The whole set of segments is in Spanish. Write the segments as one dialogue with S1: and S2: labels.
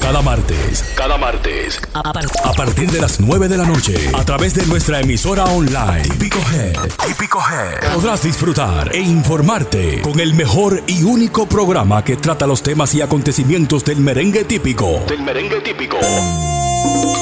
S1: Cada martes. Cada martes. A, par- a partir de las 9 de la noche. A través de nuestra emisora online. Típico Head. Típico Head. Podrás disfrutar e informarte con el mejor y único programa que trata los temas y acontecimientos del merengue típico. Del merengue típico.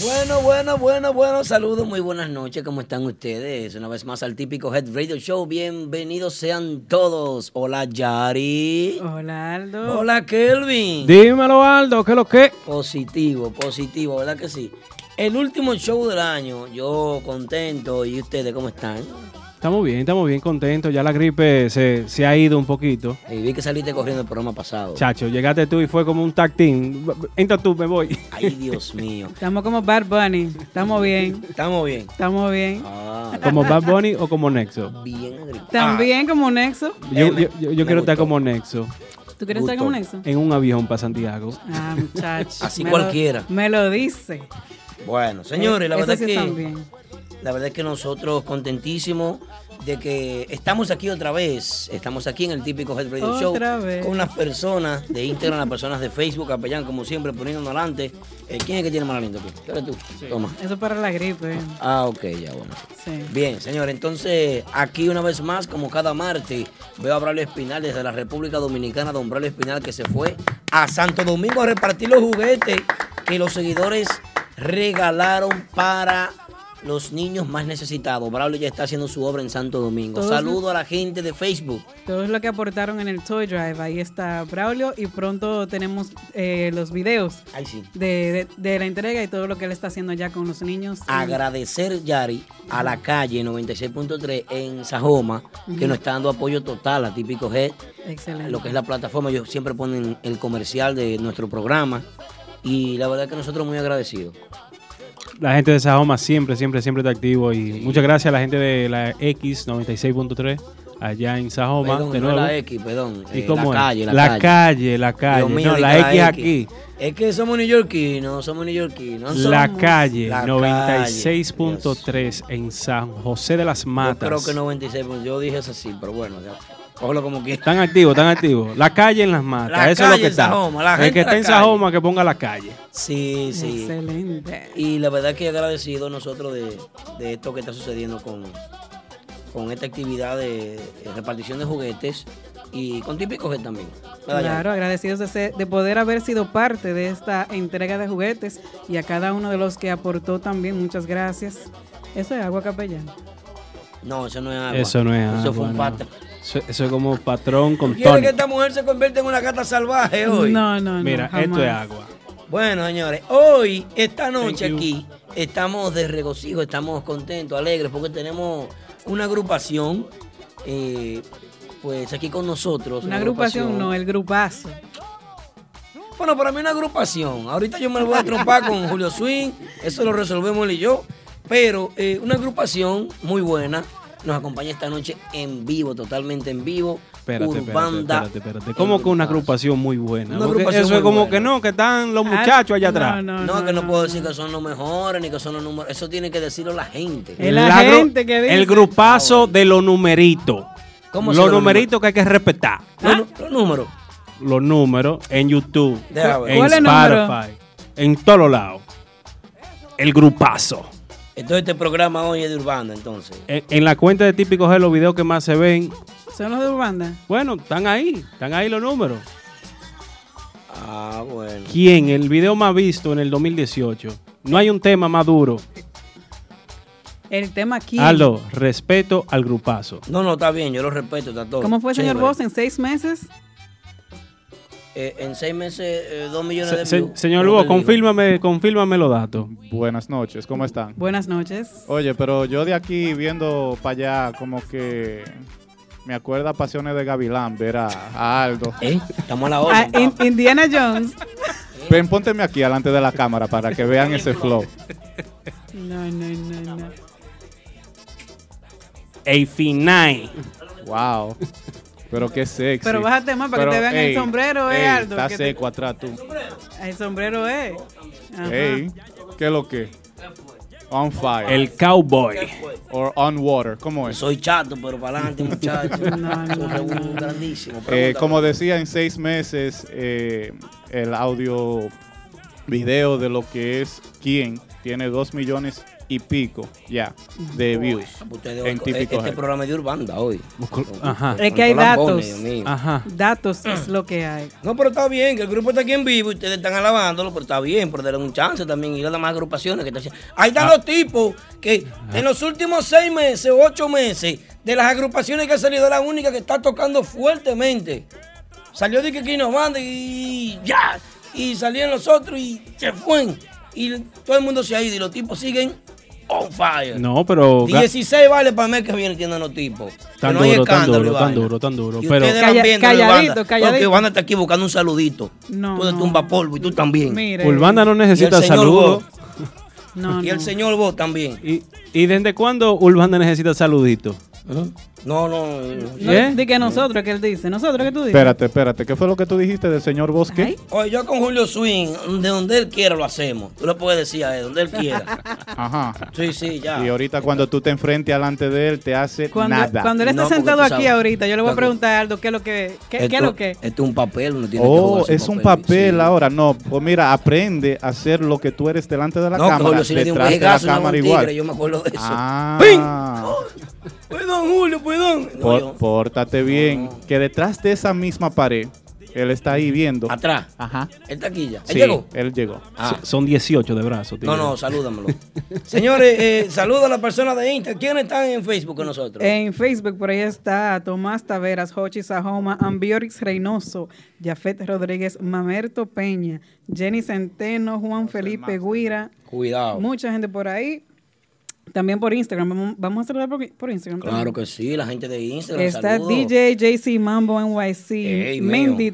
S2: Bueno, bueno, bueno, bueno, saludos, muy buenas noches, ¿cómo están ustedes? Una vez más al típico Head Radio Show, bienvenidos sean todos. Hola Yari. Hola Aldo. Hola Kelvin.
S3: Dímelo, Aldo, ¿qué es lo que?
S2: Positivo, positivo, ¿verdad que sí? El último show del año, yo contento, ¿y ustedes cómo están?
S3: Estamos bien, estamos bien contentos. Ya la gripe se, se ha ido un poquito.
S2: Y Eh, vi que saliste corriendo el programa pasado.
S3: Chacho, llegaste tú y fue como un tactín. Entra tú, me voy.
S2: Ay, Dios mío.
S4: Estamos como Bad Bunny. Estamos bien.
S2: Estamos bien. Ah.
S4: Estamos bien.
S3: ¿Como Bad Bunny o como Nexo?
S4: También como Nexo.
S3: Yo,
S2: Eh,
S3: yo- yo- yo quiero estar como Nexo.
S4: ¿Tú quieres estar como Nexo?
S3: En un avión para Santiago.
S4: Ah, muchacho.
S2: Así
S4: me
S2: cualquiera.
S4: lo- me lo dice.
S2: Bueno, señores, la
S4: Eso
S2: verdad
S4: sí
S2: es que
S4: están bien.
S2: la verdad es que nosotros contentísimos de que estamos aquí otra vez. Estamos aquí en el típico Head Radio
S4: Otra
S2: Show
S4: vez.
S2: con las personas de Instagram, las personas de Facebook, capellán como siempre poniéndonos adelante. Eh, ¿Quién es que tiene mal aliento aquí? ¿Eres tú? Toma.
S4: Eso es para la gripe.
S2: Ah, ok, ya bueno.
S4: Sí.
S2: Bien, señor, entonces aquí una vez más, como cada martes, veo a Braulio Espinal desde la República Dominicana, don Braulio Espinal que se fue a Santo Domingo a repartir los juguetes que los seguidores regalaron para los niños más necesitados. Braulio ya está haciendo su obra en Santo Domingo.
S4: Todos-
S2: Saludo a la gente de Facebook.
S4: Todos lo que aportaron en el Toy Drive. Ahí está Braulio. Y pronto tenemos eh, los videos
S2: Ay, sí.
S4: de, de- de la entrega y todo lo que él está haciendo ya con los niños.
S2: Agradecer, Yari, a la calle 96.3 en Sajoma, que nos está dando apoyo total a Típico Head.
S4: Excelente.
S2: lo que es la plataforma, ellos siempre ponen el comercial de nuestro programa y la verdad que nosotros muy agradecidos.
S3: La gente de Sajoma siempre, siempre, siempre está activo. Y muchas gracias a la gente de la X96.3 allá en Sajoma.
S2: Perdón,
S3: de
S2: no
S3: nuevo.
S2: la X, perdón,
S3: ¿Y
S2: eh,
S3: cómo
S2: la
S3: es?
S2: calle, la calle.
S3: la calle.
S2: Dios mío,
S3: no,
S2: diga
S3: la X
S2: la
S3: aquí.
S2: Es que somos neoyorquinos, somos neoyorquinos.
S3: La
S2: somos-
S3: calle
S2: La calle.
S3: 96.3 en San José de las
S2: Yo
S3: Matas.
S2: creo que 96, pues, yo dije eso así, pero bueno, ya. Cógelo como quieras.
S3: Están activos, están activos. La calle en las matas,
S2: La
S3: eso es
S2: calle
S3: lo que
S2: en
S3: está.
S2: Sajoma, la
S3: El
S2: gente
S3: que
S2: en
S3: está
S2: la
S3: en
S2: calle.
S3: Sajoma que ponga la calle.
S2: Sí, sí.
S4: Excelente.
S2: Y la verdad que agradecido nosotros de, de esto que está sucediendo con, con esta actividad de, de repartición de juguetes y con típicos Head también. ¿Verdad, Yari?
S4: Claro, agradecidos de, ser- de poder haber sido parte de esta entrega de juguetes y a cada uno de los que aportó también, muchas gracias. Eso es agua capellana.
S2: No, eso no es agua.
S3: Eso no es
S2: Eso
S3: agua,
S2: fue un
S3: no.
S2: pato.
S3: Eso, eso es como patrón con
S2: ¿Quiere que
S3: tónico.
S2: esta mujer se convierta en una gata salvaje hoy?
S4: No, no, no.
S3: Mira,
S4: jamás.
S3: esto es agua.
S2: Bueno, señores, hoy, esta noche aquí, estamos de regocijo, estamos contentos, alegres, porque tenemos una agrupación, eh, pues aquí con nosotros.
S4: Una agrupación, no, el grupazo.
S2: Bueno, para mí una agrupación. Ahorita yo me voy a trompar con Julio Swing, eso lo resolvemos él y yo. Pero eh, una agrupación muy buena nos acompaña esta noche en vivo, totalmente en vivo.
S3: Espérate, espérate,
S2: Urbanda.
S3: espérate, espérate. Como que una agrupación muy buena.
S2: Una
S3: Porque
S2: agrupación
S3: eso
S2: muy
S3: es como
S2: buena.
S3: que no, que están los muchachos
S4: Ah,
S3: allá atrás.
S2: Ah, No, que no, puedo decir que son los mejores ni que son los números. Eso tiene que decirlo la gente.
S3: La gru- el grupazo de los numeritos.
S2: Ah, ¿Cómo son
S3: los
S2: los
S3: numeritos que hay que respetar.
S4: ¿Ah?
S2: Los, números.
S3: Los números en YouTube,
S2: Deja ver.
S3: en
S2: ¿Cuál es el número?
S3: Spotify, en todos lados. El grupazo.
S2: Entonces este programa hoy es de Urbanda, entonces.
S3: En, en la cuenta de Típico G, los videos que más se ven,
S4: Son los de Urbanda.
S3: bueno, están ahí, están ahí los números.
S2: Ah, bueno.
S3: ¿Quién? El video más visto en el 2018. No hay un tema más duro.
S4: El tema aquí.
S3: Aldo, respeto al grupazo.
S2: No, no, está bien, yo lo respeto, está todo.
S4: ¿Cómo fue, señor
S2: Chévere.
S4: Boss, en seis meses?
S2: Eh, en seis meses, eh, dos millones
S3: Se-
S2: de
S3: se-
S2: views.
S3: señor
S2: Lo
S3: Lugo,
S2: que digo.
S3: confírmame, confírmame los datos.
S5: Buenas noches, ¿cómo están?
S4: Buenas noches.
S5: Oye, pero yo de aquí viendo para allá como que me acuerda Pasiones de Gavilán, ver a, a Aldo.
S2: Eh, Estamos a la
S4: Ah, in- Indiana Jones.
S5: Ven, pónteme aquí delante de la cámara para que vean ese flow.
S4: No, no, no, no.
S3: A final.
S5: Wow. Pero qué sexy.
S4: Pero bájate más para que te vean el sombrero, eh,
S5: ey,
S4: Aldo,
S5: Está
S4: que te-
S5: seco atrás tú.
S4: El sombrero es. Ajá.
S5: Ey, ¿qué es lo que? On fire.
S3: El cowboy.
S5: Or on water. ¿Cómo es?
S2: Soy chato, pero para adelante, muchachos.
S4: no,
S2: Soy
S4: no.
S2: un grandísimo.
S5: Eh,
S2: Pregúntame.
S5: como decía, en seis meses eh, el audio video de lo que es quién tiene dos millones y pico ya de views
S2: Ustedes hoy-
S5: en típico
S2: este
S5: Head.
S2: programa es de Urbanda hoy.
S3: Ajá.
S4: Es que hay
S2: Con lambones,
S4: datos.
S2: Dios mío.
S3: Ajá.
S4: Datos
S5: Mm.
S4: es lo que hay.
S2: No, pero está bien, que el grupo está aquí en vivo y ustedes están alabándolo, pero está bien, pero denle un chance también y las demás agrupaciones que están haciendo. Ahí
S3: Ah.
S2: están los tipos que en los últimos seis meses, ocho meses, de las agrupaciones que ha salido, es la única que está tocando fuertemente. Salió de que aquí nos manda y ya, y salieron los otros y se fueron. Y todo el mundo se ha ido y los tipos siguen on fire.
S3: No, pero. ga-
S2: 16 vale para el mes que viene tienen los tipos. Que
S3: Tan
S2: no hay
S3: duro, tan
S2: escándalo y
S3: duro, tan
S2: vaina.
S3: duro, tan duro.
S2: Y
S3: Pero.
S2: ustedes eran
S4: Calla-
S2: viendo a
S4: calladito,
S2: Urbana. Porque
S4: calladito.
S2: Urbana está aquí buscando un saludito.
S4: No,
S2: Tú de
S4: no.
S2: tumba polvo y tú también.
S4: Mire.
S3: Urbana no
S2: Y
S3: necesita
S2: el señor
S3: saludos.
S2: Bo.
S4: No,
S2: Y
S4: no.
S2: el señor vos también.
S3: ¿Y, y desde cuándo Urbana necesita saluditos?
S2: No, no. eh.
S4: No,
S3: ¿Eh?
S4: di que nosotros, que él dice. Nosotros, que tú dices.
S5: Espérate, espérate. ¿Qué fue lo que tú dijiste del señor Bosque?
S4: Ay.
S2: Oye, yo con Julio Swing, de donde él quiera lo hacemos. Tú le puedes decir a él, donde él quiera. Este
S5: Ajá.
S2: Sí, sí, ya.
S5: Y ahorita cuando tú te enfrentes delante de él, te hace
S4: Cuando,
S5: nada.
S4: cuando él está
S2: No, porque
S4: sentado
S2: tú
S4: aquí
S2: sabes.
S4: ahorita, yo le voy a
S2: Cuando-
S4: preguntar a Aldo qué es lo que. ¿Qué,
S2: Esto-
S4: qué es lo que?
S2: Esto es un papel, uno tiene que
S5: Oh,
S2: jugar su
S5: es un papel
S2: sí.
S5: ahora. No, pues mira, aprende a hacer lo que tú eres delante de la
S2: No, que
S5: cámara.
S2: Julio Swing le dio un
S5: detrás de la
S2: pegazo a un
S5: cámara
S2: tigre,
S5: igual.
S2: yo me acuerdo de eso.
S5: Ah,
S2: Perdón, Julio, perdón. No,
S5: por-
S2: yo-
S5: pórtate bien. Que detrás de esa misma pared, él está ahí viendo.
S2: Atrás.
S5: Ajá.
S2: Él está aquí ya. ¿Él
S5: Sí,
S2: llegó?
S5: Él llegó.
S2: Ah.
S3: So- Son 18 de brazo, tío.
S2: No, no, salúdamelo. Señores, eh, saluda a las personas de Insta. ¿Quiénes están en Facebook con nosotros?
S4: En Facebook, por ahí está Tomás Taveras, Jochi Sajoma, Ambiorix Reynoso, Jafet Rodríguez, Mamerto Peña, Jenny Centeno, Juan Felipe Guira,
S2: Cuidado.
S4: mucha gente por ahí. También por Instagram. Vamos, vamos a saludar por, por Instagram.
S2: Claro
S4: también.
S2: que sí, la gente de Instagram.
S4: Está
S2: saludos.
S4: DJ JC Mambo NYC,
S2: Ey, mío.
S4: Mendy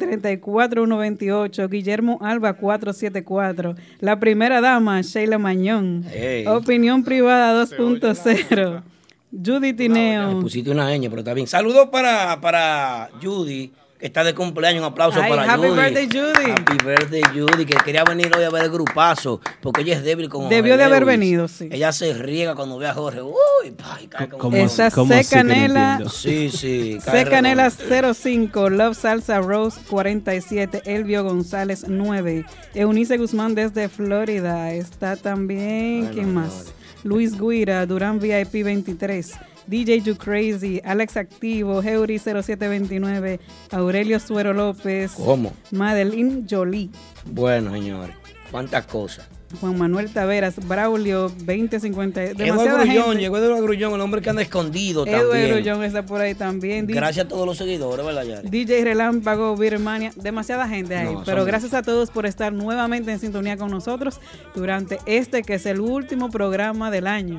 S4: 34128, Guillermo Alba 474, la primera dama Sheila Mañón,
S2: Ey.
S4: Opinión Privada 2.0, Judy
S2: Le
S4: Tineo,
S2: pusiste una ñ, pero está bien. Saludos para, para Judy, que está de cumpleaños. Un aplauso
S4: Ay,
S2: para
S4: happy
S2: Judy.
S4: birthday, Judy.
S2: Happy birthday, Judy, que quería venir hoy a ver el grupazo, porque ella es débil como
S4: Debió de haber venido, sí.
S2: Ella se riega cuando ve a Jorge. Uy, pay, cae como-
S3: ¿Cómo
S4: Esa
S3: así? ¿Cómo así
S4: C
S3: que no
S4: Canela,
S3: entiendo?
S2: Sí, sí. cae
S4: C Canela
S2: redondo.
S4: 05, Love Salsa Rose 47, Elvio González 9, Eunice Guzmán desde Florida, está también, ¿quién más? Luis Guira, Durán VIP 23, DJ You Crazy, Alex Activo, Heuri 0729, Aurelio Suero López,
S2: ¿Cómo?
S4: Madeline Jolie,
S2: Bueno, señores, cuántas cosas.
S4: Juan Manuel Taveras, Braulio 2050,
S2: Eduardo
S4: demasiada
S2: Grullón,
S4: gente.
S2: llegó Eduardo Grullón, el hombre que anda escondido también.
S4: Eduardo John está por ahí también. DJ
S2: Gracias a todos los seguidores, ¿verdad, Yari?
S4: DJ Relámpago, Birmania, demasiada gente ahí.
S2: No, son
S4: pero
S2: muchos.
S4: gracias a todos por estar nuevamente en sintonía con nosotros durante este que es el último programa del año.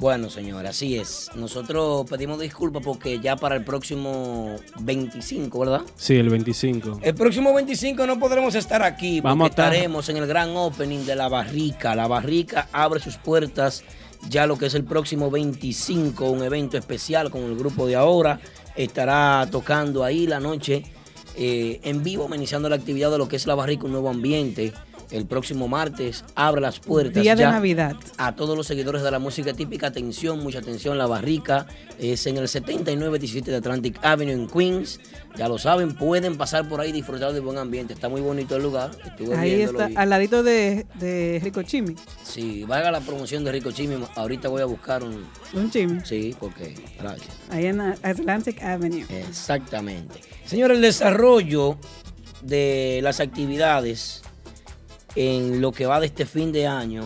S2: Bueno, señor, así es. Nosotros pedimos disculpas porque ya para el próximo 25, ¿verdad?
S3: Sí, el 25.
S2: El próximo 25 no podremos estar aquí porque
S3: Vamos a estar-
S2: estaremos en el gran opening de La Barrica. La Barrica abre sus puertas ya lo que es el próximo 25, un evento especial con el grupo de ahora. Estará tocando ahí la noche eh, en vivo, amenizando la actividad de lo que es La Barrica, un nuevo ambiente. El próximo martes abre las puertas.
S4: Día de
S2: ya
S4: Navidad.
S2: a todos los seguidores de la música típica, atención, mucha atención, La Barrica es en el 7917 de Atlantic Avenue en Queens. Ya lo saben, pueden pasar por ahí y disfrutar de buen ambiente. Está muy bonito el lugar. Estuve
S4: Ahí
S2: viéndolo
S4: está,
S2: y-
S4: al ladito de, de Rico Chimi.
S2: Sí, valga la promoción de Rico Chimi. Ahorita voy a buscar un.
S4: Un Chimi.
S2: Sí, porque. Gracias.
S4: Ahí en Atlantic Avenue.
S2: Exactamente. Señor, el desarrollo de las actividades en lo que va de este fin de año,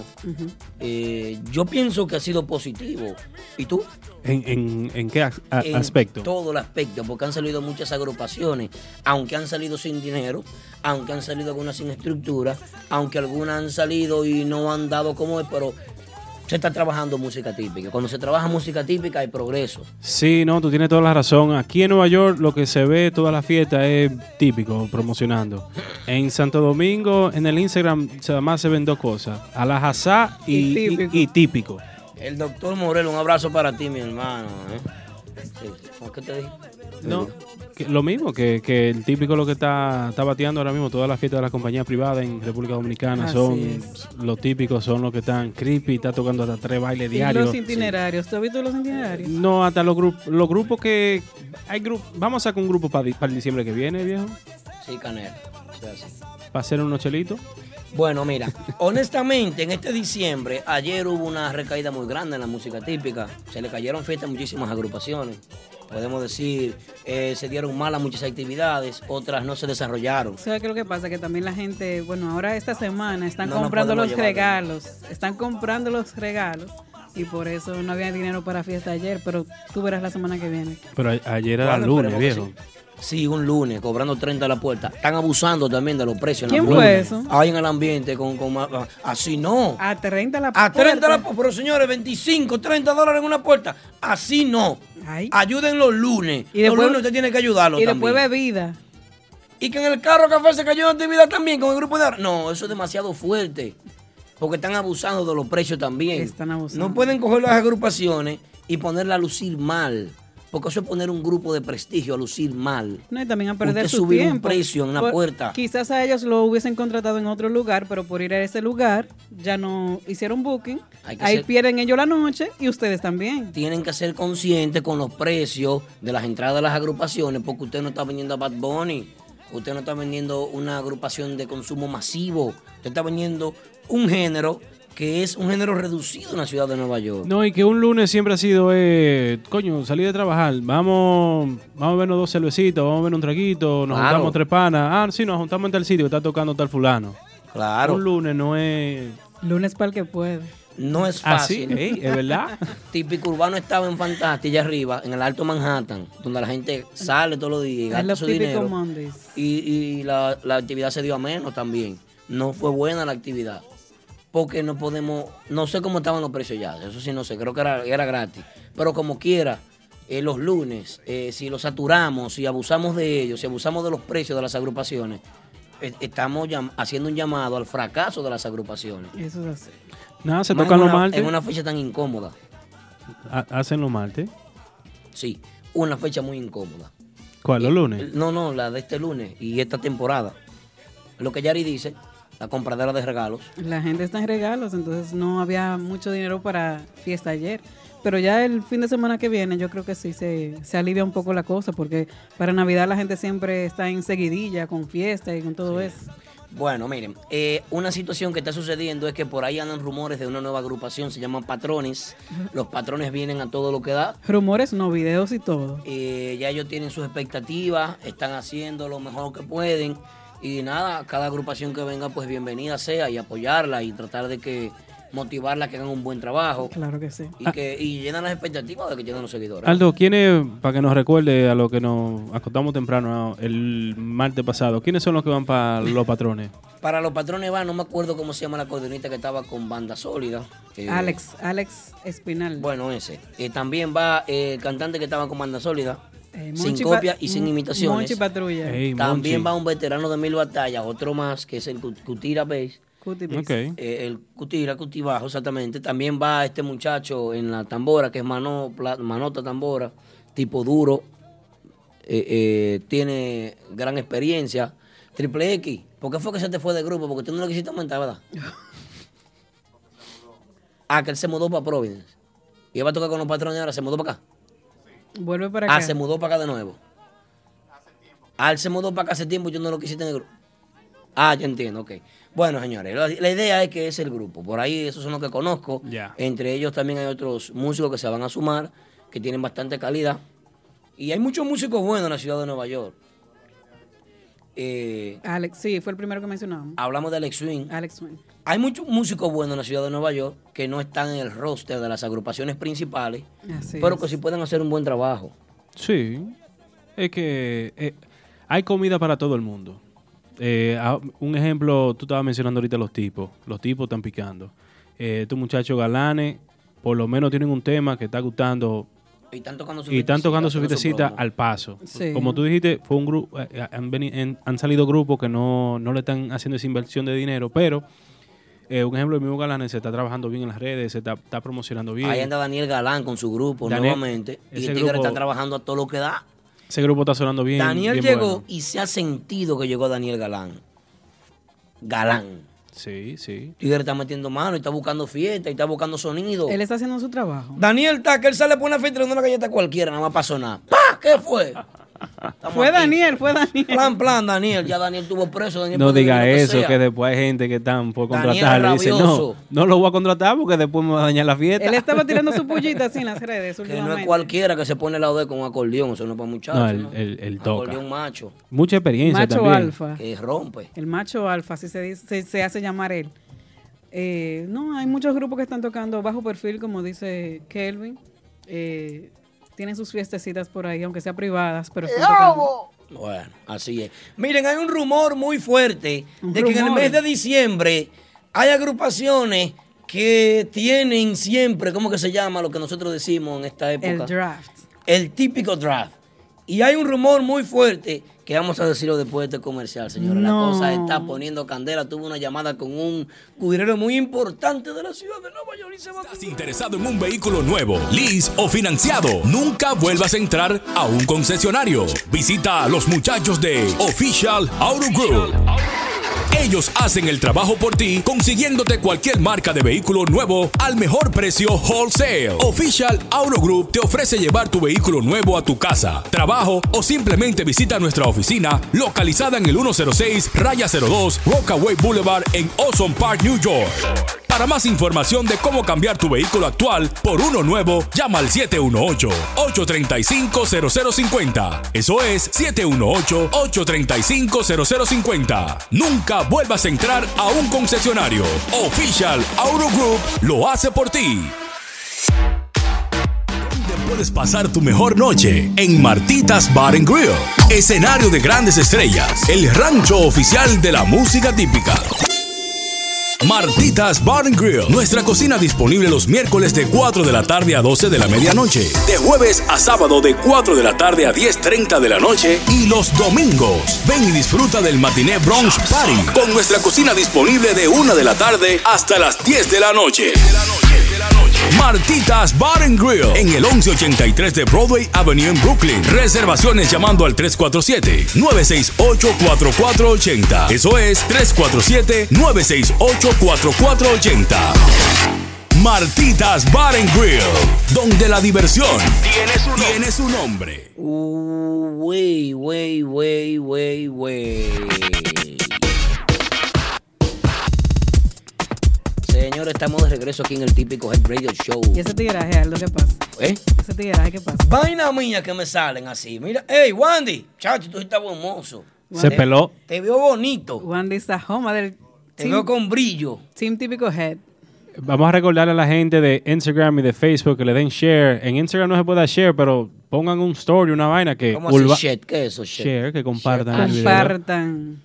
S2: eh, yo pienso que ha sido positivo. ¿Y tú?
S3: ¿En, en, en qué as- a-
S2: en
S3: aspecto?
S2: Todo el aspecto, porque han salido muchas agrupaciones, aunque han salido sin dinero, aunque han salido algunas sin estructura, aunque algunas han salido y no han dado como es, pero se está trabajando música típica. Cuando se trabaja música típica hay progreso.
S3: Sí, no, tú tienes toda la razón. Aquí en Nueva York lo que se ve toda la fiesta es típico, promocionando. En Santo Domingo, en el Instagram, se- además se ven dos cosas, a la jazá y,
S4: Y
S3: y- y
S4: típico.
S3: típico.
S2: El doctor Morel, un abrazo para ti, mi hermano. ¿eh? Sí, ¿por ¿Qué te dije?
S3: No, que- lo mismo que, que el típico lo que está, está bateando ahora mismo, todas las fiestas de la compañía privada en República Dominicana
S4: Así
S3: son
S4: es.
S3: los típicos, son los que están creepy, está tocando hasta tres bailes
S4: Y los
S3: diarios.
S4: itinerarios. ¿Tú has visto los itinerarios?
S3: No, hasta los, grup- los grupos que... hay grup- Vamos a sacar un grupo para, el diciembre que viene, viejo,
S2: Sí, Canel. O sea, sí.
S3: para hacer unos chelitos.
S2: Bueno, mira, honestamente, en este diciembre, ayer hubo una recaída muy grande en la música típica. Se le cayeron fiestas a muchísimas agrupaciones. Podemos decir, eh, se dieron malas muchas actividades, otras no se desarrollaron.
S4: ¿Sabes qué es lo que pasa? Que también la gente, bueno, ahora esta semana están
S2: No nos
S4: comprando
S2: podemos
S4: los
S2: llevar,
S4: regalos. Están comprando los regalos. Y por eso no había dinero para fiesta ayer, pero tú verás la semana que viene.
S3: Pero a- ayer era
S2: Bueno,
S3: lunes,
S2: esperemos
S3: viejo.
S2: que Sí, un lunes, cobrando 30 a la puerta. Están abusando también de los precios. en
S4: ¿Quién
S2: Hamburgo.
S4: fue eso?
S2: Ahí en el ambiente, con, con ma- ah, así no.
S4: A 30 la
S2: A 30 la
S4: puerta.
S2: puerta, pero señores, 25, 30 dólares en una puerta. Así no.
S4: Ay.
S2: Ayuden los lunes.
S4: Y después-
S2: los lunes usted tiene que ayudarlo
S4: Y
S2: también.
S4: después bebida.
S2: Y que en el carro café se cayó una actividad también con el grupo de ahora. No, eso es demasiado fuerte. Porque están abusando de los precios también.
S4: Están abusando.
S2: No pueden coger las agrupaciones y ponerla a lucir mal. Porque eso es poner un grupo de prestigio a lucir mal.
S4: No, y también a perder
S2: Usted
S4: su
S2: subir un
S4: tiempo.
S2: precio en una puerta.
S4: Quizás a ellos lo hubiesen contratado en otro lugar, pero por ir a ese lugar ya no hicieron booking.
S2: Hay
S4: Ahí
S2: que ser-
S4: pierden ellos la noche y ustedes también.
S2: Tienen que ser conscientes con los precios de las entradas de las agrupaciones. Porque usted no está vendiendo a Bad Bunny. Usted no está vendiendo una agrupación de consumo masivo. Usted está vendiendo un género que es un género reducido en la ciudad de Nueva York.
S3: No, y que un lunes siempre ha sido, eh, coño, salí de trabajar, vamos, vamos a vernos dos cervecitas, vamos a ver un traguito, nos
S2: Claro.
S3: juntamos tres panas, ah, sí, nos juntamos en tal sitio, está tocando tal fulano.
S2: Claro.
S3: Un lunes no es
S4: Lunes para el que puede.
S2: No es
S4: Ah,
S3: así,
S2: fácil.
S3: ey, es verdad.
S2: Típico Urbano estaba en Fantastic, allá arriba, en el Alto Manhattan, donde la gente sale todos los días,
S4: Es
S2: gasta
S4: los
S2: su
S4: típicos
S2: dinero.
S4: Mondays.
S2: Y, y la, la actividad se dio a menos también. No fue buena la actividad. Porque no podemos, no sé cómo estaban los precios ya, eso sí no sé, creo que era, era gratis. Pero como quiera, eh, los lunes, eh, si los saturamos, si abusamos de ellos, si abusamos de los precios de las agrupaciones, eh, estamos llam- haciendo un llamado al fracaso de las agrupaciones.
S4: Eso es así.
S3: Nada, Ah, se
S2: Más en
S3: tocan los
S2: una-
S3: martes,
S2: En una fecha tan incómoda.
S3: ha- hacen los martes.
S2: Sí, una fecha muy incómoda.
S3: ¿Cuál, los lunes?
S2: No, no, la de este lunes y esta temporada. Lo que Yari dice, la compradera de regalos.
S4: La gente está en regalos, entonces no había mucho dinero para fiesta ayer. Pero ya el fin de semana que viene yo creo que sí se, se alivia un poco la cosa, porque para Navidad la gente siempre está en seguidilla con fiesta y con todo eso.
S2: Bueno, miren, eh, una situación que está sucediendo es que por ahí andan rumores de una nueva agrupación, se llaman patrones. Los patrones vienen a todo lo que da.
S4: Rumores, no videos y todo.
S2: Eh, ya ellos tienen sus expectativas, están haciendo lo mejor que pueden. Y nada, cada agrupación que venga, pues bienvenida sea y apoyarla y tratar de que motivarla a que hagan un buen trabajo.
S4: Claro que sí.
S2: Y, que, y llenan las expectativas de que llenan los seguidores.
S3: Aldo, ¿quiénes, para que nos recuerde a lo que nos acostamos temprano el martes pasado, quiénes son los que van para los patrones?
S2: Para los patrones va, no me acuerdo cómo se llama la coordinista que estaba con Banda Sólida. Eh,
S4: Alex, Alex Espinal.
S2: Bueno, ese. Eh, también va eh, el cantante que estaba con Banda Sólida.
S4: Eh,
S2: sin
S4: Monchi
S2: copia
S4: Pa-
S2: y sin
S4: Mon-
S2: imitaciones.
S4: Monchi Patrulla.
S3: Ey,
S2: también
S3: Monchi.
S2: va un veterano de mil batallas, otro más, que es el Cut- Cutira Bass.
S4: Cutie Beats.
S3: Ok.
S2: eh, el Cutira, Cutibajo, exactamente. También va este muchacho en la tambora, que es Mano, Pla- Manota Tambora, tipo duro. Eh, eh, tiene gran experiencia. Triple X, ¿por qué fue que se te fue del grupo? Porque tú no lo quisiste aumentar, ¿verdad? ah, que él se mudó para Providence. Y él va a tocar con los patrones ahora, se mudó para acá.
S4: Vuelve para acá.
S2: Ah, se mudó para acá de nuevo. Ah, él se mudó para acá hace tiempo y yo no lo quise tener grupo. Ah, ya entiendo, ok. Bueno, señores, la, la idea es que es el grupo. Por ahí esos son los que conozco.
S3: Ya.
S2: Entre ellos también hay otros músicos que se van a sumar, que tienen bastante calidad. Y hay muchos músicos buenos en la ciudad de Nueva York. Eh,
S4: Alex, sí, fue el primero que mencionamos.
S2: hablamos de Alex Swing.
S4: Alex Swing.
S2: Hay muchos músicos buenos en la ciudad de Nueva York que no están en el roster de las agrupaciones principales,
S4: Así
S2: pero
S4: es.
S2: que sí pueden hacer un buen trabajo.
S3: Sí, es que eh, hay comida para todo el mundo. Eh, ah, un ejemplo, tú estabas mencionando ahorita los tipos, los tipos están picando. Eh, estos muchachos galanes, por lo menos tienen un tema que está gustando
S2: Y están tocando su
S3: y están
S2: fiestecita,
S3: tocando su
S2: haciendo
S3: vitecita
S2: promo.
S3: al paso.
S4: Sí.
S3: Como tú dijiste, fue un grupo, eh, eh, han, veni- en- han salido grupos que no, no le están haciendo esa inversión de dinero, pero eh, un ejemplo, el mismo Galanes se está trabajando bien en las redes, se está, está promocionando bien.
S2: Ahí anda Daniel Galán con su grupo
S3: Daniel,
S2: nuevamente. Y
S3: ese
S2: el Tigre
S3: grupo-
S2: está trabajando a todo lo que da.
S3: Ese grupo está sonando bien.
S2: Daniel
S3: bien
S2: llegó
S3: bueno.
S2: y se ha sentido que llegó Daniel Galán. Galán.
S3: Sí, sí.
S2: Tigre está metiendo mano y está buscando fiesta y está buscando sonido.
S4: Él está haciendo su trabajo.
S2: Daniel está, que él sale por una fiesta y le da una galleta a cualquiera, nada más para sonar. ¡Pah! ¿Qué fue?
S4: Fue Daniel, fue Daniel.
S2: Plan, plan, Daniel. Ya Daniel tuvo preso. Daniel
S3: No
S2: puede
S3: diga
S2: vivir lo
S3: eso,
S2: sea.
S3: que después hay gente que están por
S2: Daniel
S3: contratar. y Dice, no,
S2: rabioso.
S3: no lo voy a contratar porque después me va a dañar la fiesta.
S4: Él estaba tirando su pullita así en las redes
S2: Que no es
S4: últimamente.
S2: cualquiera que se pone al lado de él con un acordeón. Eso no es para muchachos.
S3: No, él,
S2: ¿no?
S3: él- él toca.
S2: Acordeón macho
S3: Mucha experiencia
S4: macho
S3: también.
S4: alfa.
S2: que rompe.
S4: El macho alfa, así se, dice, se, se hace llamar él. Eh, no, hay muchos grupos que están tocando bajo perfil, como dice Kelvin. Eh, tienen sus fiestecitas por ahí, aunque sean privadas, pero están tocando.
S2: Bueno, así es. Miren, hay un rumor muy fuerte
S4: Un
S2: de que en el
S4: rumor.
S2: mes de diciembre hay agrupaciones que tienen siempre, ¿cómo que se llama lo que nosotros decimos en esta época?
S4: el draft.
S2: El típico draft. Y hay un rumor muy fuerte que vamos a decirlo después de este comercial, señores.
S4: No.
S2: La cosa está poniendo candela. Tuve una llamada con un cudirero muy importante de la ciudad de Nueva York y se va a-
S1: ¿Estás interesado en un vehículo nuevo, lease o financiado? Nunca vuelvas a entrar a un concesionario. Visita a los muchachos de Official Auto Group. Ellos hacen el trabajo por ti, consiguiéndote cualquier marca de vehículo nuevo al mejor precio wholesale. Official Auto Group te ofrece llevar tu vehículo nuevo a tu casa, trabajo o simplemente visita nuestra oficina localizada en el 106 Raya 02 Rockaway Boulevard en Ozone Park, New York. Para más información de cómo cambiar tu vehículo actual por uno nuevo, llama al 718-835-0050. Eso es 718-835-0050. Nunca vuelvas a entrar a un concesionario. Official Auto Group lo hace por ti. Te Puedes pasar tu mejor noche en Martitas Bar and Grill, escenario de grandes estrellas, el rancho oficial de la música típica. Martitas Bar and Grill. Nuestra cocina disponible los miércoles de 4 de la tarde a 12 de la medianoche. De jueves a sábado de 4 de la tarde a 10.30 de la noche. Y los domingos. Ven y disfruta del matiné brunch party. Con nuestra cocina disponible de 1 de la tarde hasta las 10 de la noche. Martitas Bar and Grill en el 1183 de Broadway Avenue en Brooklyn. Reservaciones llamando al 347-968-4480. Eso es 347-968-4480. Martitas Bar and Grill, donde la diversión tiene su nombre.
S2: Wey, wey, wey, wey, wey. Señores, estamos de regreso aquí en el típico Head Radio Show.
S4: Y ese tiraje, Aldo, ¿qué pasa?
S2: ¿Eh?
S4: Ese tiraje, ¿qué pasa?
S2: Vaina mía que me salen así. Mira, hey, Wandy, chacho, tú sí estás buen mozo.
S3: Se
S2: Te-
S3: peló.
S2: Te veo bonito.
S4: Wandy Sajoma del
S2: Te veo
S4: team,
S2: con brillo.
S4: Team Típico Head.
S3: Vamos a recordarle a la gente de Instagram y de Facebook que le den share. En Instagram no se puede dar share, pero pongan un story, una vaina que
S2: ¿Cómo
S3: Ulva-
S2: así, shit? ¿Qué es eso, shit?
S3: share, que compartan el video.
S4: Compartan.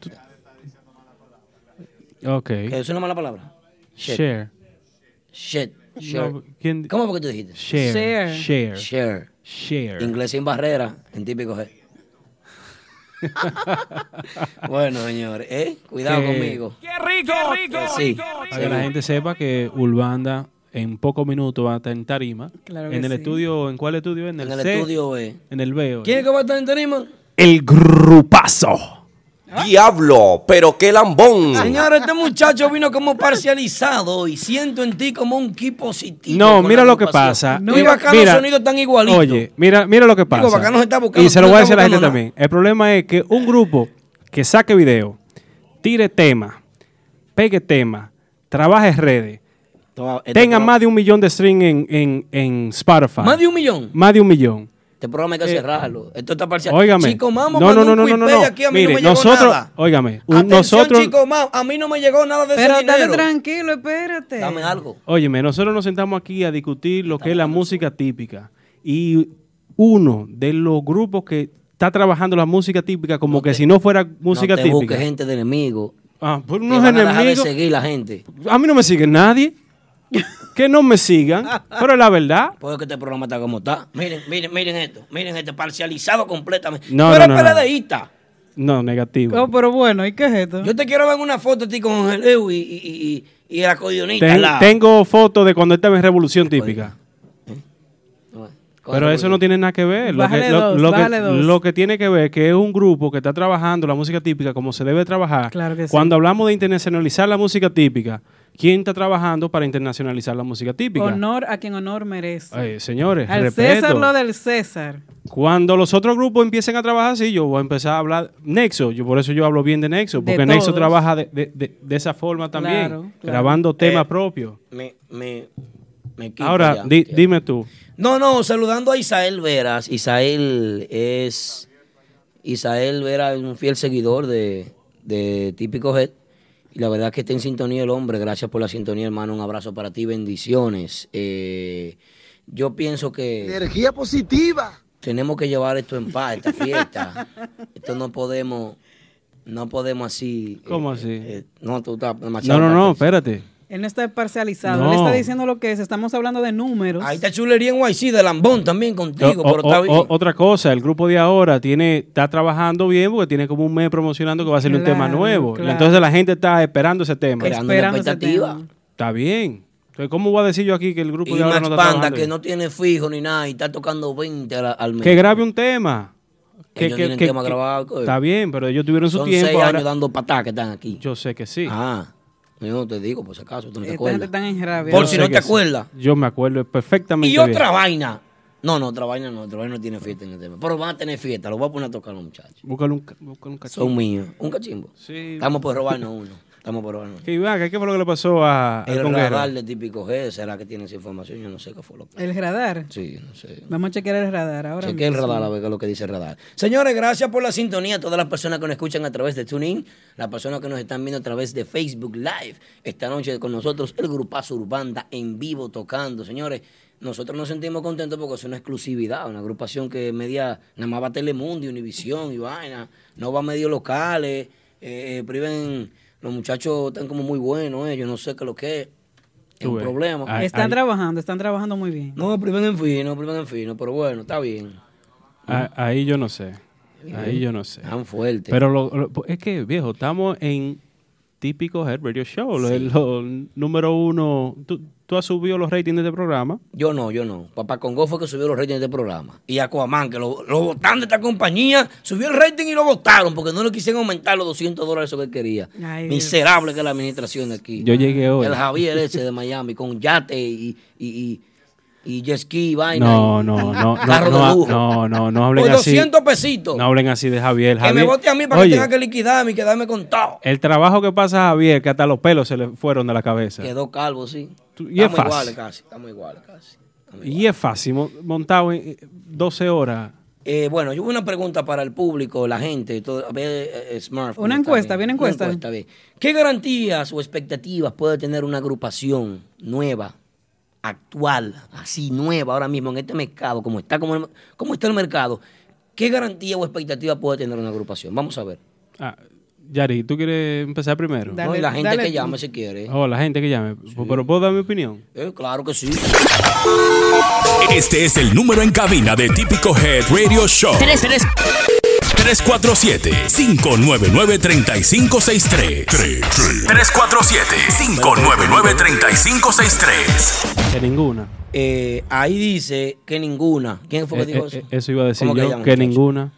S3: Ok.
S2: ¿Qué es una mala palabra? Shit.
S3: Share.
S2: Shit. Share.
S3: No, ¿quién-
S2: ¿Cómo fue que tú dijiste?
S3: Share.
S4: Share.
S3: Share.
S2: Share.
S3: Share.
S2: Inglés sin barrera, en típico G. bueno, señores, ¿eh? cuidado
S3: Que-
S2: conmigo. ¡Qué rico! ¡Qué rico!
S3: Para que la gente sepa que Urbanda en pocos minutos va a estar en Tarima.
S4: Claro que
S3: en el
S4: sí.
S3: estudio, ¿en cuál estudio? En el,
S2: En el
S3: C,
S2: estudio B.
S3: En el B.
S2: ¿Quién es que va a estar en tarima?
S3: El grupazo.
S6: Diablo, pero qué lambón.
S3: Mm.
S2: Señores, este muchacho vino como parcializado y siento en ti como un ki positivo.
S3: No,
S2: con la
S3: mira lo que
S2: agrupación.
S3: pasa.
S2: No, y
S3: Mira,
S2: bacano
S3: mira.
S2: los sonidos tan igualitos.
S3: Oye, mira, mira lo que pasa.
S2: bacano se está buscando,
S3: y se lo
S2: no
S3: voy a
S2: está
S3: decir a la gente
S2: buscando
S3: también. El problema es que un grupo que saque video, tire tema, pegue tema, trabaje redes,
S2: Toma, este
S3: tenga
S2: programa-
S3: más de un millón de streams en, en, en Spotify.
S2: Más de un millón.
S3: Más de un millón.
S2: Este programa hay que cerrarlo. Esto está parcial.
S3: Eh, Óigame.
S2: Chico Mamo,
S3: no,
S2: mandó
S3: no, no,
S2: un
S3: no, no, no,
S2: cuipé
S3: no.
S2: Aquí a mí
S3: Mire,
S2: no me llegó
S3: nosotros,
S2: nada.
S3: óigame, un-
S2: Atención,
S3: nosotros,
S2: Chico Mamo, a mí no me llegó nada de
S4: Pero
S2: ese
S4: dale
S2: dinero.
S4: tranquilo, espérate.
S2: Dame algo.
S3: óyeme, nosotros nos sentamos aquí a discutir lo que es la música típica y uno de los grupos que está trabajando la música típica como que si no fuera música
S2: no te
S3: típica.
S2: busques gente de enemigo.
S3: Ah, por
S2: Te
S3: unos
S2: van a dejar de
S3: enemigos.
S2: seguir la gente.
S3: A mí no me sigue nadie. que no me sigan. Pero es la verdad.
S2: Puede que este programa está como está. Miren, miren, miren esto. Miren esto, parcializado completamente.
S3: No,
S2: Tú
S3: no,
S2: eres
S3: no, no.
S2: peledeísta.
S3: No, negativo.
S4: Oh, pero bueno, ¿y qué es esto?
S2: Yo te quiero ver en una foto a ti con el Leo y, y, y, y el acordeonista.
S3: Ten-
S2: al lado.
S3: Tengo fotos de cuando estaba en Revolución Típica.
S2: Con
S3: Pero eso no tiene nada que ver. Lo
S4: ¿Eh? Bájale
S3: que, lo-
S4: dos,
S3: lo que-
S4: bájale dos.
S3: lo que tiene que ver es que es un grupo que está trabajando la música típica como se debe trabajar.
S4: Claro que sí.
S3: Cuando hablamos de internacionalizar la música típica, ¿quién está trabajando para internacionalizar la música típica?
S4: Honor a quien honor merece.
S3: Eh, señores,
S4: Oh, Al
S3: respeto.
S4: César lo del César.
S3: Cuando los otros grupos empiecen a trabajar así, yo voy a empezar a hablar Nexo. Yo por eso yo hablo bien de Nexo,
S4: De
S3: porque Nexo
S4: todos.
S3: trabaja de, de- de- de esa forma también,
S4: Claro, claro.
S3: grabando temas propios.
S2: Me, me, me quito
S3: Ahora,
S2: Eh, ya.
S3: di- dime tú.
S2: No, no, saludando a Isael Veras. Isael es. Isael Vera es un fiel seguidor de, de Típico Head. Y la verdad que está en sintonía el hombre. Gracias por la sintonía, hermano. Un abrazo para ti. Bendiciones. Eh, yo pienso que. Energía positiva. Tenemos que llevar esto en paz, esta fiesta. esto no podemos. No podemos así.
S3: ¿Cómo
S2: eh,
S3: así?
S2: eh, no, tú estás
S3: No,
S2: demasiado
S3: no, no, espérate.
S4: Él no está parcializado.
S3: No.
S4: Él está diciendo lo que es. Estamos hablando de números.
S2: Ahí está chulería en YC de Lambón también contigo,
S3: O-
S2: pero está
S3: o-
S2: bien.
S3: o- otra cosa, el grupo de ahora tiene está trabajando bien porque tiene como un mes promocionando que va a salir un tema
S4: Claro,
S3: nuevo.
S4: claro.
S3: Entonces la gente está esperando ese tema.
S2: Esperando,
S4: Esperando
S2: una
S4: ese
S2: expectativa.
S4: tema.
S3: Está bien. Entonces, ¿cómo voy a decir yo aquí que el grupo
S2: Y
S3: de ahora
S2: Max
S3: no está
S2: Panda,
S3: trabajando
S2: que
S3: bien?
S2: no tiene fijo ni nada, y está tocando 20 al, al mes.
S3: Que grabe un tema.
S2: Ellos tienen tema grabado, coño.
S3: Está bien, pero ellos tuvieron su
S2: Son
S3: tiempo.
S2: seis
S3: ahora-
S2: años dando patadas que están aquí.
S3: Yo sé que sí.
S2: Ah, yo no te digo, por si acaso, tú no te
S4: Esta
S2: acuerdas.
S4: gente está en rabia.
S2: Por
S3: Yo
S2: si
S3: sé
S2: no
S3: que
S2: te
S3: sí.
S2: acuerdas.
S3: Yo me acuerdo perfectamente.
S2: Y
S3: bien.
S2: otra vaina. No, no, otra vaina no, otra vaina no tiene fiesta en el tema. Pero van a tener fiesta, lo voy a poner a tocar los muchachos.
S3: Búscale un, ca- búscale un cachorro.
S2: Son míos. Un cachimbo.
S3: Sí.
S2: Estamos por robarnos uno. Estamos por robarnos uno.
S3: Que Iván, ¿qué fue lo que le pasó a, al
S2: El
S3: conguero?
S2: radar de típico G, ¿será que tiene esa información? Yo no sé qué fue lo que.
S4: El radar.
S2: Sí, no sé.
S4: Vamos a chequear el radar ahora.
S2: Chequea el
S4: mismo.
S2: radar, a ver qué es lo que dice el radar. Señores, gracias por la sintonía. Todas las personas que nos escuchan a través de TuneIn, las personas que nos están viendo a través de Facebook Live. Esta noche con nosotros el grupazo Urbanda en vivo tocando. Señores, nosotros nos sentimos contentos porque es una exclusividad, una agrupación que media, nada más va Telemundo y Univisión y vaina. No va a medios locales. eh, eh, priven, los muchachos están como muy buenos, eh, yo no sé qué es lo que es. Es
S3: Tú
S2: un
S3: ves. Ah,
S2: problema.
S3: Ay,
S4: Están
S3: ay.
S4: trabajando, están trabajando muy bien.
S2: No, priven en fino, priven en fino, pero bueno, está bien.
S3: A- ahí yo no sé. Ahí yo no sé.
S2: Tan fuerte.
S3: Pero lo- lo- es que, viejo, estamos en típico Head Radio Show. Lo, lo número uno. Tú, tú has subido los ratings de este programa.
S2: Yo no, yo no. Papá Congo fue que subió los ratings de este programa. Y Aquaman, que lo, lo votaron de esta compañía, subió el rating y lo votaron porque no le quisieron aumentar los 200 dólares eso que él quería.
S4: Ay,
S2: Miserable que es la administración de aquí.
S3: Yo llegué hoy.
S2: El Javier ese de Miami con yate y, y, y, y jet ski, vaina.
S3: No,
S2: y-
S3: no, no, no,
S2: Carro de
S3: no,
S2: lujo.
S3: no, no, no hablen
S2: Por
S3: así.
S2: 200 pesitos.
S3: No hablen así de Javier.
S2: que me
S3: Javier-
S2: vote a mí para
S3: Oye,
S2: que tenga que liquidarme y quedarme con todo.
S3: El trabajo que pasa a Javier, que hasta los pelos se le fueron de la cabeza.
S2: Quedó calvo, sí.
S3: Tú- y es
S2: Estamos
S3: fácil.
S2: iguales casi. Estamos iguales casi. Estamos
S3: Y es fácil, mo- montado en eh, 12 horas.
S2: Eh, bueno, yo una pregunta para el público, la gente, todo, a ver, eh, eh, Smurf,
S4: Una
S2: ¿no? Está
S4: encuesta,
S2: bien.
S4: viene encuesta.
S2: Una bien. ¿Qué garantías o expectativas puede tener una agrupación nueva, actual, así nueva ahora mismo en este mercado, como está, como, como está el mercado? ¿Qué garantía o expectativa puede tener una agrupación? Vamos a ver.
S3: Ah, Yari, ¿tú quieres empezar primero?
S4: Da-
S2: ¿no? Y la gente
S4: dale
S2: que
S4: tú.
S2: llame si quiere.
S3: Oh, la gente que llame. Pero ¿puedo dar mi opinión?
S2: Eh, claro que sí.
S1: Este es el número en cabina de Típico Head Radio Show. 347-599-3563. 347-599-3563.
S3: Que ninguna.
S2: Eh, ahí dice que ninguna. ¿Quién fue que
S3: Eh,
S2: dijo
S3: eh,
S2: eso?
S3: eh, iba a decir
S2: ¿Cómo que
S3: yo,
S2: llaman,
S3: que
S2: muchacho?
S3: ninguna.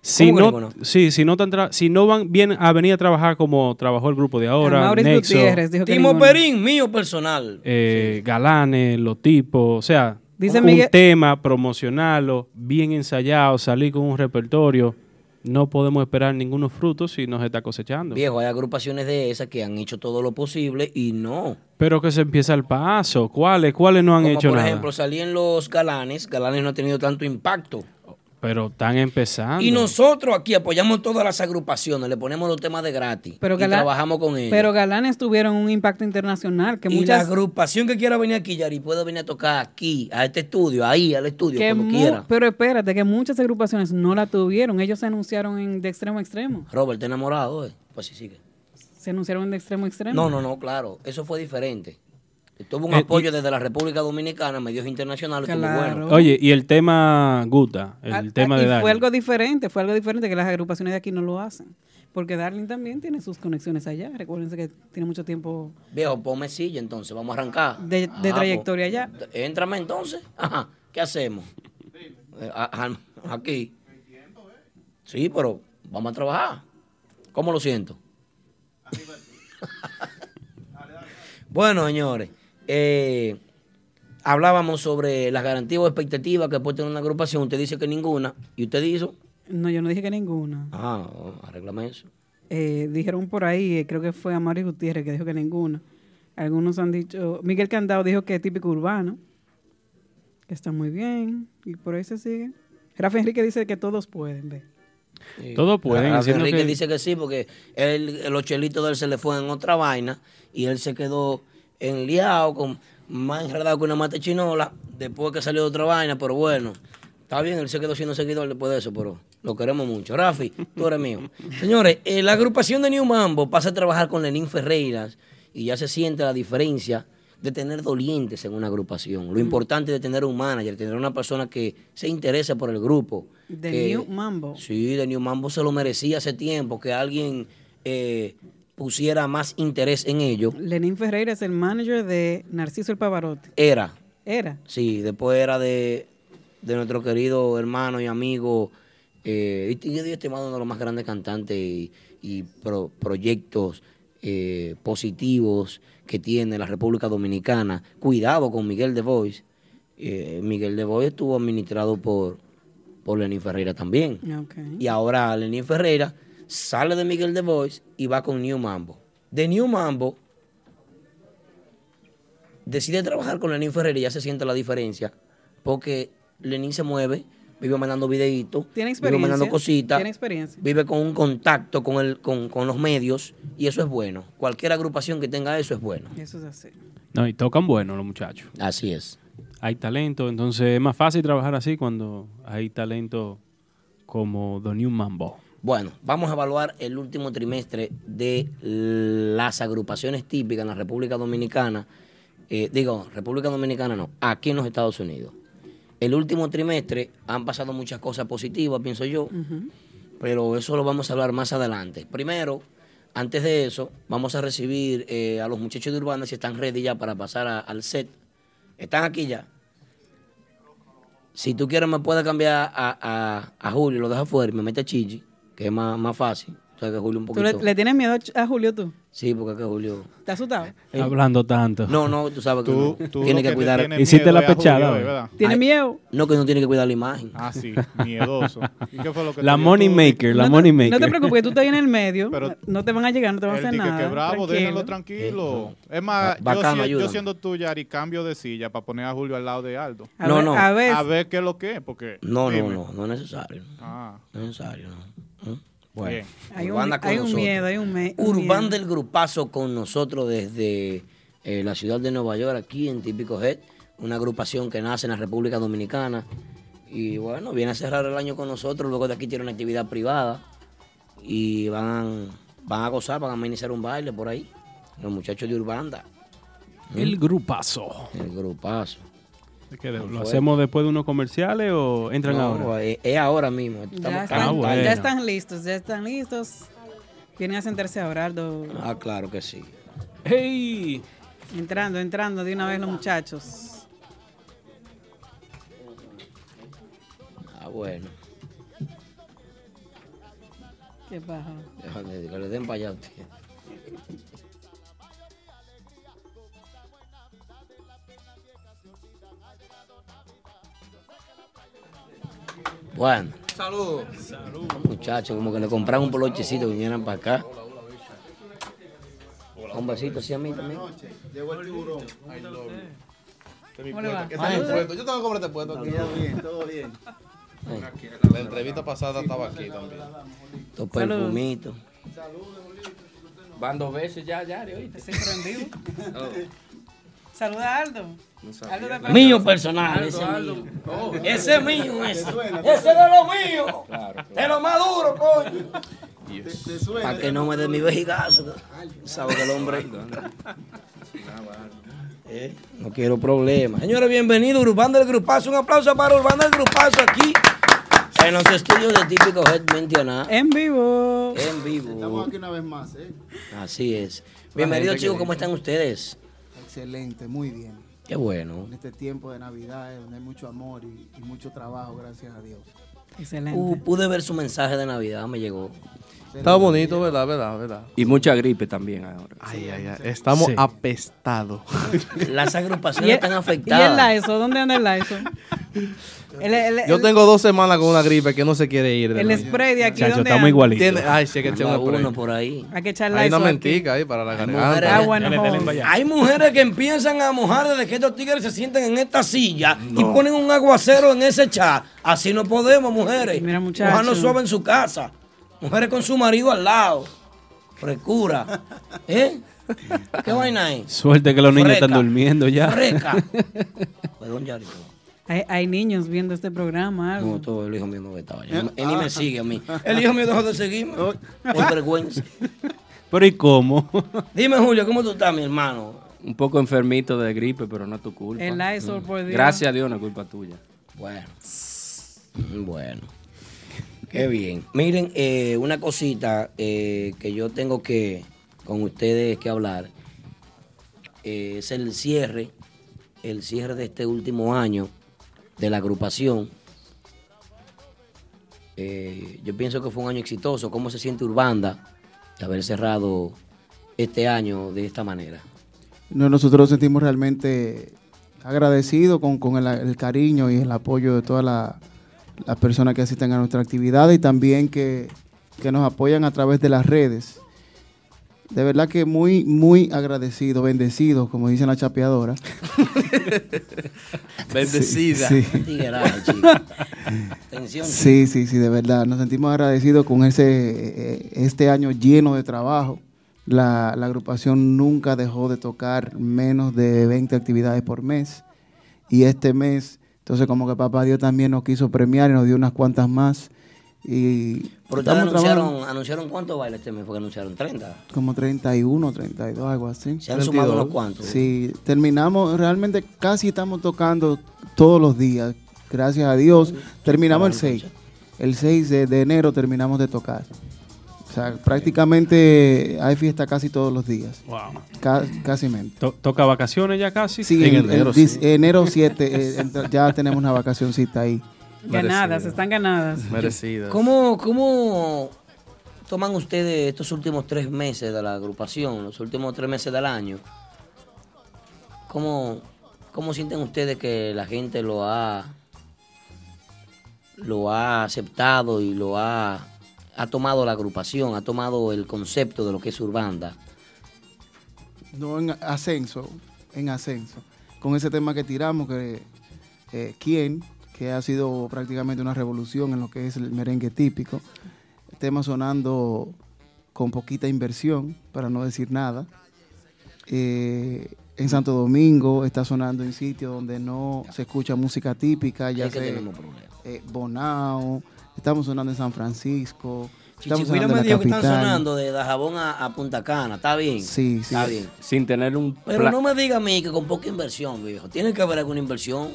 S3: Si
S2: ¿Cómo que
S3: no,
S2: ninguna?
S3: sí, si no tan tra- si no van bien a venir a trabajar como trabajó el grupo de ahora,
S4: Mauricio
S3: Nexo,
S4: Gutiérrez dijo que
S2: Timo
S4: ninguna.
S2: Perín, mío personal.
S3: eh, Galanes, los tipos, o sea,
S4: Dice
S3: un
S4: Miguel-
S3: tema promocionarlo, bien ensayado, salir con un repertorio. No podemos esperar ningunos frutos si nos está cosechando.
S2: Viejo, hay agrupaciones de esas que han hecho todo lo posible y no.
S3: Pero que se empieza el paso. ¿Cuáles? ¿Cuáles no han
S2: Como
S3: hecho
S2: por
S3: nada?
S2: ejemplo, salían los galanes, galanes no ha tenido tanto impacto.
S3: Pero están empezando.
S2: Y nosotros aquí apoyamos todas las agrupaciones, le ponemos los temas de gratis
S4: Pero
S2: y
S4: Galán-
S2: trabajamos con ellos.
S4: Pero Galanes tuvieron un impacto internacional que
S2: y
S4: muchas
S2: la agrupación que quiera venir aquí, Yari, puede venir a tocar aquí, a este estudio, ahí, al estudio,
S4: que
S2: como
S4: mu-
S2: quiera.
S4: pero espérate que muchas agrupaciones no la tuvieron. Ellos se anunciaron en de extremo a extremo.
S2: Robert, ¿te enamorado? eh? Pues sí, sigue.
S4: Se anunciaron de extremo a extremo.
S2: No, no, no, claro, eso fue diferente. Tuvo un
S3: Eh,
S2: apoyo desde la República Dominicana, medios internacionales, estuvo
S4: Claro.
S2: bueno.
S3: Oye, y el tema Guta, el
S4: Ah, ah,
S3: tema de
S4: y fue
S3: Dani.
S4: algo diferente, fue algo diferente que las agrupaciones de aquí no lo hacen. Porque Darling también tiene sus conexiones allá. Recuérdense que tiene mucho tiempo
S2: Viejo, ponme silla entonces, vamos a arrancar.
S4: De- de
S2: po-
S4: trayectoria ya.
S2: Éntrame entonces. Ajá. ¿Qué hacemos? Eh, a- a- Aquí. Sí, pero vamos a trabajar. ¿Cómo lo siento? bueno, señores, eh, hablábamos sobre las garantías o expectativas que puede tener una agrupación. Usted dice que ninguna. ¿Y usted dice?
S4: No, yo no dije que ninguna.
S2: Ah, oh, arréglame eso.
S4: Eh, dijeron por ahí, eh, creo que fue Amari Gutiérrez que dijo que ninguna. Algunos han dicho, Miguel Candado dijo que es típico urbano, que está muy bien, y por ahí se sigue. Rafa Enrique dice que todos pueden, ve.
S2: Sí.
S3: Todos pueden,
S2: Eh, Rafa
S3: diciendo
S2: Enrique
S3: que-
S2: dice que sí, porque él, los chelitos de él se le fue en otra vaina y él se quedó enliado, con, más enredado que una mate chinola después que salió de otra vaina, pero bueno. Está bien, él se quedó siendo seguidor después de eso, pero lo queremos mucho. Rafi, tú eres mío. Señores, eh, la agrupación de New Mambo pasa a trabajar con Lenín Ferreiras y ya se siente la diferencia de tener dolientes en una agrupación.
S3: Mm.
S2: Lo importante de tener un manager, tener una persona que se interese por el grupo.
S4: De
S2: que-
S4: New Mambo.
S2: Sí, de New Mambo se lo merecía hace tiempo que alguien eh, pusiera más interés en ello.
S4: Lenín Ferreira es el manager de Narciso el Pavarotti.
S2: Era,
S4: Era.
S2: sí, después era de, de nuestro querido hermano y amigo, eh, y yo digo este hermano es uno de los más grandes cantantes y, y pro- proyectos eh, positivos que tiene la República Dominicana. Cuidado con Miguel de Voice. Eh, Miguel de Voice estuvo administrado por, por Lenín Ferreira también. Y ahora Lenín Ferreira sale de Miguel de Voice y va con New Mambo. De New Mambo decide trabajar con Lenín Ferreira y ya se siente la diferencia. Porque Lenín se mueve, vive mandando videitos,
S4: Tiene
S2: vive
S4: experiencia.
S2: mandando cositas,
S4: Tiene experiencia.
S2: vive con un contacto con, el, con, con los medios y eso es bueno. Cualquier agrupación que tenga eso es bueno.
S4: Eso es así.
S3: No, y tocan bueno los muchachos.
S2: Así es.
S3: Hay talento, entonces es más fácil trabajar así cuando hay talento como The New Mambo.
S2: Bueno, vamos a evaluar el último trimestre de las agrupaciones típicas en la República Dominicana. Eh, digo, República Dominicana no, aquí en los Estados Unidos. El último trimestre han pasado muchas cosas positivas, pienso yo, pero eso lo vamos a hablar más adelante. Primero, antes de eso, vamos a recibir eh, a los muchachos de Urbana si están ready ya para pasar a- al set. ¿Están aquí ya? Si tú quieres, me puedes cambiar a, a- a Julio, lo deja fuera y me mete a Chichi, que es más, más fácil. O sea, que Julio un
S4: ¿Tú le,
S2: poquito.
S4: le tienes miedo a Ch- a Julio tú?
S2: Sí, porque es que Julio.
S4: ¿Estás asustado?
S2: Eh,
S3: Hablando tanto.
S2: No, no, tú sabes que
S5: Tú-
S2: no.
S5: tú
S2: Tiene
S5: lo
S2: que,
S5: que te
S2: cuidar.
S5: tiene
S3: Hiciste
S5: miedo
S3: la
S5: es a Julio,
S3: pechada.
S5: es verdad.
S4: ¿Tiene
S2: Ay,
S4: miedo?
S2: No, que no tiene que cuidar la imagen.
S5: Ah, sí, miedoso. ¿Y qué fue lo que
S3: La
S5: te
S3: money
S5: dijo?
S3: maker, la
S4: no,
S3: money
S4: te,
S3: maker.
S4: no te preocupes, que tú estás ahí en el medio.
S5: Pero-
S4: no te van a llegar, no te van a
S5: Él
S4: hacer
S5: dice
S4: nada.
S5: que bravo, déjalo
S4: tranquilo.
S5: tranquilo. Es
S2: Ah,
S5: más,
S2: bacano,
S5: yo, si- yo
S2: ayúdame.
S5: siendo tú, Yari, cambio de silla para poner a Julio al lado de Aldo.
S4: A
S2: No,
S4: ver-
S2: no.
S4: A ver,
S5: A ver qué es lo que es, porque...
S2: No, no,
S5: dime.
S2: no, no es necesario.
S5: Ah,
S2: No es necesario, no. ¿Eh? Bueno,
S5: Bien.
S4: hay un,
S2: Urbana con
S4: hay un
S2: nosotros.
S4: miedo, hay un, me- un
S2: Urbán
S4: miedo.
S2: del Grupazo con nosotros desde eh, la ciudad de Nueva York, aquí en Típico Head, una agrupación que nace en la República Dominicana. Y bueno, viene a cerrar el año con nosotros, luego de aquí tiene una actividad privada y van, van a gozar, van a amenizar un baile por ahí. Los muchachos de Urbanda, ¿Eh?
S3: El grupazo.
S2: el grupazo.
S3: ¿Lo hacemos después de unos comerciales o entran
S2: No,
S3: ahora?
S2: Es, es ahora mismo. Estamos
S4: Ya están,
S3: Ah,
S2: cantando.
S3: bueno.
S4: ya están listos, ya están listos. Vienen a sentarse a Oraldo.
S2: Ah, claro que sí.
S3: ¡Hey!
S4: Entrando, entrando de una vez los muchachos.
S2: Ah, bueno.
S4: ¿Qué pasa?
S2: Déjame que le den para allá a usted. Bueno. Saludos. Muchachos, como que le compraron un polochecito y vinieran para acá. Un besito así a mí también.
S7: Llegó el tiburón.
S4: ¿Cómo le va?
S7: Está bien puesto. Yo tengo que comprarte puesto aquí. Todo bien, todo bien. La entrevista pasada estaba aquí también.
S2: Estos perfumitos.
S8: Van dos veces ya, ya, de ahorita.
S4: Se prendió. Oh. Saluda a Aldo. Aldo te
S2: Mío personal, ese es mío. Ese es mío, ese. Ese es de lo mío. De lo más duro, coño. Para que no me dé mi vejigazo. Sabe que el hombre. Eh, No quiero problemas. Señores, bienvenidos. Urbán del Grupazo. Un aplauso para Urbán del Grupazo aquí en los estudios de Típico Head Mentiana
S4: En vivo.
S2: en
S7: Estamos
S2: vivo.
S7: aquí una vez más, ¿eh?
S2: Así es. Bienvenidos, chicos. ¿Cómo están ustedes?
S7: Excelente, muy bien.
S2: Qué bueno.
S8: En este tiempo de Navidad, eh, donde hay mucho amor y, y mucho trabajo, gracias a Dios.
S4: Excelente.
S2: Uh, pude ver su mensaje de Navidad, me llegó.
S7: Está bonito, ¿verdad? ¿Verdad? ¿Verdad?
S9: Y mucha gripe también ahora.
S7: Ay, ay, ay. Estamos
S3: Sí.
S7: apestados.
S2: Las
S4: ¿Y,
S2: agrupaciones
S4: el-
S2: están
S4: ¿Y el
S2: afectadas.
S4: Laizo? ¿Dónde anda el Laizo? El, el-
S7: Yo
S4: el-
S7: tengo dos semanas con una gripe que no se quiere ir. de
S4: el
S7: la-
S4: spray de aquí.
S3: Chacho,
S4: ¿dónde
S3: estamos
S4: anda?
S3: igualitos.
S7: Tiene, ay, sí, hay que echar
S2: Anda
S7: una por ahí.
S2: uno por ahí.
S4: Hay que echar
S7: Hay
S4: Laizo
S7: una
S4: aquí.
S7: mentica ahí para la
S2: mujeres.
S7: garganta.
S4: Ah, bueno,
S3: Dale, dale,
S4: joven.
S3: vaya.
S2: Hay mujeres que empiezan a mojar desde que estos tigres se sienten en esta silla y ponen un aguacero en ese chat. Así no podemos, mujeres.
S4: Mira, muchacho.
S2: Mojarnos suave en su casa. Mujeres con su marido al lado. Frescura. ¿Eh? ¿Qué vaina es?
S3: Suerte que los niños
S2: Freca.
S3: están durmiendo ya.
S2: Fresca. Perdón, Yari.
S4: Hay, hay niños viendo este programa. algo.
S2: No, todo el hijo mío no me estaba.
S10: Eh,
S2: ya. Él
S10: ah,
S2: ni me sigue a mí. El hijo mío dejó de seguirme. Por vergüenza.
S3: Pero ¿y cómo?
S2: Dime, Julio, ¿cómo tú estás, mi hermano?
S9: Un poco enfermito de gripe, pero no es tu culpa. Mm.
S4: El Lysol, por Dios.
S9: Gracias a Dios, no es culpa tuya.
S2: Bueno. Bueno. Qué bien. Miren, eh, una cosita eh, que yo tengo que con ustedes que hablar eh, es el cierre, el cierre de este último año de la agrupación. Eh, yo pienso que fue un año exitoso. ¿Cómo se siente Urbanda de haber cerrado este año de esta manera?
S8: No, nosotros nos sentimos realmente agradecidos con, con el, el cariño y el apoyo de todas la- las personas que asisten a nuestra actividad y también que, que nos apoyan a través de las redes. De verdad que muy, muy agradecido, bendecido, como dicen la chapeadora.
S7: Bendecida.
S8: Sí.
S2: Tigueraje, chico. Atención.
S8: Sí, sí, sí, de verdad. Nos sentimos agradecidos con ese, eh, este año lleno de trabajo. La, la agrupación nunca dejó de tocar menos de 20 actividades por mes. Y este mes, entonces como que Papá Dios también nos quiso premiar y nos dio unas cuantas más. Y
S2: Pero ustedes
S8: estamos
S2: anunciaron,
S8: trabajando
S2: anunciaron cuántos bailes este mes, porque anunciaron 30.
S8: como 31, 32, algo así.
S2: Se han sumado unos
S7: 32.
S2: cuantos.
S8: Sí, terminamos, realmente casi estamos tocando todos los días, gracias a Dios. Terminamos el 6. El 6 de, de enero terminamos de tocar. O sea, prácticamente hay fiesta casi todos los días.
S3: Wow.
S8: Ca- casi mente.
S3: To- toca vacaciones ya casi.
S8: Sí, en,
S7: en
S8: el
S7: enero,
S8: dis-
S7: sí.
S8: enero 7 eh, entra- ya tenemos una vacacioncita ahí.
S4: Ganadas,
S7: Merecido.
S4: están ganadas.
S7: Merecida.
S2: ¿Cómo, ¿Cómo toman ustedes estos últimos tres meses de la agrupación, los últimos tres meses del año? ¿Cómo, cómo sienten ustedes que la gente lo ha, lo ha aceptado y lo ha, ha tomado la agrupación, ha tomado el concepto de lo que es Urbanda?
S8: No, en ascenso, en ascenso. Con ese tema que tiramos, que eh, quién, que ha sido prácticamente una revolución en lo que es el merengue típico. El tema sonando con poquita inversión, para no decir nada. Eh, en Santo Domingo está sonando en sitios donde no se escucha música típica, ya
S2: Es que
S8: sea,
S2: tenemos problemas.
S8: eh, Bonao, estamos sonando en San Francisco, estamos
S2: Chichicuilo
S8: sonando en
S2: me
S8: la
S2: dijo que
S8: capital.
S2: están sonando de Dajabón a, a Punta Cana, ¿está bien?
S8: Sí, sí.
S2: Está bien.
S9: Sin tener un
S2: Pero
S9: pla-
S2: no me diga a mí que con poca inversión, viejo. Tiene que haber alguna inversión.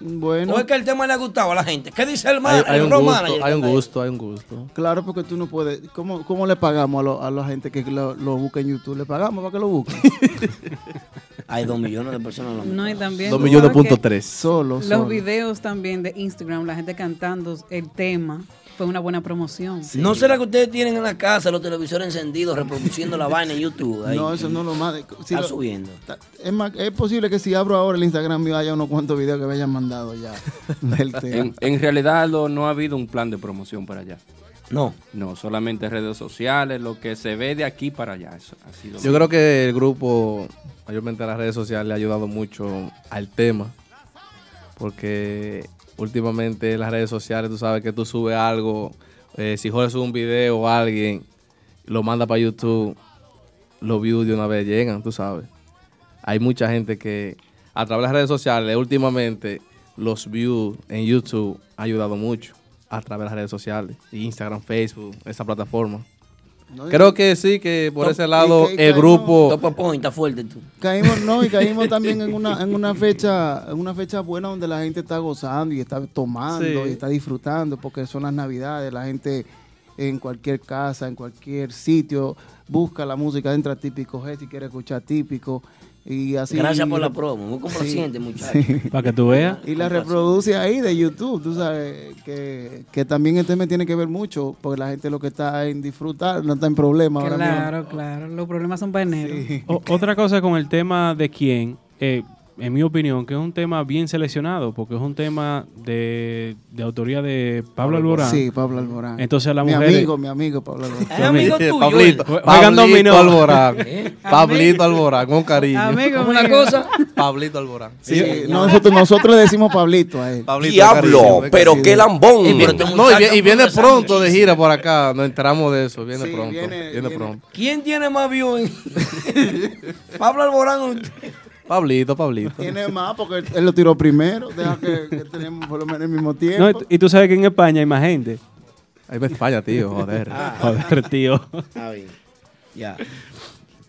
S8: Bueno,
S2: ¿O es que el tema le ha gustado a la gente? ¿Qué dice el,
S7: Hay,
S2: man,
S7: hay
S2: el
S7: un
S2: road
S7: gusto,
S2: manager?
S7: hay un gusto, hay un gusto.
S8: Claro, porque tú no puedes. ¿Cómo, cómo le pagamos a, lo- a la gente que lo, lo busca en YouTube? ¿Le pagamos para que lo busque?
S2: Hay dos millones de personas en la
S4: No, y también.
S7: Dos
S4: tú
S7: millones
S4: sabes
S7: punto
S4: que
S7: tres.
S8: Solo. solo.
S4: Los videos también de Instagram, la gente cantando el tema, fue una buena promoción.
S2: ¿No será que ustedes tienen en la casa los televisores encendidos reproduciendo la vaina en YouTube? Ahí?
S8: No, eso no es lo más. de- si
S2: Está
S8: lo-
S2: subiendo.
S8: ta- es, más, es posible que si abro ahora el Instagram mío haya unos cuantos videos que me hayan mandado ya del tema.
S9: en, en realidad lo- no ha habido un plan de promoción para allá.
S2: No.
S9: No, solamente redes sociales, lo que se ve de aquí para allá. Eso ha sido
S7: Yo creo que el grupo, mayormente las redes sociales, le ha ayudado mucho al tema. Porque últimamente las redes sociales, tú sabes que tú subes algo, eh, si Jorge sube un video o alguien, lo manda para YouTube, los views de una vez llegan, tú sabes. Hay mucha gente que a través de las redes sociales, últimamente los views en YouTube ha ayudado mucho a través de las redes sociales, Instagram, Facebook, esa plataforma.
S8: No, y-
S7: Creo que sí, que por
S8: Top-
S7: ese lado
S8: y que- y
S7: el
S8: que
S7: grupo...
S2: Topo Point, está fuerte tú.
S8: Caímos, no, y caímos también en una, en una fecha, en una fecha buena donde la gente está gozando y está tomando
S7: Sí.
S8: y está disfrutando, porque son las navidades, la gente en cualquier casa, en cualquier sitio. Busca la música, entra a típico G si quieres escuchar típico. Y así,
S2: Gracias por la promo, muy complaciente, muchacho.
S3: Para que tú veas.
S8: Y la reproduce ahí de YouTube, tú sabes, que, que también el tema tiene que ver mucho, porque la gente lo que está en disfrutar, no está en problemas ahora mismo. Oh,
S4: Claro, claro. Los problemas son veneros.
S3: O- otra cosa con el tema de quién, eh, en mi opinión, que es un tema bien seleccionado, porque es un tema de, de autoría de Pablo Alborán.
S8: Sí, Pablo Alborán.
S3: Entonces a la
S8: Mi
S3: mujer.
S8: amigo, mi amigo Pablo Alborán.
S2: Es Ah, amigo tuyo.
S7: Pablito,
S3: Jue- juegan
S7: Pablito
S3: dominó.
S7: Alborán.
S2: ¿Eh?
S7: Pablito Alborán, con cariño.
S4: Amigo,
S2: ¿Cómo una
S4: amigo.
S2: cosa?
S7: Pablito Alborán.
S8: Sí, nosotros, nosotros le decimos Pablito a él.
S7: Pablito,
S6: Diablo,
S7: cariño, es
S6: pero
S7: que-
S6: qué lambón.
S2: Ey, Eh, pero este tú-
S7: No, y, vie- y viene pronto de gira por acá. Nos enteramos de eso. Viene
S8: Sí,
S7: pronto.
S8: viene-
S7: Viene,
S8: viene.
S7: pronto.
S2: ¿Quién tiene más views? Pablo Alborán. o usted?
S7: Pablito, Pablito.
S8: Tiene más porque él lo tiró primero. Deja que, que tenemos por lo menos el mismo tiempo.
S3: No, y, tú- y tú sabes que en España hay más gente.
S7: Ahí me falla, tío. Joder.
S3: Joder, tío.
S2: Ah, bien. Ya.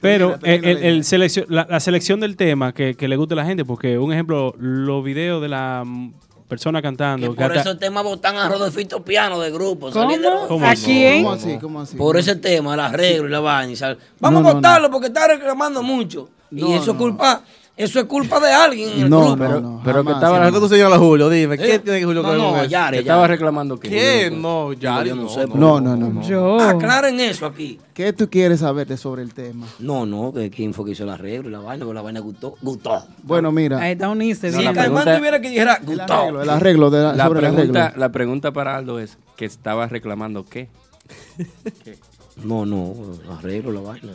S3: Pero eh,
S8: Termina,
S3: el- el-
S8: termina.
S3: el seleccio- la, la selección del tema que, que le guste a la gente, porque un ejemplo, los videos de la mm, persona
S2: Que
S3: cantando. que
S2: por
S3: hasta-
S2: ese tema votan a Rodolfito Piano de grupo. salir de-
S4: ¿Cómo?
S3: ¿Cómo
S4: ¿A
S3: no?
S4: quién?
S8: ¿Cómo así? ¿Cómo así?
S2: Por ese tema, el arreglo y la vaina. y sal- Vamos
S8: No,
S2: a
S8: no,
S2: votarlo porque está reclamando mucho. y
S8: No,
S2: eso es
S8: no.
S2: culpa, eso es culpa de alguien en el
S8: No,
S2: grupo.
S8: no, no.
S11: Pero que
S8: jamás,
S11: estaba
S7: ¿Para
S8: jamás.
S7: qué tú señalas a Julio? Dime, ¿qué
S2: Eh,
S7: tiene que Julio
S2: no,
S7: que ver
S2: no,
S7: con eso?
S2: ya.
S11: Que estaba reclamando que.
S7: ¿Quién? No, ya.
S2: yo no sé, pero-
S8: No, no, no. no.
S4: Yo.
S2: Aclaren eso aquí.
S8: ¿Qué tú quieres saber de- sobre el tema?
S2: No, no, que quién fue que hizo el arreglo y la vaina, porque la vaina gustó. Gustó.
S8: Bueno, mira,
S4: Ahí está unirse.
S2: si
S11: la
S4: bien.
S11: pregunta-
S2: Caimán tuviera que dijera,
S8: el
S2: gustó.
S8: arreglo, el arreglo de la-
S9: La
S8: sobre el
S9: pregunta,
S8: arreglo.
S9: la pregunta para Aldo es, ¿que estaba reclamando qué?
S2: No, no, el arreglo, la vaina.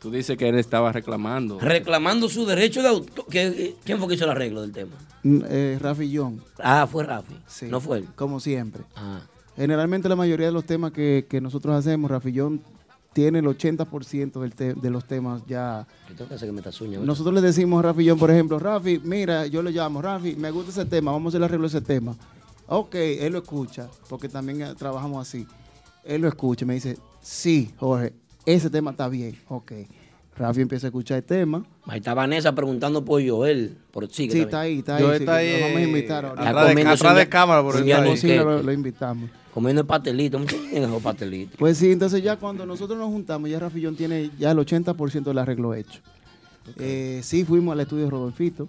S9: Tú dices que él estaba reclamando.
S2: Reclamando su derecho de autor. ¿Qué- ¿Quién fue que hizo el arreglo del tema?
S8: Mm, Eh, Rafi John,
S2: Ah, fue Rafi.
S8: sí,
S2: No fue él.
S8: como siempre.
S2: Ah.
S8: Generalmente la mayoría de los temas que, que nosotros hacemos, Rafi John tiene el 80% del te- de los temas ya
S2: Yo tengo que hacer que me tasuña. ¿verdad?
S8: Nosotros le decimos a Rafi John, por ejemplo, Rafi, mira, yo le llamo, Rafi, me gusta ese tema, vamos a hacer el arreglo de ese tema. Ok, él lo escucha, porque también eh, trabajamos así. Él lo escucha y me dice, sí, Jorge, ese tema está bien. Ok. Rafi empieza a escuchar el tema.
S2: Ahí está Vanessa preguntando por Joel. Por, sí, que está
S8: sí, está
S2: bien.
S8: ahí, está ahí.
S7: Yo
S8: sí,
S7: está ahí.
S8: Lo vamos a invitar
S7: eh,
S8: ahora.
S2: Ya
S7: Atrás de,
S2: comiendo
S7: atrás
S2: sin-
S7: de cámara, por
S2: sin
S7: está ahí.
S2: algo.
S8: Sí, lo, lo invitamos.
S2: Comiendo el pastelito. Muchos tienen esos pastelitos.
S8: Pues sí, entonces ya cuando nosotros nos juntamos, ya Rafi John tiene ya el 80% del arreglo hecho. Eh, sí, fuimos al estudio Rodolfito,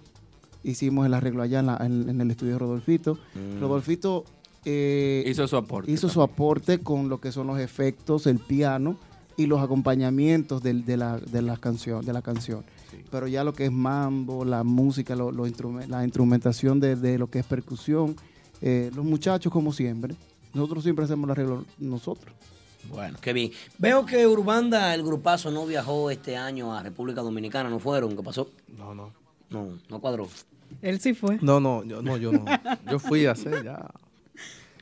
S8: hicimos el arreglo allá en, la- en- en el estudio Rodolfito. Rodolfito eh, hizo,
S9: Hizo su aporte.
S8: su aporte con lo que son los efectos, el piano y los acompañamientos del- de, la, de, la canción, de la canción. Pero ya lo que es mambo, la música, lo- lo instrumen- la instrumentación de, de lo que es percusión, eh, los muchachos como siempre. Nosotros siempre hacemos el arreglo nosotros.
S2: Bueno, qué bien. Veo que Urbanda, el grupazo, no viajó este año a República Dominicana. ¿No fueron? ¿Qué pasó?
S7: No, no.
S2: No, no cuadró.
S4: Él sí fue.
S7: No, no, yo no, yo no. Yo fui a hacer ya.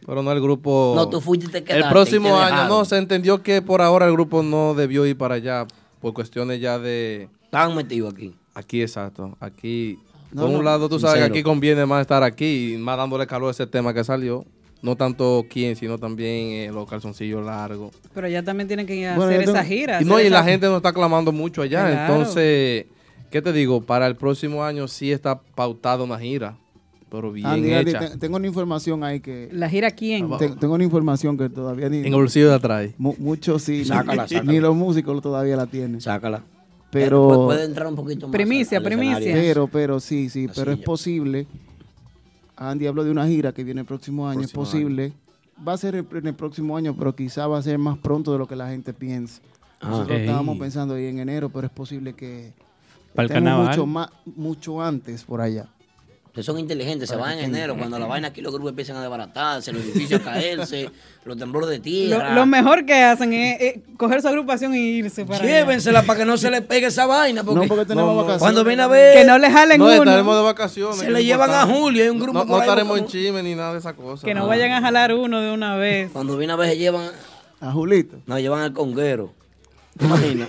S7: Pero no el grupo.
S2: No, tú fuiste y te quedaste.
S7: El próximo
S2: y te
S7: año,
S2: dejaron.
S7: no, se entendió que por ahora el grupo no debió ir para allá por cuestiones ya de.
S2: Estaban metidos aquí.
S7: Aquí, exacto. Aquí,
S8: No,
S7: por un
S8: no,
S7: lado, tú sabes que
S2: sincero.
S7: aquí conviene más estar aquí, y más dándole calor a ese tema que salió. No tanto quién, sino también eh, los calzoncillos largos.
S4: Pero ya también tienen que ir a
S8: Bueno,
S4: hacer
S8: yo tengo-
S4: esa gira.
S7: Y no,
S4: hacer
S7: y la
S4: esa-
S7: gente no está clamando mucho allá.
S4: Claro.
S7: Entonces, ¿qué te digo? Para el próximo año sí está pautada una gira, pero bien
S8: Andy, Andy,
S7: hecha.
S8: te- tengo una información ahí que.
S4: ¿La gira quién?
S8: te- tengo una información que todavía ni.
S7: En el bolsillo de atrás.
S8: mu- muchos sí. ni-
S2: Sácala,
S8: ni,
S2: sácala.
S8: los músicos todavía la tienen.
S2: Sácala. Eh, pu-
S8: Pero.
S2: Puede entrar un poquito más.
S4: Primicia,
S2: al- al
S4: primicia.
S2: escenario.
S8: Pero, pero sí, sí.
S2: Así
S8: pero es
S2: ya.
S8: posible. Andy habló de una gira que viene el próximo año. es posible. Va a ser el- en el próximo año, pero quizá va a ser más pronto de lo que la gente piensa.
S2: Ah.
S8: Nosotros
S3: Ey.
S8: estábamos pensando ahí en enero, pero es posible que.
S3: Pa'l
S8: estemos
S3: carnaval.
S8: mucho, más, mucho antes por allá.
S2: Ustedes son inteligentes, se van en enero. Cuando la vaina aquí, los grupos empiezan a desbaratarse, los edificios a caerse, los temblores de tierra.
S4: Lo, lo mejor que hacen es, eh, coger su agrupación e irse para allá.
S2: Llévensela para que no se le pegue esa vaina. Porque
S8: no, porque tenemos vacaciones.
S2: cuando viene a
S4: Que
S2: ver,
S4: no le jalen
S7: No, estaremos
S4: uno.
S7: de vacaciones.
S2: Se
S7: que
S2: le
S7: es
S2: llevan
S7: importante.
S2: a Julio, hay un grupo
S7: No, no
S2: por ahí,
S7: estaremos
S2: ¿no?
S7: en chisme ni nada de esas cosas.
S4: Que no vayan a jalar uno de una vez.
S2: cuando viene a ver, se llevan,
S8: A Julito.
S2: no, llevan al conguero. ¿Te imaginas?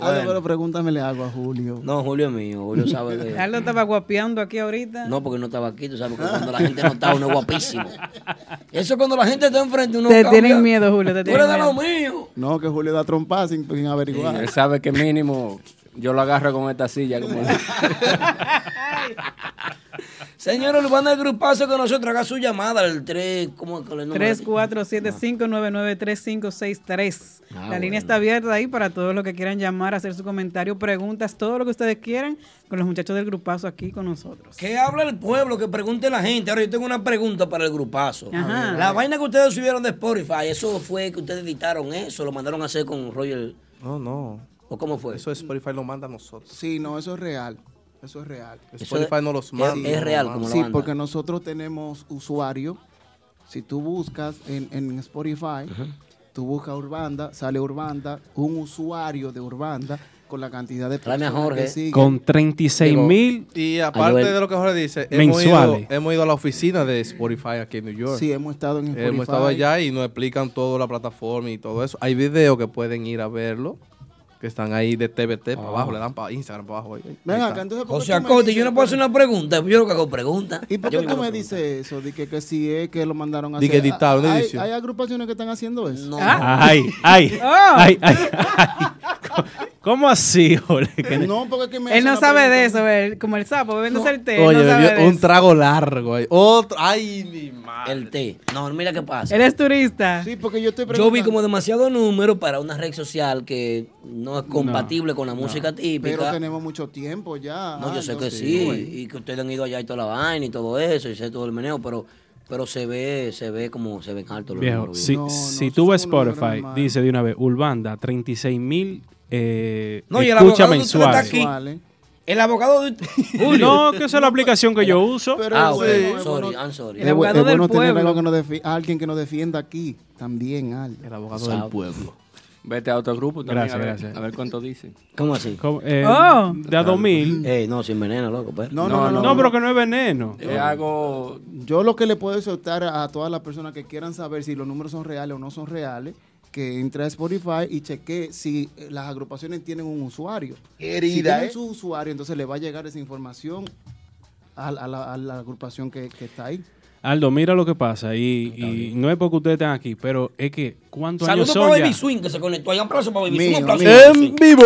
S8: Ah, no,
S2: Bueno.
S8: pero pregúntame le hago a Julio.
S2: No, Julio es mío, Julio sabe de.
S4: Aldo estaba guapeando aquí ahorita.
S2: No, porque no estaba aquí, tú sabes que cuando la gente no está, uno es guapísimo. Eso es cuando la gente está enfrente, uno
S4: Te
S2: cambia.
S4: tienen miedo, Julio, te
S2: Tú eres
S4: tienen
S2: de
S4: miedo.
S2: lo mío.
S8: No, que Julio da trompa sin, sin averiguar.
S9: Él sabe que mínimo Yo lo agarro con esta silla. Como...
S2: Señor Urbano del Grupazo con nosotros, haga su llamada al 3, ¿cómo es que le
S4: 3475993563.
S2: Ah,
S4: la
S2: bueno.
S4: línea está abierta ahí para todos los que quieran llamar, hacer su comentario, preguntas, todo lo que ustedes quieran con los muchachos del grupazo aquí con nosotros.
S2: Que habla el pueblo, que pregunte la gente. Ahora yo tengo una pregunta para el grupazo.
S4: Ajá.
S2: La vaina que ustedes subieron de Spotify, eso fue que ustedes editaron eso, lo mandaron a hacer con Roger.
S7: No, no.
S2: ¿O cómo fue?
S7: Eso Spotify lo manda a nosotros.
S8: Sí, no, eso es real. Eso es real.
S7: Eso Spotify es- no los manda,
S8: Sí,
S7: es
S8: no
S7: real
S8: los
S7: como lo
S8: Sí,
S7: manda.
S8: porque nosotros tenemos usuario. Si tú buscas en, en Spotify, tú buscas Urbanda, sale Urbanda, un usuario de Urbanda con la cantidad de
S2: Tráeme a
S8: personas que
S2: Jorge.
S8: siguen.
S3: Con 36 mil.
S7: Y aparte de lo que Jorge dice, hemos ido,
S3: mensuales.
S7: hemos ido a la oficina de Spotify aquí en New York.
S8: Sí, hemos estado en Spotify.
S7: Hemos estado allá y nos explican toda la plataforma y todo eso. Hay videos que pueden ir a verlo, que están ahí de TBT para
S2: Ah.
S7: abajo, le dan para Instagram para abajo. ahí- ahí
S8: Ven
S7: está.
S8: acá, entonces, ¿por
S2: O
S8: qué
S2: sea,
S8: tú me
S2: Cote,
S8: dices-
S2: yo no puedo hacer una pregunta. Yo lo que hago preguntas.
S8: ¿Y por
S2: Yo
S8: qué tú
S2: hago
S8: me
S2: preguntas.
S8: dices eso? De que, que si es que lo mandaron a
S7: Di
S8: hacer.
S7: que editaron,
S8: Ah, hay,
S7: edición.
S8: hay agrupaciones que están haciendo eso.
S4: Ah.
S3: Ah. Ay, ay, ay, ay,
S4: Oh.
S3: ay. ¿Cómo así, Jorge? Que-
S8: No, porque es que me
S4: Él
S8: hizo
S4: no
S8: una
S4: sabe de
S8: pregunta.
S4: eso, él, como el sapo, bebiendo el té. él
S7: Oye,
S4: no sabe
S7: bebió
S4: de
S7: un
S4: eso.
S7: trago largo ahí. Oh, Otro, ay, mi madre.
S2: El té. No, mira qué pasa.
S4: Él es turista.
S8: Sí, porque yo estoy
S2: Yo
S8: preguntando.
S2: vi como demasiado número para una red social que no es compatible con la música típica.
S8: Pero tenemos mucho tiempo ya.
S2: Ah,
S8: Ah,
S2: No, yo sé que
S8: entonces,
S2: sí,
S8: bueno.
S2: y que ustedes han ido allá y toda la vaina y todo eso, y sé todo el meneo, pero pero se ve, se ve como se ven altos los
S3: Viejo,
S2: números.
S3: si,
S2: viejo.
S3: si tú ves Spotify,
S8: normal.
S3: dice de una vez, Urbanda, 36 mil eh,
S2: No, y el
S3: escucha
S2: abogado que usted está
S3: mensuales.
S2: aquí. El abogado de
S3: No, que esa es la aplicación que yo uso.
S8: Pero
S2: Ah,
S8: es
S2: bueno,
S8: bueno, es
S2: sorry,
S8: bueno-
S2: I'm sorry.
S8: es
S4: El abogado
S8: bu- es
S4: del
S8: bueno tener
S4: pueblo.
S8: algo que nos defi- alguien que nos defienda aquí también, Aldo.
S7: El abogado
S2: Sabe.
S7: del pueblo.
S9: Vete a otro grupo también
S3: Gracias,
S9: a, ver,
S3: gracias.
S9: a ver cuánto dicen.
S2: ¿Cómo así?
S3: Como, eh,
S4: Oh.
S3: De a 2000.
S2: Ey, no, sin veneno, loco, pues. pero.
S8: No, no, no. no,
S3: No, pero que no es veneno.
S9: Es algo
S8: Yo lo que le puedo soltar a, a todas las personas que quieran saber si los números son reales o no son reales, que entre a Spotify y cheque si eh, las agrupaciones tienen un usuario. si tienen
S2: ¿eh?
S8: su usuario, entonces le va a llegar esa información a, la- a la, a la agrupación que, que está ahí.
S3: Aldo, mira lo que pasa. Y, y no es porque ustedes están aquí, pero es que ¿cuántos
S2: Saludos
S3: años
S2: para
S3: son ya?
S2: Baby Swing que se conectó. Hay un aplauso para Baby Swing.
S8: Mío,
S2: Un aplauso
S8: mío.
S2: para Baby Swing.
S7: ¡En vivo!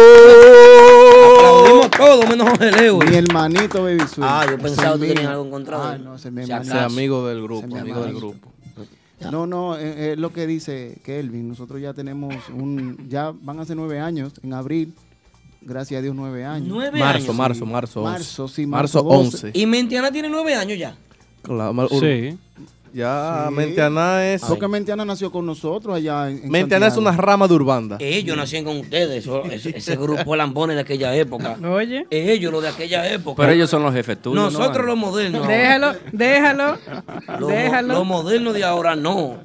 S2: Aplaudimos todo, menos el Leo.
S7: eh.
S8: Mi hermanito Baby Swing.
S2: Oh. Ah, yo
S8: Ese
S2: pensaba
S8: es
S2: que
S8: mío.
S2: tenían algo en contra
S8: Ah,
S2: de él.
S8: no, ese es mi
S2: Si
S8: hermanito.
S7: Ese amigo del grupo,
S8: Se me
S7: amigo del
S8: amarra.
S7: grupo.
S8: No, no, es es lo que dice Kelvin. Nosotros ya tenemos un, ya van a ser nueve años, en abril, gracias a Dios nueve años.
S2: Nueve
S7: Marzo,
S2: años.
S7: marzo, marzo.
S8: Marzo,
S7: 11.
S8: sí,
S7: marzo
S8: marzo 12.
S7: 11.
S2: Y Mentiana tiene nueve años ya.
S7: Claro, mar-
S3: Sí.
S7: Ya, Mentiana es.
S8: Porque Mentiana nació con nosotros allá en, en
S7: Mentiana es
S8: Santiago.
S7: una rama de Urbanda.
S2: Ellos nacían Eh, con ustedes, eso- ese, ese grupo lambones de aquella época. Eh,
S4: Oye,
S2: Ellos, los de aquella época.
S9: Pero ellos son los jefes tuyos. ¿no?
S2: Nosotros los modernos.
S4: déjalo, déjalo,
S2: Los
S4: déjalo.
S2: lo modernos de ahora no.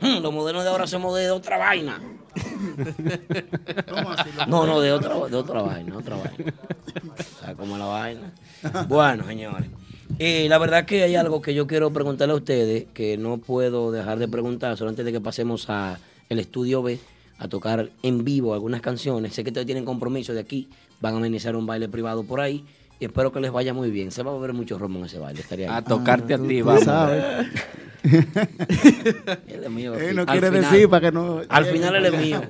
S2: Mm, Los modernos de ahora somos de otra vaina. No, no, de otra, de otra vaina, otra vaina. O sea, como la vaina. Bueno, señores. eh, la verdad que hay algo que yo quiero preguntarle a ustedes que no puedo dejar de preguntar, solo antes de que pasemos a el estudio B a tocar en vivo algunas canciones. Sé que ustedes tienen compromiso de aquí, van a iniciar un baile privado por ahí y espero que les vaya muy bien. Se va a ver mucho romo en ese baile, estaría
S9: A
S2: ahí.
S9: tocarte
S8: Tú-
S9: a ti,
S8: Ah, tú
S9: vamos.
S8: sabes.
S2: Él es mío.
S8: Él no
S2: Al
S8: quiere
S2: final-
S8: decir para que no.
S2: Al final él es mío.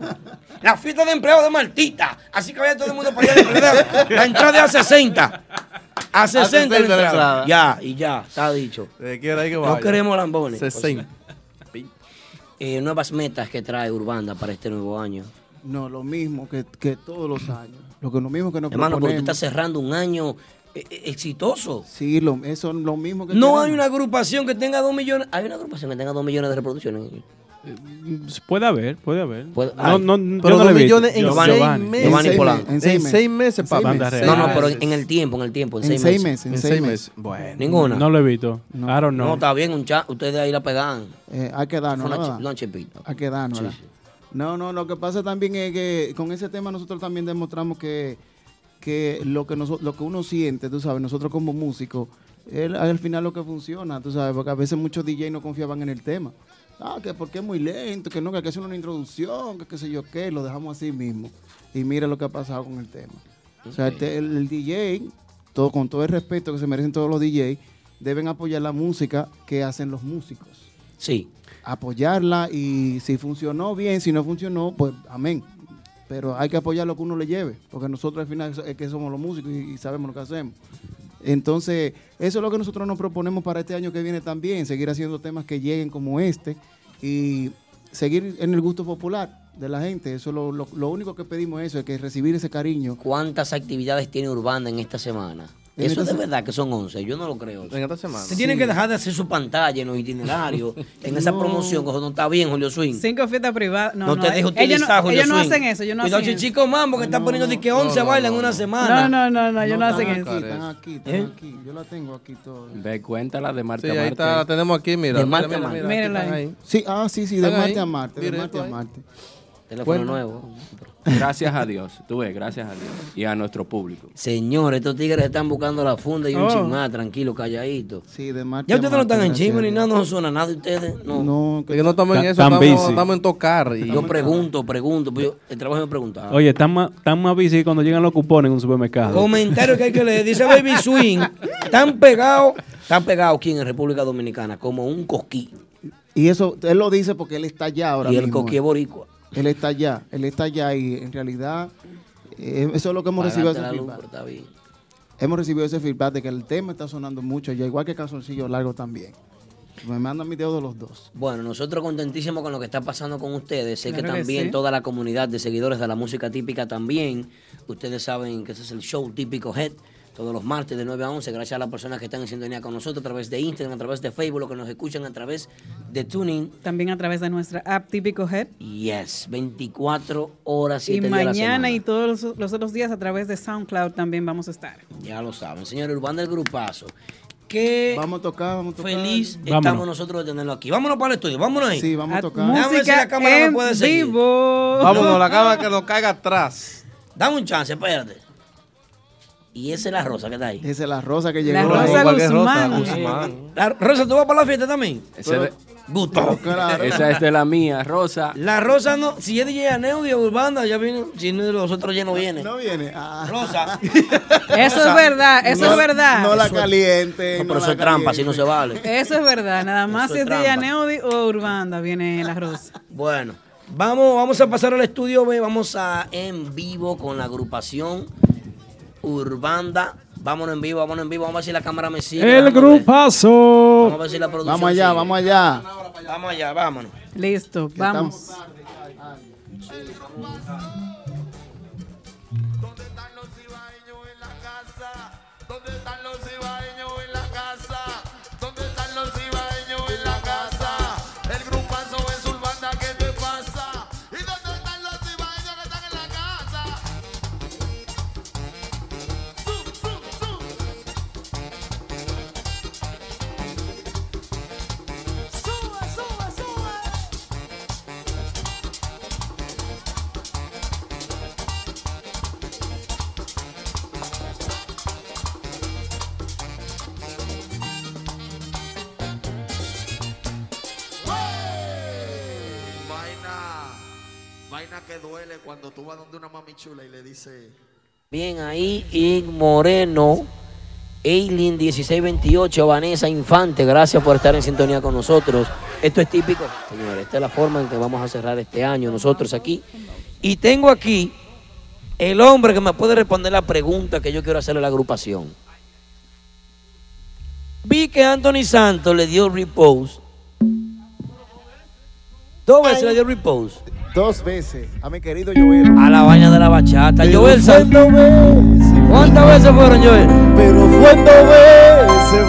S2: La fiesta de empleo de Martita. Así que vaya todo el mundo para allá. ¿verdad? La entrada es a 60. A 60 la
S7: 60 la
S2: entrada.
S7: entrada.
S2: Ya, Ah, y ya, está dicho.
S7: Desde que era ahí que
S2: No
S7: vaya.
S2: queremos lambones. Pues,
S7: 60.
S2: Eh, nuevas metas que trae Urbanda para este nuevo año.
S8: No, lo mismo que, que todos los años. Lo, que, lo mismo que nos
S2: Hermano, porque tú
S8: proponemos.
S2: estás cerrando un año eh, eh, exitoso.
S8: Sí, lo, eso es lo mismo que.
S2: No
S8: queremos.
S2: hay una agrupación que tenga dos millones. Hay una agrupación que tenga dos millones de reproducciones.
S3: Pues, Puede haber, puede haber.
S2: Puede-
S3: no,
S2: ay,
S3: no, no,
S7: Pero
S3: yo no
S7: dos
S3: le he visto.
S7: millones en
S2: Giovanni,
S7: seis
S2: Giovanni.
S7: meses.
S2: Giovanni
S8: En seis
S2: Polanco.
S8: meses, en seis
S7: En seis meses, papá.
S8: meses.
S3: Banda
S2: No,
S3: real.
S2: no, pero en el tiempo, en el tiempo, en seis,
S8: En seis
S2: meses.
S8: meses.
S7: En seis meses. Bueno.
S2: Ninguna.
S3: No lo he visto. I don't
S2: No,
S3: know.
S2: está bien, un cha- ustedes ahí la pegan.
S8: Eh, hay que
S2: Fue
S8: darnos.
S2: una
S8: ¿verdad?
S2: chi- una chipita.
S8: a quedarnos.
S2: Sí, sí.
S8: No, no, lo que pasa también es que con ese tema nosotros también demostramos que, que lo que noso- lo que uno siente, tú sabes, nosotros como músicos, es al final lo que funciona, tú sabes, porque a veces muchos DJ no confiaban en el tema. Ah, que porque es muy lento, que no, que hay que hacer una introducción, que qué sé yo qué, lo dejamos así mismo. Y mira lo que ha pasado con el tema. O sea, el, te- el DJ, todo, con todo el respeto que se merecen todos los DJs, deben apoyar la música que hacen los músicos
S2: Sí.
S8: apoyarla y si funcionó bien, si no funcionó, pues amén. Pero hay que apoyar lo que uno le lleve, porque nosotros al final es que somos los músicos y, y sabemos lo que hacemos. Entonces, eso es lo que nosotros nos proponemos para este año que viene también, seguir haciendo temas que lleguen como este y seguir en el gusto popular de la gente. Eso es lo, lo- lo único que pedimos eso, es que recibir ese cariño.
S2: ¿Cuántas actividades tiene Urbana en esta semana?
S8: En
S2: Eso
S8: esta
S2: de
S8: se-
S2: verdad que son 11, yo no lo creo.
S7: En esta semana.
S2: Se tienen que dejar de hacer su pantalla en los itinerarios, en esa
S4: No.
S2: promoción, que eso no está bien, Julio Swing.
S4: Cinco fiestas privadas. No,
S2: No, te
S4: hay-
S2: dejo
S4: ellos
S2: utilizar,
S4: no,
S2: Julio
S4: ellos no
S2: Swing.
S4: hacen eso. Ellos no
S2: Cuidado,
S4: hacen eso.
S2: chico mambo que está poniendo de que 11 bailan en una semana.
S4: No, no, no, no, ellos no, hacen
S8: están
S4: eso.
S8: aquí, están aquí, están
S2: ¿Eh?
S8: aquí. Yo la tengo aquí todo.
S9: De cuenta la de Marte
S7: Sí, ahí
S9: a
S7: está, la
S9: Marte.
S7: tenemos aquí, mira.
S2: De
S7: mira,
S2: Marte a
S7: mira,
S2: Marte.
S7: mira, aquí
S4: Mírala
S7: están
S4: ahí.
S7: ahí.
S8: Sí, ah, sí, sí, de
S7: Están
S8: Marte
S7: ahí, pues.
S8: a Marte, de
S7: directo
S8: Marte a
S7: ahí.
S8: Marte.
S2: Teléfono
S7: Cuenta.
S2: nuevo.
S9: Gracias a Dios. Tú ves, gracias a Dios. Y a nuestro público.
S2: Señor, estos tigres están buscando la funda y un
S4: Oh.
S2: chimá, tranquilo, calladito.
S8: Sí, de Marte.
S2: Ya
S8: a
S2: ustedes no
S8: Marte,
S2: están en
S8: gracias
S2: chisme ni
S8: a
S2: nada, no suena nada de ustedes.
S8: Dios.
S2: No.
S8: No,
S7: Que no estamos en
S5: Tan-
S7: eso,
S5: tan
S7: estamos,
S5: busy.
S7: estamos en tocar. Y
S2: Yo pregunto, pregunto, pues yo- el trabajo me pregunta.
S3: Oye, están más, están más busy cuando llegan los cupones en un supermercado.
S2: Comentario que hay que leer. Dice Baby Swing, tan pegado, tan pegado aquí en República Dominicana como un cosquí.
S8: y eso, él lo dice porque él está allá ahora
S2: y el
S8: mismo.
S2: cosquí es boricua.
S8: Él está allá, él está allá y en realidad eh, eso es lo que hemos recibido.
S2: Apagate
S8: Ese
S2: la luz,
S8: feedback.
S2: pero está bien.
S8: Hemos recibido ese feedback de que el tema está sonando mucho allá, igual que Calzoncillo Largo también. Me mandan videos de los dos.
S2: Bueno, nosotros contentísimos con lo que está pasando con ustedes. Sé
S4: Claro
S2: que
S4: que
S2: también
S4: sí.
S2: toda la comunidad de seguidores de la música típica también. Ustedes saben que ese es el show típico Head. Todos los martes de 9 a 11, gracias a las personas que están en sintonía con nosotros a través de Instagram, a través de Facebook, los que nos escuchan a través de Tuning.
S4: También a través de nuestra app Típico Head.
S2: Yes, 24 horas, 7
S4: Y
S2: días a la
S4: mañana
S2: semana.
S4: y todos los, los otros días a través de SoundCloud también vamos a estar.
S2: Ya lo saben, señor Urbán del Grupazo. Qué
S8: Vamos a tocar, vamos a tocar.
S2: feliz
S3: Vámonos.
S2: estamos nosotros de tenerlo aquí. Vámonos para el estudio, vámonos ahí.
S8: Sí, vamos a
S4: Ah,
S8: tocar.
S2: Déjame ver si la
S4: Música
S2: cámara me
S4: en
S2: puede seguir.
S4: vivo.
S7: Vámonos, la cámara que nos caiga atrás.
S2: Dame un chance, espérate. Y esa es la rosa que está ahí.
S8: Esa es la rosa que
S4: La
S8: llegó.
S4: Rosa
S7: No, cualquier
S4: Guzmán.
S7: Guzmán.
S2: La rosa, ¿tú vas para la fiesta también?
S9: Ese de-
S2: Gusto.
S8: Claro.
S9: esa es de la mía, Rosa.
S2: La rosa no, si es de Aneo de Urbanda, pues, ya viene, si no de los otros ya no viene.
S8: No viene. Ah.
S2: Rosa.
S4: Eso es verdad, eso
S8: No-
S4: es verdad.
S8: No la caliente.
S2: No,
S8: no
S2: pero eso
S8: la
S2: es trampa,
S8: caliente.
S2: así no se vale.
S4: Eso es verdad, nada más
S2: Eso
S4: si
S2: es
S4: es de
S2: trampa.
S4: Yaneudi o Urbanda viene la rosa.
S2: Bueno, vamos, vamos a pasar al estudio B, vamos a en vivo con la agrupación Urbanda. Vámonos en vivo, vámonos en vivo, vamos a ver si la cámara me sigue.
S3: El
S2: déjame ver.
S3: grupazo.
S2: Vamos a ver si la producción
S8: Vamos allá,
S2: sigue.
S8: vamos allá.
S2: Vamos allá, vámonos.
S4: Listo, vamos.
S11: ¿Dónde están los ibaeños en la casa? ¿Dónde están los ibaeños en la casa? ¿Dónde están los ibaeños en la casa? El grupazo es urbana, ¿qué te pasa? ¿Y dónde están los ibaeños que están en la casa? Zum, zum, zum. Sube, sube, sube. Vaina, vaina que duele cuando tú vas donde una mami chula y le dice,
S2: Bien ahí, Ig Moreno, Eileen 1628, Vanessa Infante, gracias por estar en sintonía con nosotros. Esto es típico, señores, esta es la forma en que vamos a cerrar este año nosotros aquí. Y tengo aquí el hombre que me puede responder la pregunta que yo quiero hacerle a la agrupación. Vi que Anthony Santos le dio repose. Dos veces le dio repose
S8: Dos veces a mi querido Joel.
S2: a la vaina de la bachata. Joel
S8: fue
S2: Santos,
S8: dos veces,
S2: ¿cuántas veces fueron Joel?
S8: pero fue dos veces.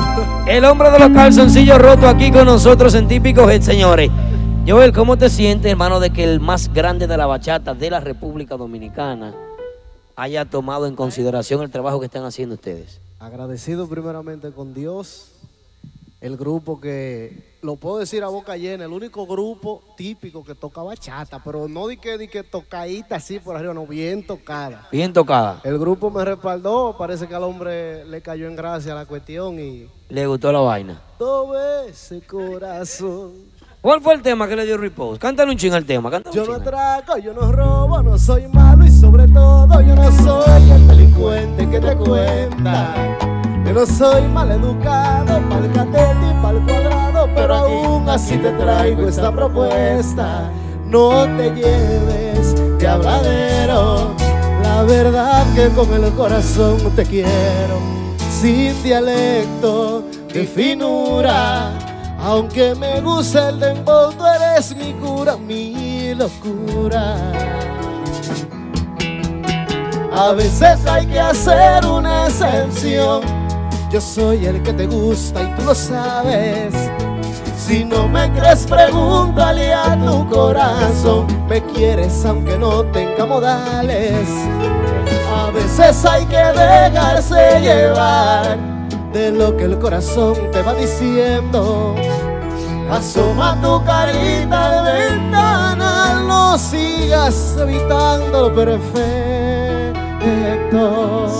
S2: El hombre de los calzoncillos rotos aquí con nosotros en Típico Head, señores. Joel, ¿cómo te sientes, hermano, de que el más grande de la bachata de la República Dominicana haya tomado en consideración el trabajo que están haciendo ustedes?
S12: Agradecido primeramente con Dios, el grupo que, lo puedo decir a boca llena, el único grupo típico que toca bachata, pero no di que, di que tocadita así por arriba, no, bien tocada.
S2: Bien tocada.
S12: El grupo me respaldó, parece que al hombre le cayó en gracia la cuestión y...
S2: Le gustó la vaina.
S12: Dos veces corazón,
S2: ¿Cuál fue el tema que le dio Repose? Cántale un ching al tema, cántale
S12: yo
S2: un
S12: no
S2: ching.
S12: atraco, yo no robo, no soy malo y sobre todo yo no soy el delincuente que te cuenta. Yo no soy maleducado, pa'l catete y pa'l cuadrado, pero aún así te traigo esta propuesta. No te lleves de habladero, verdad que con el corazón te quiero, sin dialecto de finura. Aunque me gusta el dembow, tú eres mi cura, mi locura. A veces hay que hacer una excepción. Yo soy el que te gusta y tú lo sabes. Si no me crees, pregúntale a tu corazón. Me quieres aunque no tenga modales. A veces hay que dejarse llevar de lo que el corazón te va diciendo. Asoma tu carita de ventana, no sigas evitando lo perfecto.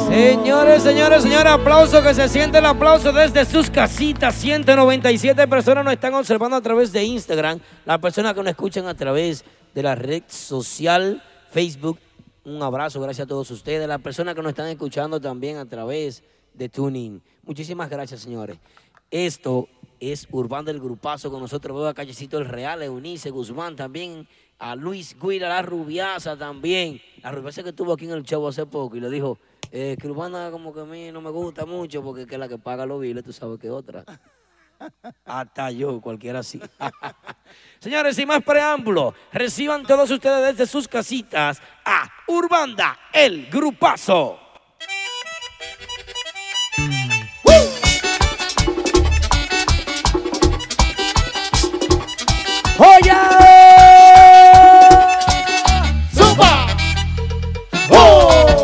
S2: Señores, señores, señores, aplauso que se siente el aplauso desde sus casitas. 197 personas nos están observando a través de Instagram. Las personas que nos escuchan a través de la red social Facebook. Un abrazo, gracias a todos ustedes. Las personas que nos están escuchando también a través de Tuning. Muchísimas gracias, señores. Esto es Urbán del Grupazo. Con nosotros veo a Callecito El Real, a Eunice Guzmán también, a Luis Guira, la Rubiasa también. La Rubiasa que estuvo aquí en el show hace poco y le dijo eh, que Urbana como que a mí no me gusta mucho porque que es la que paga los biles, tú sabes que es otra. Hasta yo, cualquiera así. Señores, sin más preámbulo, reciban todos ustedes desde sus casitas a Urbanda, el grupazo.
S11: ¡Oye! ¡Zumba! ¡Oh!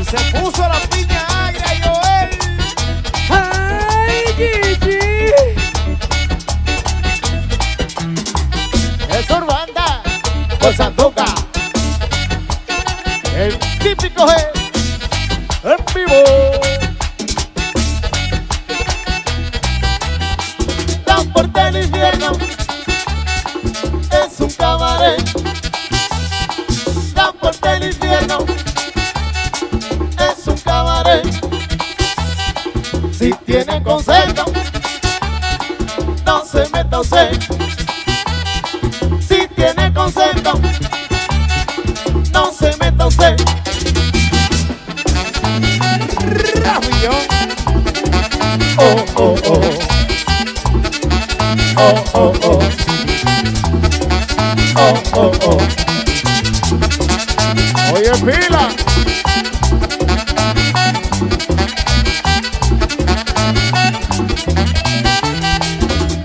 S11: Y se puso la piña agria, Joel. ¡Ay, Gigi! Es Urbanda con Sanduca. El típico G en vivo. La puerta del infierno es un cabaret. La puerta del infierno es un cabaret. Si tienen consejo, no se meta usted. Si tiene consejo, no se meta usted. Rápido. Oh, oh, oh. Oh, oh, oh. Oh, oh, oh. Oye, pila.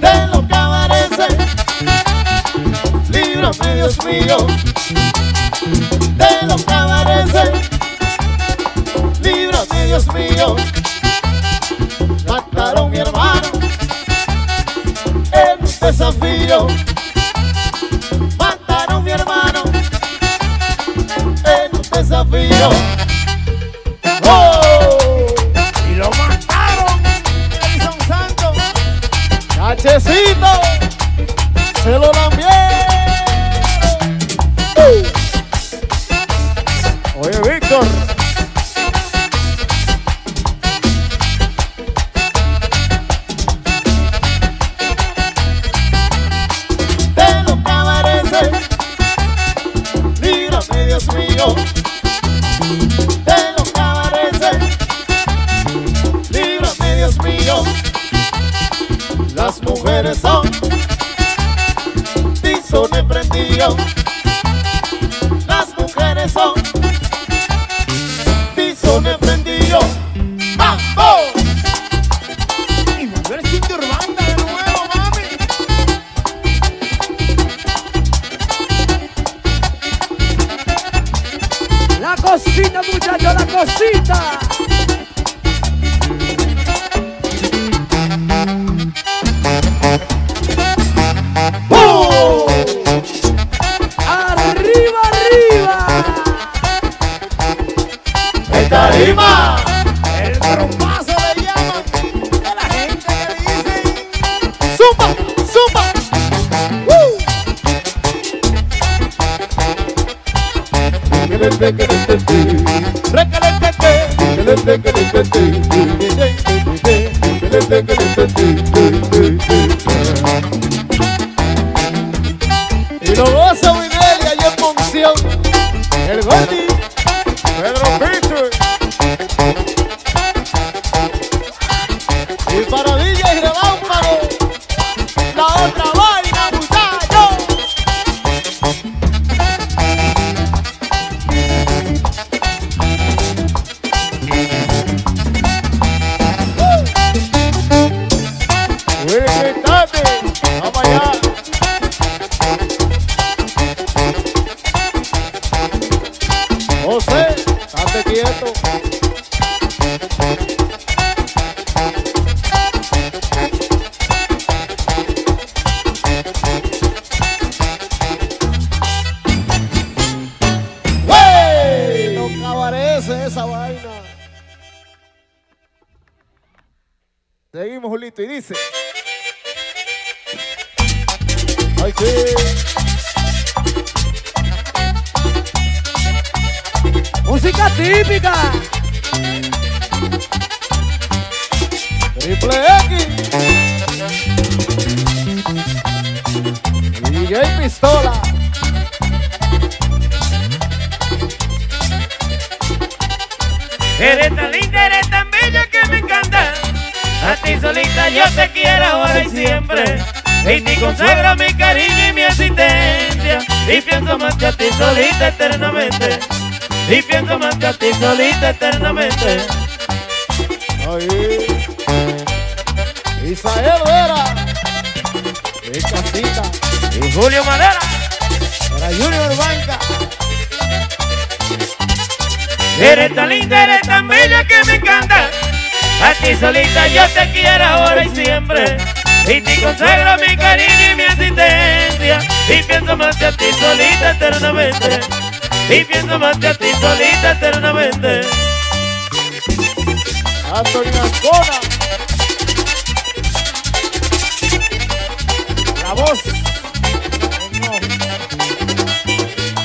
S11: De lo que amanece, líbrame, Dios mío. De lo que amanece, líbrame, Dios mío. Mataron a mi hermano en un desafío mataron mi hermano en un desafío. ¡Oh! Y lo mataron, Edison Santos. ¡Cachecito! ¡Se lo lambieron! ¡Uh! Oye, Víctor. de lo que amanece. Líbrame, Dios mío, de lo que amanece. Líbrame, Dios mío. Las mujeres son tizones prendidos. Las mujeres son tizones prendidos. ¡Vamos! Y mujeres interurbana de nuevo, mami. La cosita, muchachos, la cosita. ¡Pum! ¡Arriba, arriba! ¡En tarima! ¡El trompazo le llaman! ¡A la gente que le dicen! ¡Zumba, zumba! ¡Woo! Y lo goza Winelia y en función El Gotti
S12: Uh. José, estate quieto. ¡Wey! No cabarece esa vaina.
S10: Seguimos, Julito, y dice.
S12: Ay, sí.
S10: Música típica.
S12: Triple X. DJ Pistola.
S13: Eres tan linda, eres tan bella que me encanta. A ti solita yo te quiero ahora y siempre. Y te consagro mi cariño y mi existencia. Y pienso más que a ti solita eternamente. Y pienso más que a ti solita eternamente.
S12: Isael Vera. De casita.
S13: Y Julio Madera.
S12: Para Junior Banca.
S13: Eres tan linda, eres tan bella que me encanta. A ti solita yo te quiero ahora y siempre. Y te consagro mi cariño y mi existencia. Y pienso más que a ti solita eternamente. Y pienso más que a ti solita eternamente.
S12: Anthony Ascona. La voz.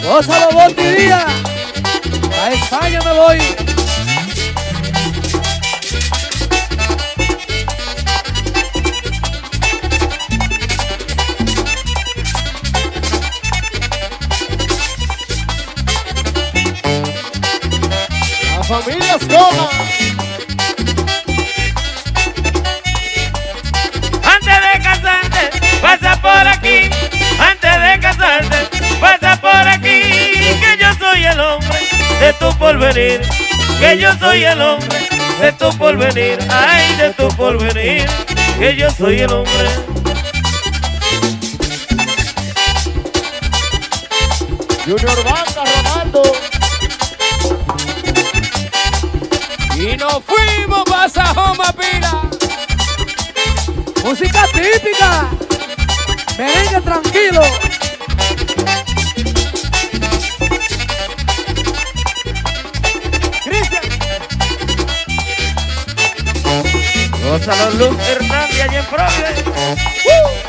S10: Gózalo, Boti Díaz. A España me voy.
S12: La familia Ascona.
S13: Antes de casarte, pasa por aquí. Antes de casarte, pasa por aquí. Que yo soy el hombre de tu porvenir. Que yo soy el hombre de tu porvenir. Ay, de tu porvenir. Que yo soy el hombre.
S12: Junior Banca, Ronaldo.
S10: Y nos fuimos para Sajoma Pila. Música típica. Merengue tranquilo. Cristian.
S13: Gózalo Luz Hernández allá en Providence.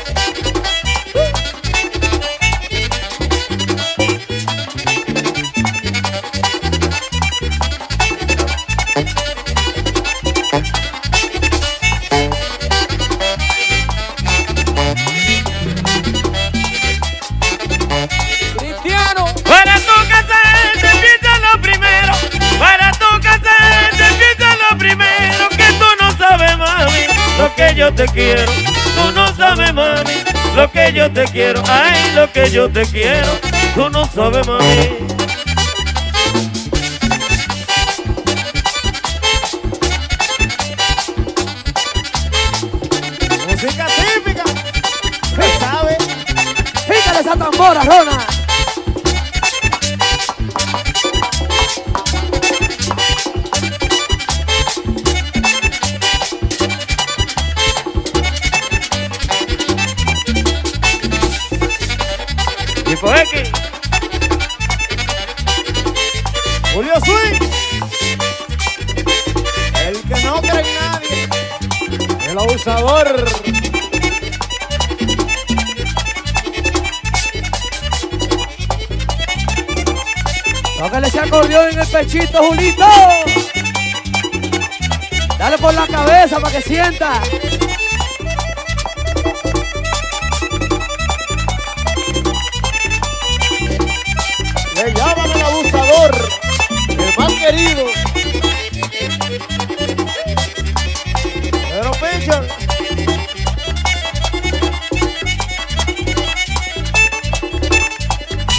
S10: Cristiano.
S13: Para tu casarte piensa lo primero. Para tu casarte piensa lo primero. Que tú no sabes, mami, lo que yo te quiero. Tú no sabes, mami, lo que yo te quiero. Ay, lo que yo te quiero. Tú no sabes, mami.
S10: Música típica. ¿Qué sabe? Pícale esa tambora, Rona.
S13: Tipo X.
S12: Julio Swing. El que no cree en nadie. El abusador.
S10: Tócale ese acordeón en el pechito, Julito. Dale por la cabeza para que sienta.
S12: Le llaman el abusador. El más querido. Pero Pincher.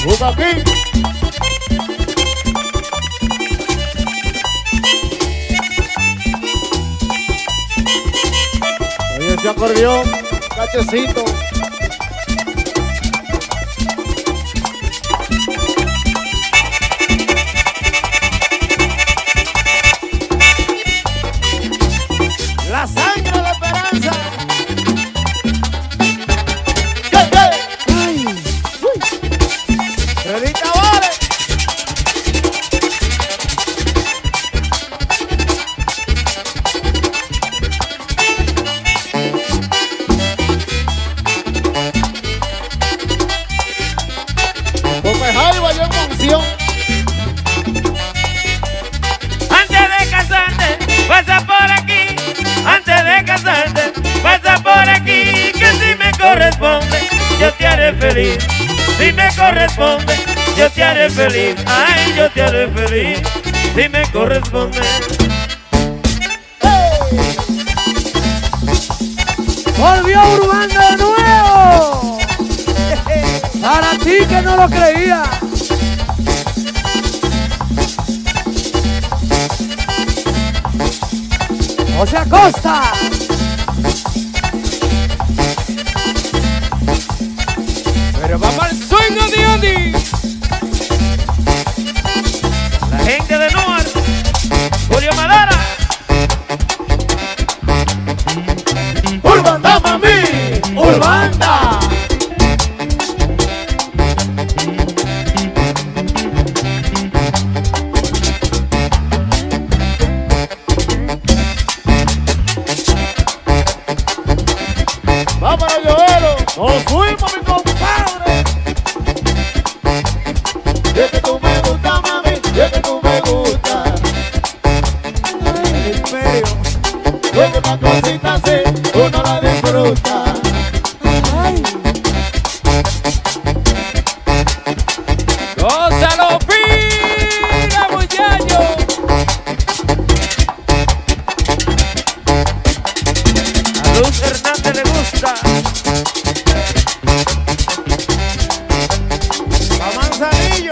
S12: Buga King. Oye, ese acordeón, cachecito.
S13: feliz. Si me corresponde, yo te haré feliz. Ay, yo te haré feliz. Si me corresponde.
S14: Volvió Urbano de nuevo. Para ti que no lo creía. José Acosta.
S13: Pero vamos al sueño de Andy. La gente de Noar, Julio Madara.
S14: Urbanda, mami. Urbanda.
S13: Vámonos, Joelo. Nos fuimos, mi compadre. Y es que tú me gustas, mami. Y es que tú me gustas. Ay, el feo. Y es que estas cositas sí, uno la disfruta. Ay. Gózalo, pira, muchacho. A Luz Hernández le gusta. A Manzanillo.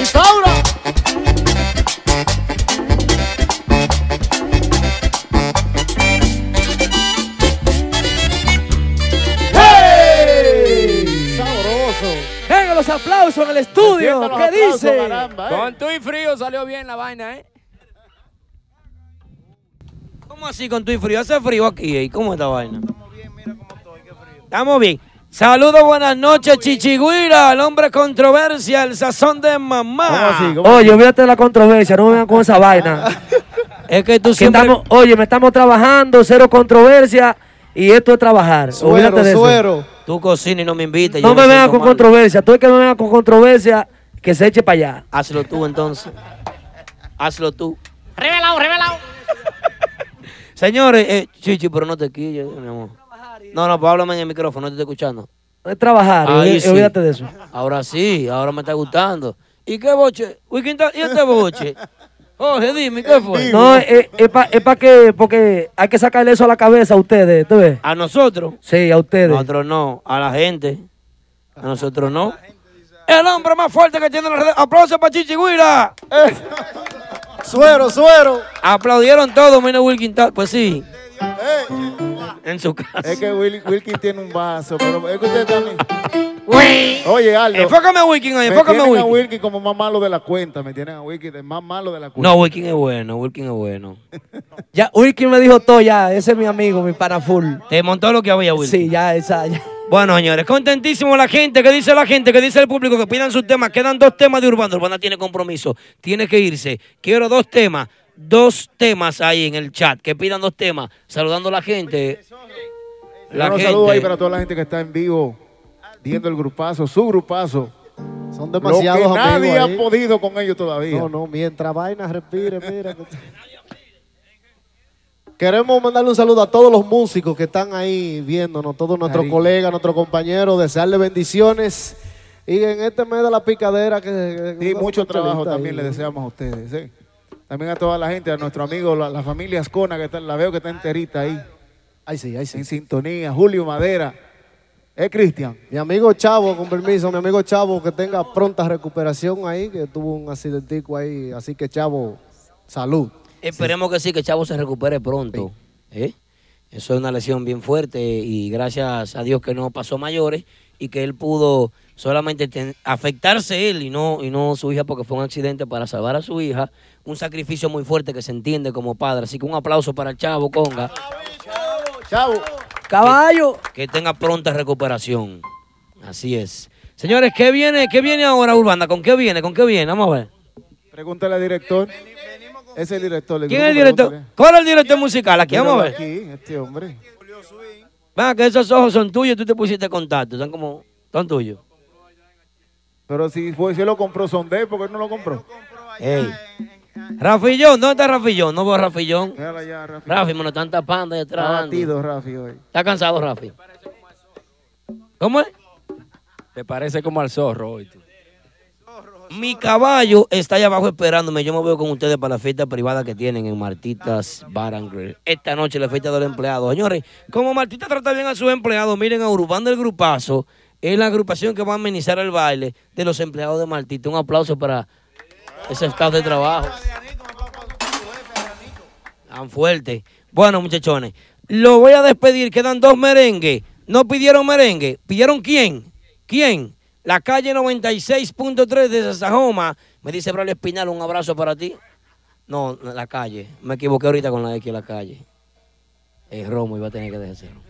S13: Isaura.
S14: Sabroso. Venga los aplausos en el estudio. ¿Qué dice?
S9: Con tu y frío salió bien la vaina, ¿eh?
S2: ¿Cómo así con tu frío? Hace frío aquí, ¿eh? ¿Cómo está vaina? Estamos bien. Saludos, buenas noches, Chichiguira, el hombre controversia, el sazón de mamá.
S14: Oye, olvídate de la controversia, no me vengan con esa
S10: Ah,
S14: vaina.
S2: es que tú
S14: siempre... oye, me estamos trabajando, cero controversia, y esto es trabajar. olvídate de eso.
S2: Tú cocinas y no me invites.
S14: No
S2: Este yo
S14: me
S2: sé
S14: vengan con
S2: cómo hablo.
S14: controversia, tú el que me venga con controversia, que se eche para allá.
S2: Hazlo tú entonces. Hazlo tú.
S13: Revelado, revelado.
S2: Señores, eh, Chichi, pero no te quilles, mi amor. No, no, pues háblame en el micrófono, no te estoy escuchando.
S14: Es trabajar,
S2: Ahí
S14: olví-
S2: sí.
S14: olvídate de eso.
S2: Ahora sí, ahora me está gustando. ¿Y qué boche? Uy, ¿quién está- ¿Y este boche? Jorge, dime, ¿qué fue?
S14: No, eh, es, para que, porque hay que sacarle eso a la cabeza a ustedes, ¿tú ves?
S2: ¿A nosotros?
S14: Sí, a ustedes.
S2: Nosotros no, a la gente. A nosotros no. El hombre más fuerte que tiene la red. Aplausos para Chichiguira.
S8: Suero, suero.
S2: Aplaudieron todos, menos Wilkin Tal. Pues sí.
S8: Eh.
S2: En su casa.
S8: Es que Wil- Wilkin tiene un vaso, pero es que usted también.
S2: Oye,
S8: Aldo,
S2: Enfócame a Wilkin ahí,
S8: me
S2: enfócame a
S8: tienen
S2: Wilkin.
S8: como más malo de la cuenta. Me tienen a Wilkin de más malo de la cuenta.
S2: No, Wilkin es bueno, Wilkin es bueno.
S14: Ya, Wilkin me dijo todo ya, ese es mi amigo, mi pana full.
S2: Te montó lo que había, Wilkin.
S14: Sí, ya, esa, ya.
S2: Bueno, señores, contentísimo la gente, que dice la gente, que dice el público, que pidan sus temas. Quedan dos temas de Urbano. Urbana tiene compromiso, tiene que irse. Quiero dos temas, dos temas ahí en el chat, que pidan dos temas, saludando a la gente. La
S8: Un
S2: gente.
S8: saludo ahí para toda la gente que está en vivo, viendo el grupazo, su grupazo. Son
S15: demasiados
S8: Lo que
S15: amigos
S8: nadie
S15: ahí.
S8: ha podido con ellos todavía.
S15: No, no,
S8: mientras vaina respire, mira.
S15: Queremos mandarle un saludo a todos los músicos que están ahí viéndonos, todos nuestros
S8: Cariño.
S15: colegas, nuestros compañeros, desearles bendiciones. Y en este mes de la picadera que...
S8: Y mucho trabajo también le deseamos a ustedes. ¿eh? También a toda la gente, a nuestro amigo, la, la familia Ascona, que está, la veo que está enterita ahí.
S15: Ay, sí, ay, sí.
S8: En sintonía, Julio Madera. ¿Eh, Cristian?
S15: Mi amigo Chavo, con permiso, mi amigo Chavo, que tenga pronta recuperación ahí, que tuvo un accidentico ahí. Así que Chavo, salud.
S2: Esperemos que sí, que Chavo se recupere pronto. ¿eh? Eso es una lesión bien fuerte y gracias a Dios que no pasó a mayores y que él pudo solamente ten- afectarse él y no, y no su hija porque fue un accidente para salvar a su hija. Un sacrificio muy fuerte que se entiende como padre. Así que un aplauso para el Chavo Conga.
S8: Chavo.
S14: Caballo.
S2: Que tenga pronta recuperación. Así es. Señores, ¿qué viene, qué viene ahora Urbana? ¿Con qué viene? ¿Con qué viene? Vamos a ver.
S8: Pregúntale al director. Es el director. del
S2: ¿Quién es
S8: grupo,
S2: el director?
S8: pregúntale.
S2: ¿Cuál es el director musical? Aquí vamos a ver.
S8: Aquí, este hombre.
S2: Vean que esos ojos son tuyos, tú te pusiste contacto, son como, son tuyos.
S12: pues,
S8: Pero si fue, si él lo compró, son de él, porque él no lo compró.
S2: Ey. Rafillón, ¿dónde está Rafillón? No veo a Rafillón.
S8: Déjalo allá, Rafi.
S2: Rafi, me lo están tapando y atrás.
S8: Está
S2: Andy.
S8: batido, Rafi, hoy.
S2: ¿Está cansado, Rafi? ¿Cómo es?
S9: Te parece como al zorro hoy. tú.
S2: Mi caballo está allá abajo esperándome. Yo me veo con ustedes para la fiesta privada que tienen en Martitas Bar and Grill. Esta noche la fiesta de los empleados. Señores, como Martita trata bien a sus empleados, miren a Urbán del Grupazo. Es la agrupación que va a amenizar el baile de los empleados de Martita. Un aplauso para ese staff de trabajo. Tan fuerte. Bueno, muchachones, lo voy a despedir. Quedan dos merengues. No pidieron merengue. ¿Pidieron quién? ¿Quién? La calle 96.3 de Sasajoma. Me dice Braulio Espinal, un abrazo para ti. No, la calle. Me equivoqué ahorita con la X de la calle. Eh, Es Romo, iba a tener que decirlo.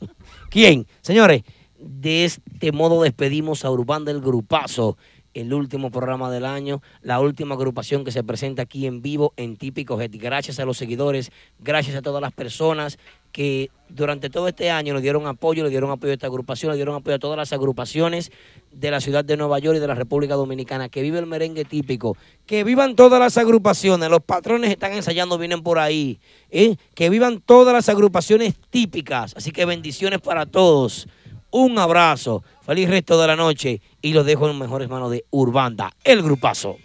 S2: ¿Quién? Señores, de este modo despedimos a Urbán del Grupazo, el último programa del año, la última agrupación que se presenta aquí en vivo en Típico Head. Gracias a los seguidores, gracias a todas las personas que durante todo este año nos dieron apoyo, le dieron apoyo a esta agrupación, le dieron apoyo a todas las agrupaciones de la ciudad de Nueva York y de la República Dominicana. Que vive el merengue típico, que vivan todas las agrupaciones, los patrones están ensayando, vienen por ahí, ¿eh? que vivan todas las agrupaciones típicas. Así que bendiciones para todos. Un abrazo, feliz resto de la noche y los dejo en mejores manos de Urbanda, el grupazo.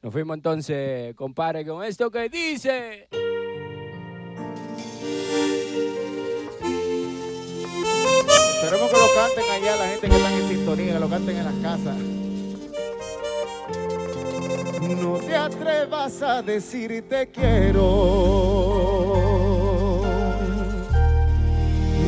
S9: Nos fuimos entonces, compare con esto que dice.
S12: Esperemos que lo canten allá la gente que está en sintonía, que lo canten en las casas.
S11: No
S12: te atrevas a decir te quiero.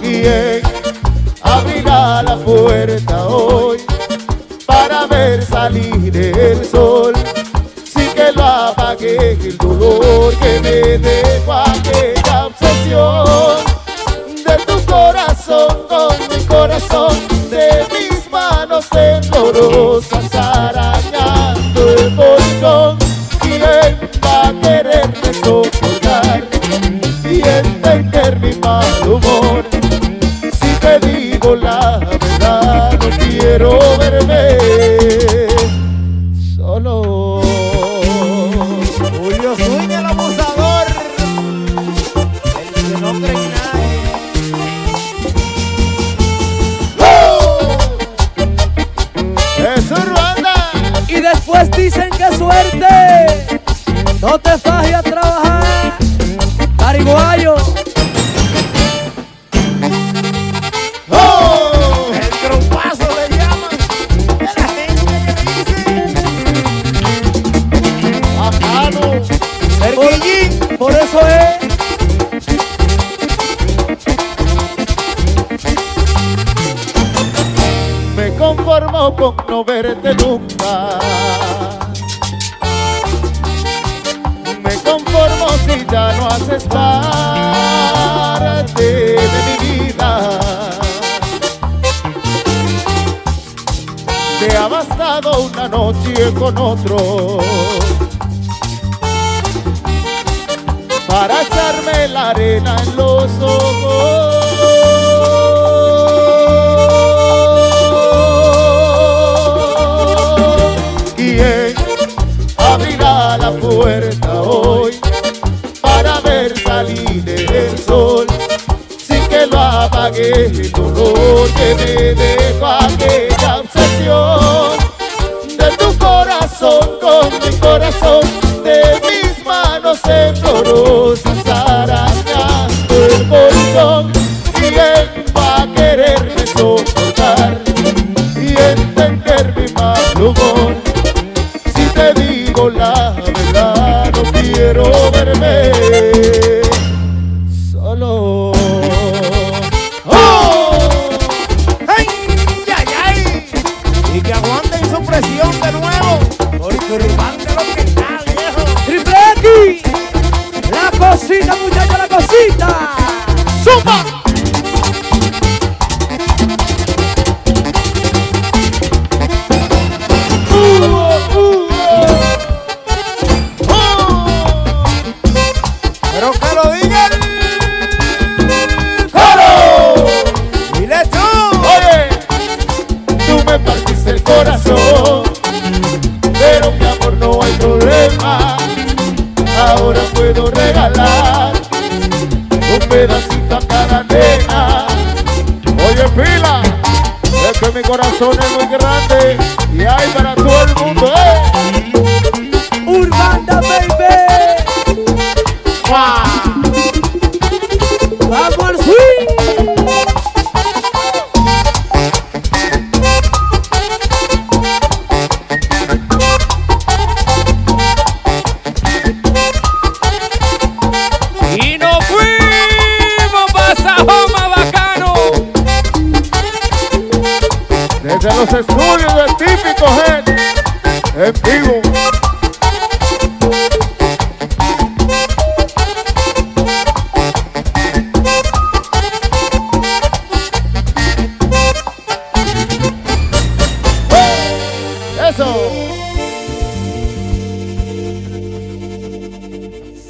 S12: ¿Quién abrirá la puerta hoy para ver salir el sol? Sí que lo apagué el dolor que me dejó aquella obsesión de tu corazón con mi corazón, de mis manos temblorosas arañando el colchón. ¿Quién va a quererme soportar y entender mi mal humor? Si te digo la verdad, no quiero verme solo. Julio Sueña el abusador, el que no cree en
S14: Y después dicen que suerte. No te fajes a trabajar. Tariguayo.
S11: ¡Oh! El grupazo le llaman. La gente
S14: Por, por eso es.
S12: Me conformo con no verte nunca. Me conformo si ya no haces parte de mi vida. Te ha bastado una noche con otro para echarme la arena en los ojos. ¿Quién abrirá la puerta hoy para ver salir el sol? Sin que lo apague el dolor que me dejó aquella obsesión de tu corazón con mi corazón, de mis manos temblorosas arañando el colchón. ¿Quién va a quererme soportar y entender mi mal humor? Si te digo la verdad, no quiero verme solo. ¡Oh!
S11: ¡Ay, ay, ay!
S12: corazón. Pero mi amor no hay problema, ahora puedo regalar un pedacito a cada nena. Oye pila, es que mi corazón es muy grande y hay para todo el mundo. Urbanda baby.
S10: Vamos al swing.
S16: Y nos fuimos para Sajoma Bacano.
S12: Desde los estudios del típico G, en vivo. Eso.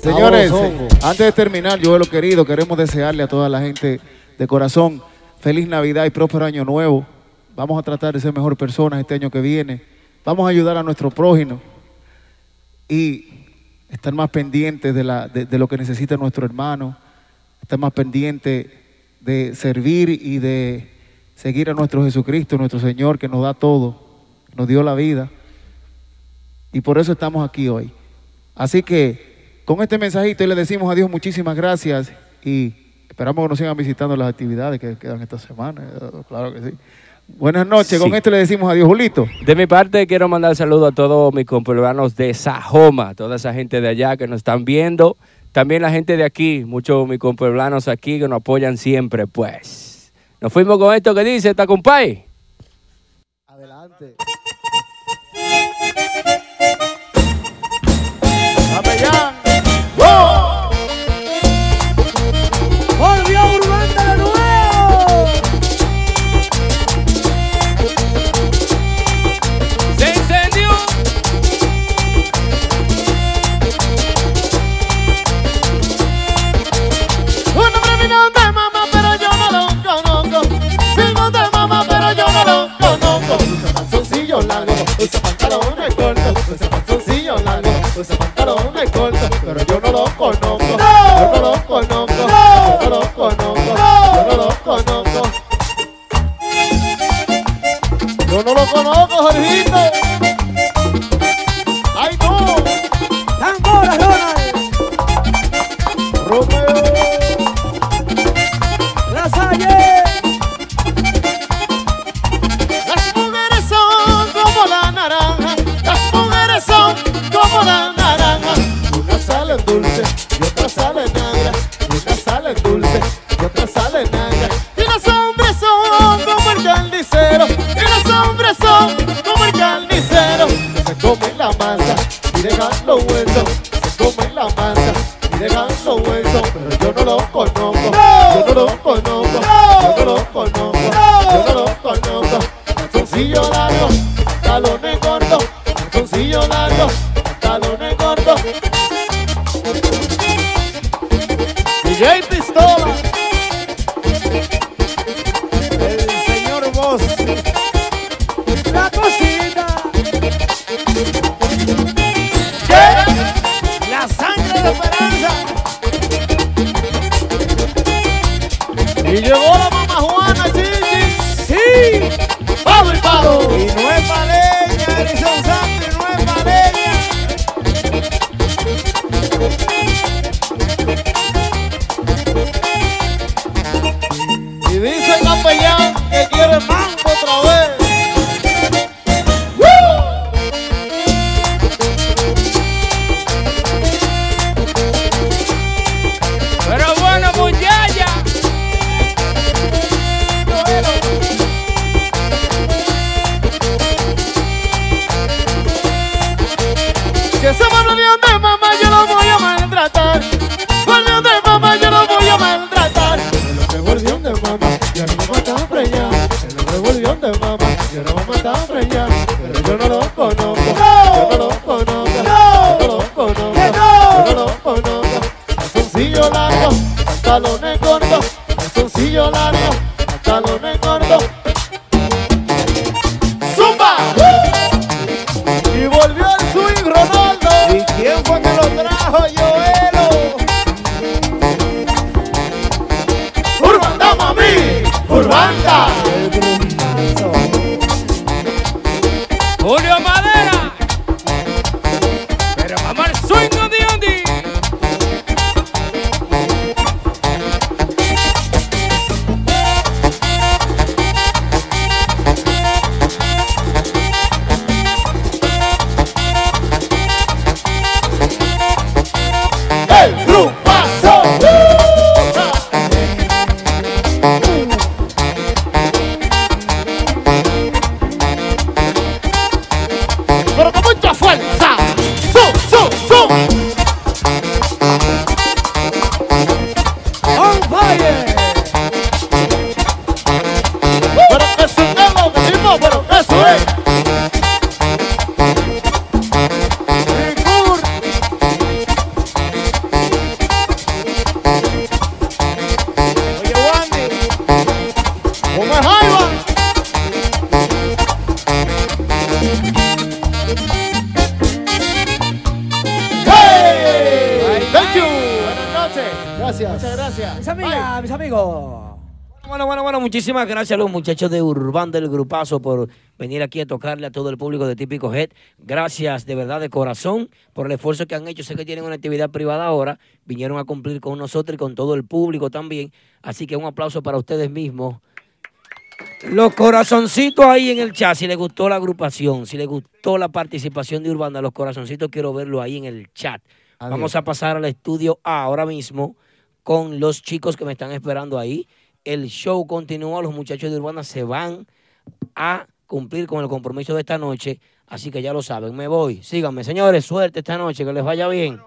S8: Señores,
S12: Sabrosongo.
S8: antes de terminar, yo lo querido, queremos desearle a toda la gente de corazón feliz Navidad y próspero año nuevo. Vamos a tratar de ser mejor personas este año que viene. Vamos a ayudar a nuestro prójimo y estar más pendientes de, la- de- de lo que necesita nuestro hermano, estar más pendientes de servir y de seguir a nuestro Jesucristo, nuestro Señor, que nos da todo, que nos dio la vida. Y por eso estamos aquí hoy. Así que con este mensajito le decimos a Dios muchísimas gracias y esperamos que nos sigan visitando las actividades que quedan esta semana. eh, Claro que sí. Buenas noches, con
S9: Sí.
S8: esto le decimos adiós, Julito.
S9: De mi parte, quiero mandar saludos a todos mis compañeros de Sajoma, toda esa gente de allá que nos están viendo. También la gente de aquí, muchos de mis compañeros aquí que nos apoyan siempre, pues. Nos fuimos con esto que dice, Tacumpay.
S10: Volvió Urbanda de nuevo.
S16: Se incendió.
S12: Un hombre vino de mamá, pero yo no lo conozco. Vino de mamá, pero yo no lo conozco. Usa panzoncillo largo, usa pantalones cortos. Usa panzoncillo largo, usa pantalones cortos. Pero yo no lo conozco. Yo no lo conozco. Yo no lo conozco. Yo no lo conozco. Yo no lo conozco, Jorgito. ¡Ay, no! ¡Tambora, Ronald! Las mujeres son como la naranja, las mujeres son como la naranja. Unas salen dulces y otras salen negras, unas salen dulces y otras salen negras. Y los hombres son como el carnicero, y los hombres son como el carnicero. Se comen la masa y dejan los huesos, se comen la masa y dejan los huesos. Pero yo no lo conozco, yo no lo conozco, yo no lo conozco, yo no lo conozco. Calzoncillo largo, talones cortos, calzoncillo largo, talones cortos. DJ Pistola. El señor Voz. La cosita. La sangre de esperanza. Y llegó la mamá Juana, Chichi. Sí. Palo y palo. Y no es paleña, Harrison Santos, y no es paleña. Y dice el capellán que quiere mambo otra vez.
S16: Pero bueno, muchacha.
S12: Si ese bandoneón de mamá yo lo voy a maltratar. Bandoneón de mamá yo lo voy a maltratar. El revolvión de mamá yo no me mata a preñar. El revolvión de mamá yo no me mata a preñar. Pero yo no lo conozco. Yo no lo conozco. Yo no lo conozco. Yo no lo conozco. Calzoncillo largo, pantalones cortos. Calzoncillo largo, pantalones cortos. ¡Zumba! gracias.
S14: Mis amigas, mis amigos.
S2: Bueno, bueno, bueno, muchísimas gracias a los muchachos de Urbán del Grupazo por venir aquí a tocarle a todo el público de Típico Head. Gracias de verdad de corazón por el esfuerzo que han hecho. Sé que tienen una actividad privada ahora. Vinieron a cumplir con nosotros y con todo el público también. Así que un aplauso para ustedes mismos. Los corazoncitos ahí en el chat, si les gustó la agrupación, si les gustó la participación de Urbana, los corazoncitos quiero verlo ahí en el chat.
S17: Adiós.
S2: Vamos a pasar al estudio A ahora mismo con los chicos que me están esperando ahí. El show continúa, los muchachos de Urbana se van a cumplir con el compromiso de esta noche, así que ya lo saben, me voy. Síganme, señores, suerte esta noche, que les vaya bien.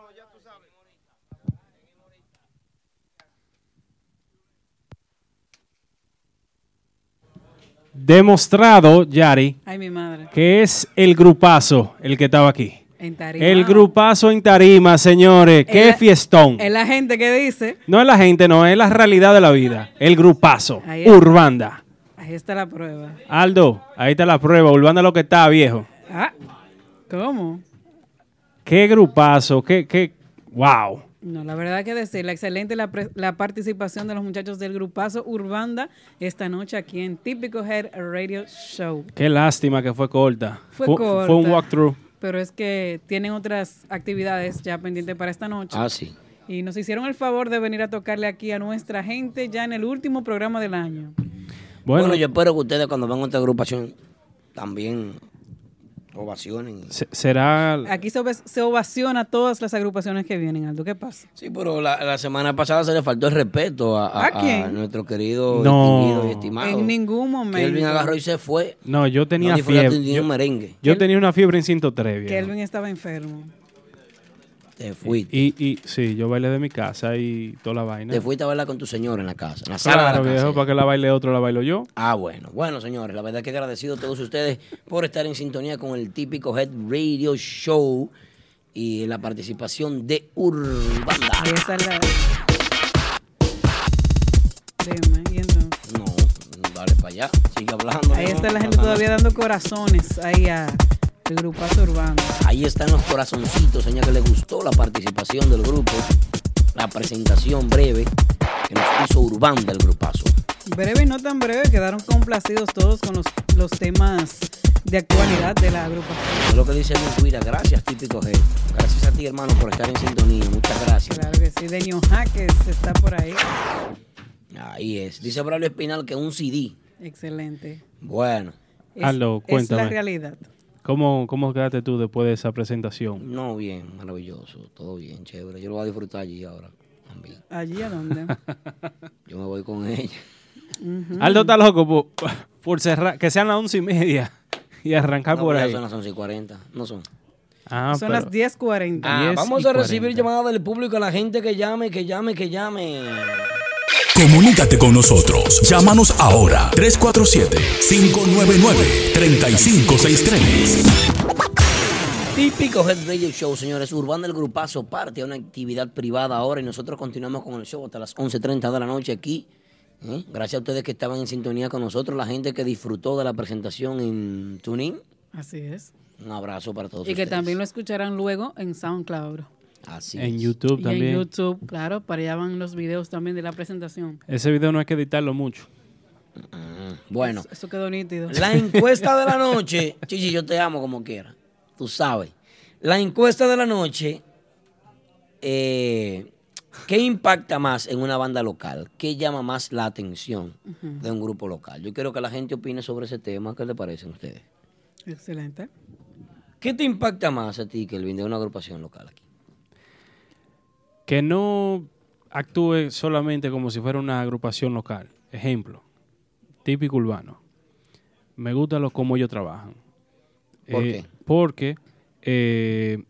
S3: Demostrado, Yari,
S4: Ay, mi madre.
S3: que es el grupazo el que estaba aquí.
S4: En tarima.
S3: El grupazo en tarima, señores. Qué
S4: Es la-
S3: fiestón.
S4: Es la gente que dice,
S3: No es la gente, no, es la realidad de la vida. El grupazo.
S4: Ahí es.
S3: Urbanda.
S4: ahí está la prueba.
S3: Aldo, ahí está la prueba. Urbanda lo que está, viejo.
S4: Ah, ¿cómo?
S3: Qué grupazo, qué, qué. Wow.
S4: No, la verdad que decirla, excelente la, pre- la participación de los muchachos del grupazo Urbanda esta noche aquí en Típico Head Radio Show.
S3: Qué lástima que fue corta.
S4: Fue
S3: Fu-
S4: corta.
S3: fue un walkthrough.
S4: Pero es que tienen otras actividades ya pendientes para esta noche.
S2: Ah, sí.
S4: Y nos hicieron el favor de venir a tocarle aquí a nuestra gente ya en el último programa del año.
S2: Bueno, yo espero que ustedes cuando vengan a esta agrupación también ovacionen.
S3: Se- Será.
S4: Aquí se, ove- se ovaciona todas las agrupaciones que vienen, Aldo. ¿Qué pasa?
S2: Sí, pero la, la semana pasada se le faltó el respeto a, a-
S4: ¿A quién?
S2: a nuestro querido,
S3: No.
S2: distinguido y estimado.
S4: En ningún momento.
S2: Kelvin agarró y se fue.
S3: No, yo tenía
S2: No disfrutaste
S3: fiebre.
S2: ni un
S3: Yo,
S2: merengue.
S3: yo tenía una fiebre en 103, viejo.
S4: Kelvin estaba enfermo.
S2: Te fuiste.
S3: Y, y- sí, yo bailé de mi casa y toda la vaina.
S2: Te fuiste a bailar con tu señora en la casa, en la sala
S3: Claro,
S2: de la
S3: viejo,
S2: casa.
S3: para que la baile otro, la bailo yo.
S2: Ah, bueno. Bueno, señores, la verdad que agradecido a todos ustedes por estar en sintonía con el típico Head Radio Show y la participación de Urbanda.
S4: Esa es la... Deme, y entonces.
S2: No, dale para allá. Sigue hablando.
S4: Ahí
S2: mi
S4: está
S2: amor.
S4: la gente
S2: Ajá.
S4: todavía dando corazones ahí a el grupazo urbano.
S2: Ahí están los corazoncitos, señor, que le gustó la participación del grupo, la presentación breve que nos hizo Urbán del grupazo.
S4: Breve y no tan breve, quedaron complacidos todos con los, los temas de actualidad de la agrupación.
S2: Es lo que dice Luis Guira, gracias, típico G. Gracias a ti, hermano, por estar en sintonía. Muchas gracias.
S4: Claro que sí, Denio Jaques está por ahí.
S2: Ahí es. Dice Braulio Espinal que un CD.
S4: Excelente.
S2: Bueno.
S4: Es-
S3: Aldo,
S4: Es
S3: cuéntame.
S4: la realidad.
S3: ¿Cómo, ¿Cómo quedaste tú después de esa presentación?
S2: No, bien, maravilloso. Todo bien, chévere. Yo lo voy a disfrutar allí ahora. También.
S4: ¿Allí a dónde?
S2: Yo me voy con ella.
S4: Ujú.
S3: Aldo está loco por, por cerrar, que sean las once y media y arrancar
S2: No,
S3: por
S2: pero ya
S3: ahí.
S2: Son las 11 y 40. No son.
S3: Ah,
S4: Son
S3: pero-
S4: las 10.40.
S2: Ah,
S3: 10
S2: vamos
S3: y
S2: a recibir llamadas del público, la gente que llame, que llame, que llame.
S1: Comunícate con nosotros. Llámanos ahora 347-599-3563.
S2: Típico Head Radio Show, señores. Urbana del Grupazo parte a una actividad privada ahora y nosotros continuamos con el show hasta las 11.30 de la noche aquí. ¿Eh? Gracias a ustedes que estaban en sintonía con nosotros, la gente que disfrutó de la presentación en Tuning.
S4: Así es.
S2: Un abrazo para todos
S4: Y que
S2: ustedes.
S4: también lo escucharán luego en SoundCloud.
S2: Así
S3: En
S2: es.
S3: YouTube
S4: Y en
S3: también.
S4: YouTube, claro, para allá van los videos también de la presentación.
S3: Ese video no hay que editarlo mucho.
S2: Bueno,
S4: Eso, eso quedó nítido.
S2: La encuesta de la noche, Chichi, yo te amo como quiera, tú sabes. La encuesta de la noche, eh, ¿qué impacta más en una banda local? ¿Qué llama más la atención
S4: Ujú.
S2: de un grupo local? Yo quiero que la gente opine sobre ese tema. ¿Qué le parecen a ustedes?
S4: Excelente.
S2: ¿Qué te impacta más a ti, Kelvin, de una agrupación local aquí?
S3: Que no actúe solamente como si fuera una agrupación local. Ejemplo, típico urbano. Me gusta lo, cómo ellos trabajan.
S2: ¿Por
S3: Eh,
S2: qué?
S3: Porque eh,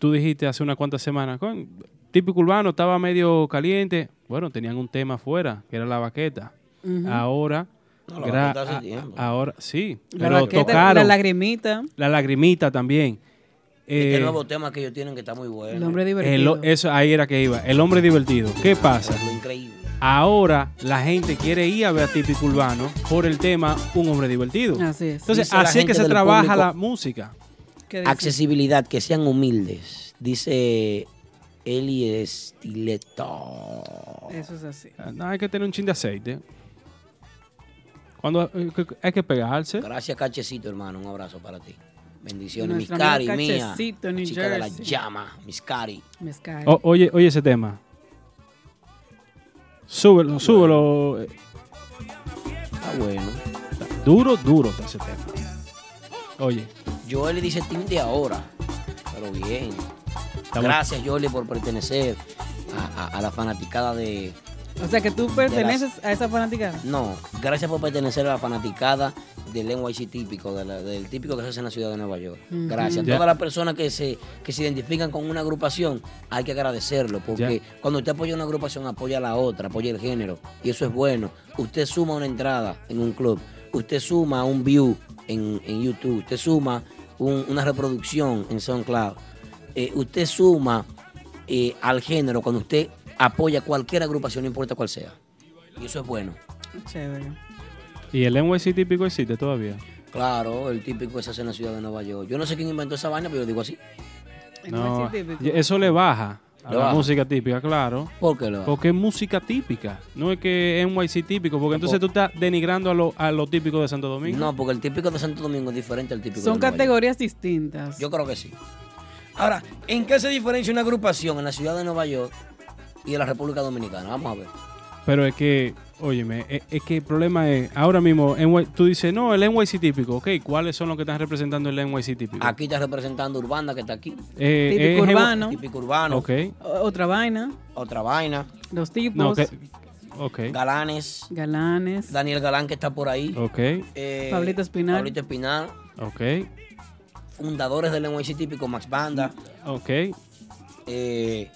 S3: tú dijiste hace unas cuantas semanas, "Con- típico urbano estaba medio caliente. Bueno, tenían un tema afuera, que era la baqueta.
S4: Ujú.
S3: Ahora...
S4: No, la
S3: gra-
S4: baqueta hace
S3: a- a-
S4: tiempo.
S3: ahora sí,
S4: La
S3: pero
S4: baqueta,
S3: tocaron.
S4: la lagrimita.
S3: La lagrimita también.
S2: este
S3: Eh,
S2: nuevo tema que ellos tienen que está muy bueno.
S4: El hombre divertido.
S3: el o- eso ahí era que iba. El hombre divertido. ¿Qué pasa?
S2: Lo increíble.
S3: Ahora la gente quiere ir a ver a Típico Urbano por el tema Un hombre divertido.
S4: Así es.
S3: Entonces,
S2: Dice la
S3: así es
S2: gente
S3: que se
S2: del
S3: trabaja
S2: público.
S3: la música.
S4: ¿Qué dice?
S2: Accesibilidad, que sean humildes. Dice Eli Estileto.
S4: Eso es así.
S3: No, hay que tener un chin de aceite. Cuando eh, que- que hay que pegarse.
S2: Gracias, Cachecito, hermano. Un abrazo para ti. Bendiciones, mis
S4: Nuestro
S2: cari,
S4: amigo
S2: mía.
S4: Cachecito, New
S2: chica de la
S4: Jersey.
S2: llama, mis cari.
S4: Mis cari.
S3: O- oye, oye ese tema. Súbelo, súbelo. eh,
S2: Está bueno.
S3: Duro, duro está ese tema. Oye,
S2: Joel dice team de ahora. Pero bien.
S3: Estamos-
S2: Gracias, Joel, por pertenecer a, a- a la fanaticada de.
S4: O sea que tú perteneces a esa fanaticada.
S2: No, gracias por pertenecer a la fanaticada del NYC típico, de la- del típico que se hace en la ciudad de Nueva York.
S4: Ujú.
S2: Gracias.
S3: Ya.
S2: Todas las personas que se, que se identifican con una agrupación, hay que agradecerlo, porque cuando usted apoya una agrupación, apoya a la otra, apoya el género, y eso es bueno. Usted suma una entrada en un club, usted suma un view en, en YouTube, usted suma un- una reproducción en SoundCloud, eh, usted suma eh, al género cuando usted apoya cualquier agrupación, no importa cuál sea. Y eso es bueno.
S4: Chévere.
S3: ¿y el NYC típico existe todavía?
S2: Claro, el típico que se hace en la ciudad de Nueva York. Yo no sé quién inventó esa vaina, pero yo digo así.
S3: No, eh,
S2: típico.
S3: y eso le baja a
S2: Le
S3: la
S2: baja.
S3: música típica, claro.
S2: ¿Por qué le baja?
S3: Porque es música típica, no es que es NYC típico, porque entonces tú estás denigrando a lo, a lo típico de Santo Domingo.
S2: No, porque el típico de Santo Domingo es diferente al típico
S4: Son
S2: de Nueva York.
S4: categorías distintas.
S2: Yo creo que sí. Ahora, ¿en qué se diferencia una agrupación en la ciudad de Nueva York y en la República Dominicana? Vamos a ver.
S3: Pero es que, óyeme, es, es que el problema es, ahora mismo, NY tú dices, no, el NYC típico, ok, ¿cuáles son los que están representando el NYC típico?
S2: Aquí está representando Urbana, que está aquí.
S3: Eh, Típico es- urbano.
S2: Típico urbano.
S3: Ok.
S4: O- Otra vaina.
S2: Otra vaina.
S4: Los tipos.
S3: No, que- ok.
S2: Galanes.
S4: Galanes.
S2: Daniel Galán, que está por ahí.
S3: Ok.
S2: Eh,
S4: Pablito Espinal.
S2: Pablito Espinal.
S3: Ok,
S2: Fundadores del NYC típico, Max Banda.
S3: ok.
S2: Eh,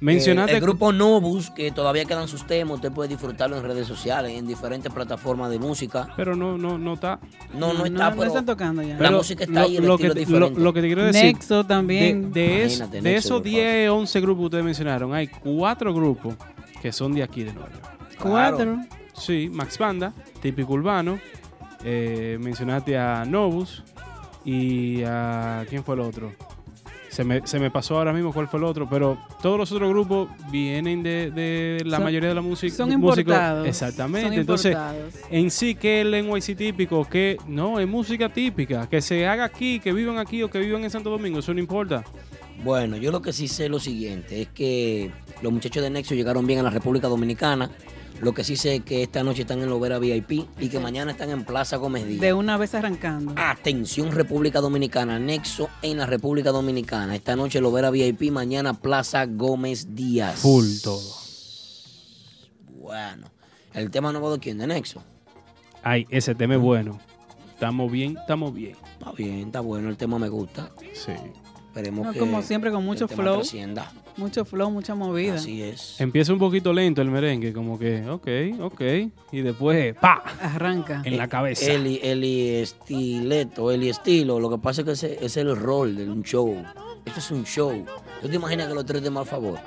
S3: Mencionaste-
S2: eh, el grupo Novus, que todavía quedan sus temas, usted puede disfrutarlo en redes sociales, en diferentes plataformas de música.
S3: Pero no, no, no está.
S2: No, no,
S4: No,
S2: está,
S4: no
S2: pero
S4: están tocando ya.
S2: La
S3: Pero
S2: música está ahí, el
S3: lo
S2: estilo
S3: que, te-
S2: diferente.
S3: lo- lo que te quiero decir.
S4: Nexo también.
S3: De, de es-
S2: Imagínate,
S3: de
S2: Nexo,
S3: esos
S2: por
S3: 10, 11 grupos que ustedes mencionaron, hay cuatro grupos que son de aquí de Nueva York.
S4: Cuatro.
S3: Sí, Max Banda, Típico Urbano, eh, mencionaste a Novus y a... ¿Quién fue el otro? Se me, se me pasó ahora mismo cuál fue el otro, pero todos los otros grupos vienen de, de la
S4: Son-
S3: mayoría de la música.
S4: son
S3: músicos-
S4: importados.
S3: Exactamente.
S4: Son
S3: Entonces,
S4: importados.
S3: en sí, ¿qué es el NYC típico? que No, es música típica. Que se haga aquí, que vivan aquí o que vivan en Santo Domingo, eso no importa.
S2: Bueno, yo lo que sí sé es lo siguiente, es que los muchachos de Nexo llegaron bien a la República Dominicana. Lo que sí sé es que esta noche están en Lovera VIP y que mañana están en Plaza Gómez Díaz.
S4: De una vez arrancando.
S2: Atención República Dominicana, Nexo en la República Dominicana. Esta noche Lovera VIP, mañana Plaza Gómez Díaz.
S3: Full todo.
S2: Bueno, el tema nuevo de quién, de Nexo.
S3: Ay, ese tema es bueno. Estamos bien, estamos bien.
S2: Está bien, está bueno, el tema me gusta.
S3: Sí.
S2: Esperemos
S4: No,
S2: que
S4: como siempre, con
S2: el
S4: mucho
S2: tema
S4: flow.
S2: trascienda.
S4: Mucho flow, mucha movida.
S2: Así es.
S3: Empieza un poquito lento el merengue, como que, ok, ok. Y después, ¡pa!
S4: Arranca.
S3: En la cabeza.
S2: Eli, Eli Estileto, Eli Estilo. Lo que pasa es que ese, ese es el rol de un show. Esto es un show. ¿Tú te imaginas que los tres de mal favor?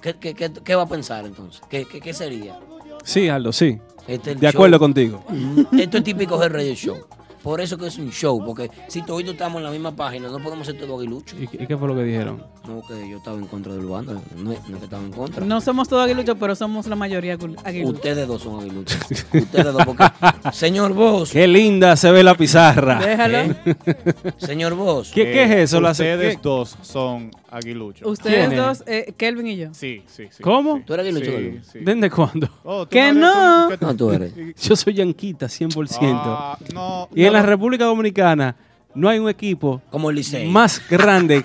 S2: ¿Qué, qué, qué- qué va a pensar entonces? ¿Qué, qué, qué sería?
S3: Sí, Aldo, sí.
S2: Este es el
S3: de acuerdo
S2: show. Mm-hmm.
S3: contigo.
S2: Esto es típico del Radio Show. Por eso que es un show, porque si todos estamos en la misma página, no podemos ser todo aguilucho.
S3: ¿Y, qué- y qué fue lo que dijeron?
S2: No, que yo estaba en contra del bando, no, es- no es que estaba en contra.
S4: No somos todos aguiluchos, pero somos la mayoría agu- aguiluchos.
S2: Ustedes dos son aguiluchos. Ustedes dos, porque, señor Vos,
S3: Qué linda se ve la pizarra.
S4: Déjalo.
S2: señor Vos.
S3: ¿Qué- qué es eso? La-
S5: Ustedes
S3: ¿qué?
S5: dos son aguiluchos.
S4: Ustedes
S3: ¿Quién es?
S4: dos, eh, Kelvin y yo.
S5: Sí, sí, sí.
S3: ¿Cómo?
S5: Sí, sí, sí.
S3: ¿Desde cuándo?
S5: Oh, tú
S4: Que
S5: eres-
S4: no.
S5: tú-
S2: No, tú eres.
S3: Yo soy yanquita 100%.
S5: Ah, no,
S3: y en la República Dominicana no hay un equipo
S2: Como el Licey.
S3: más grande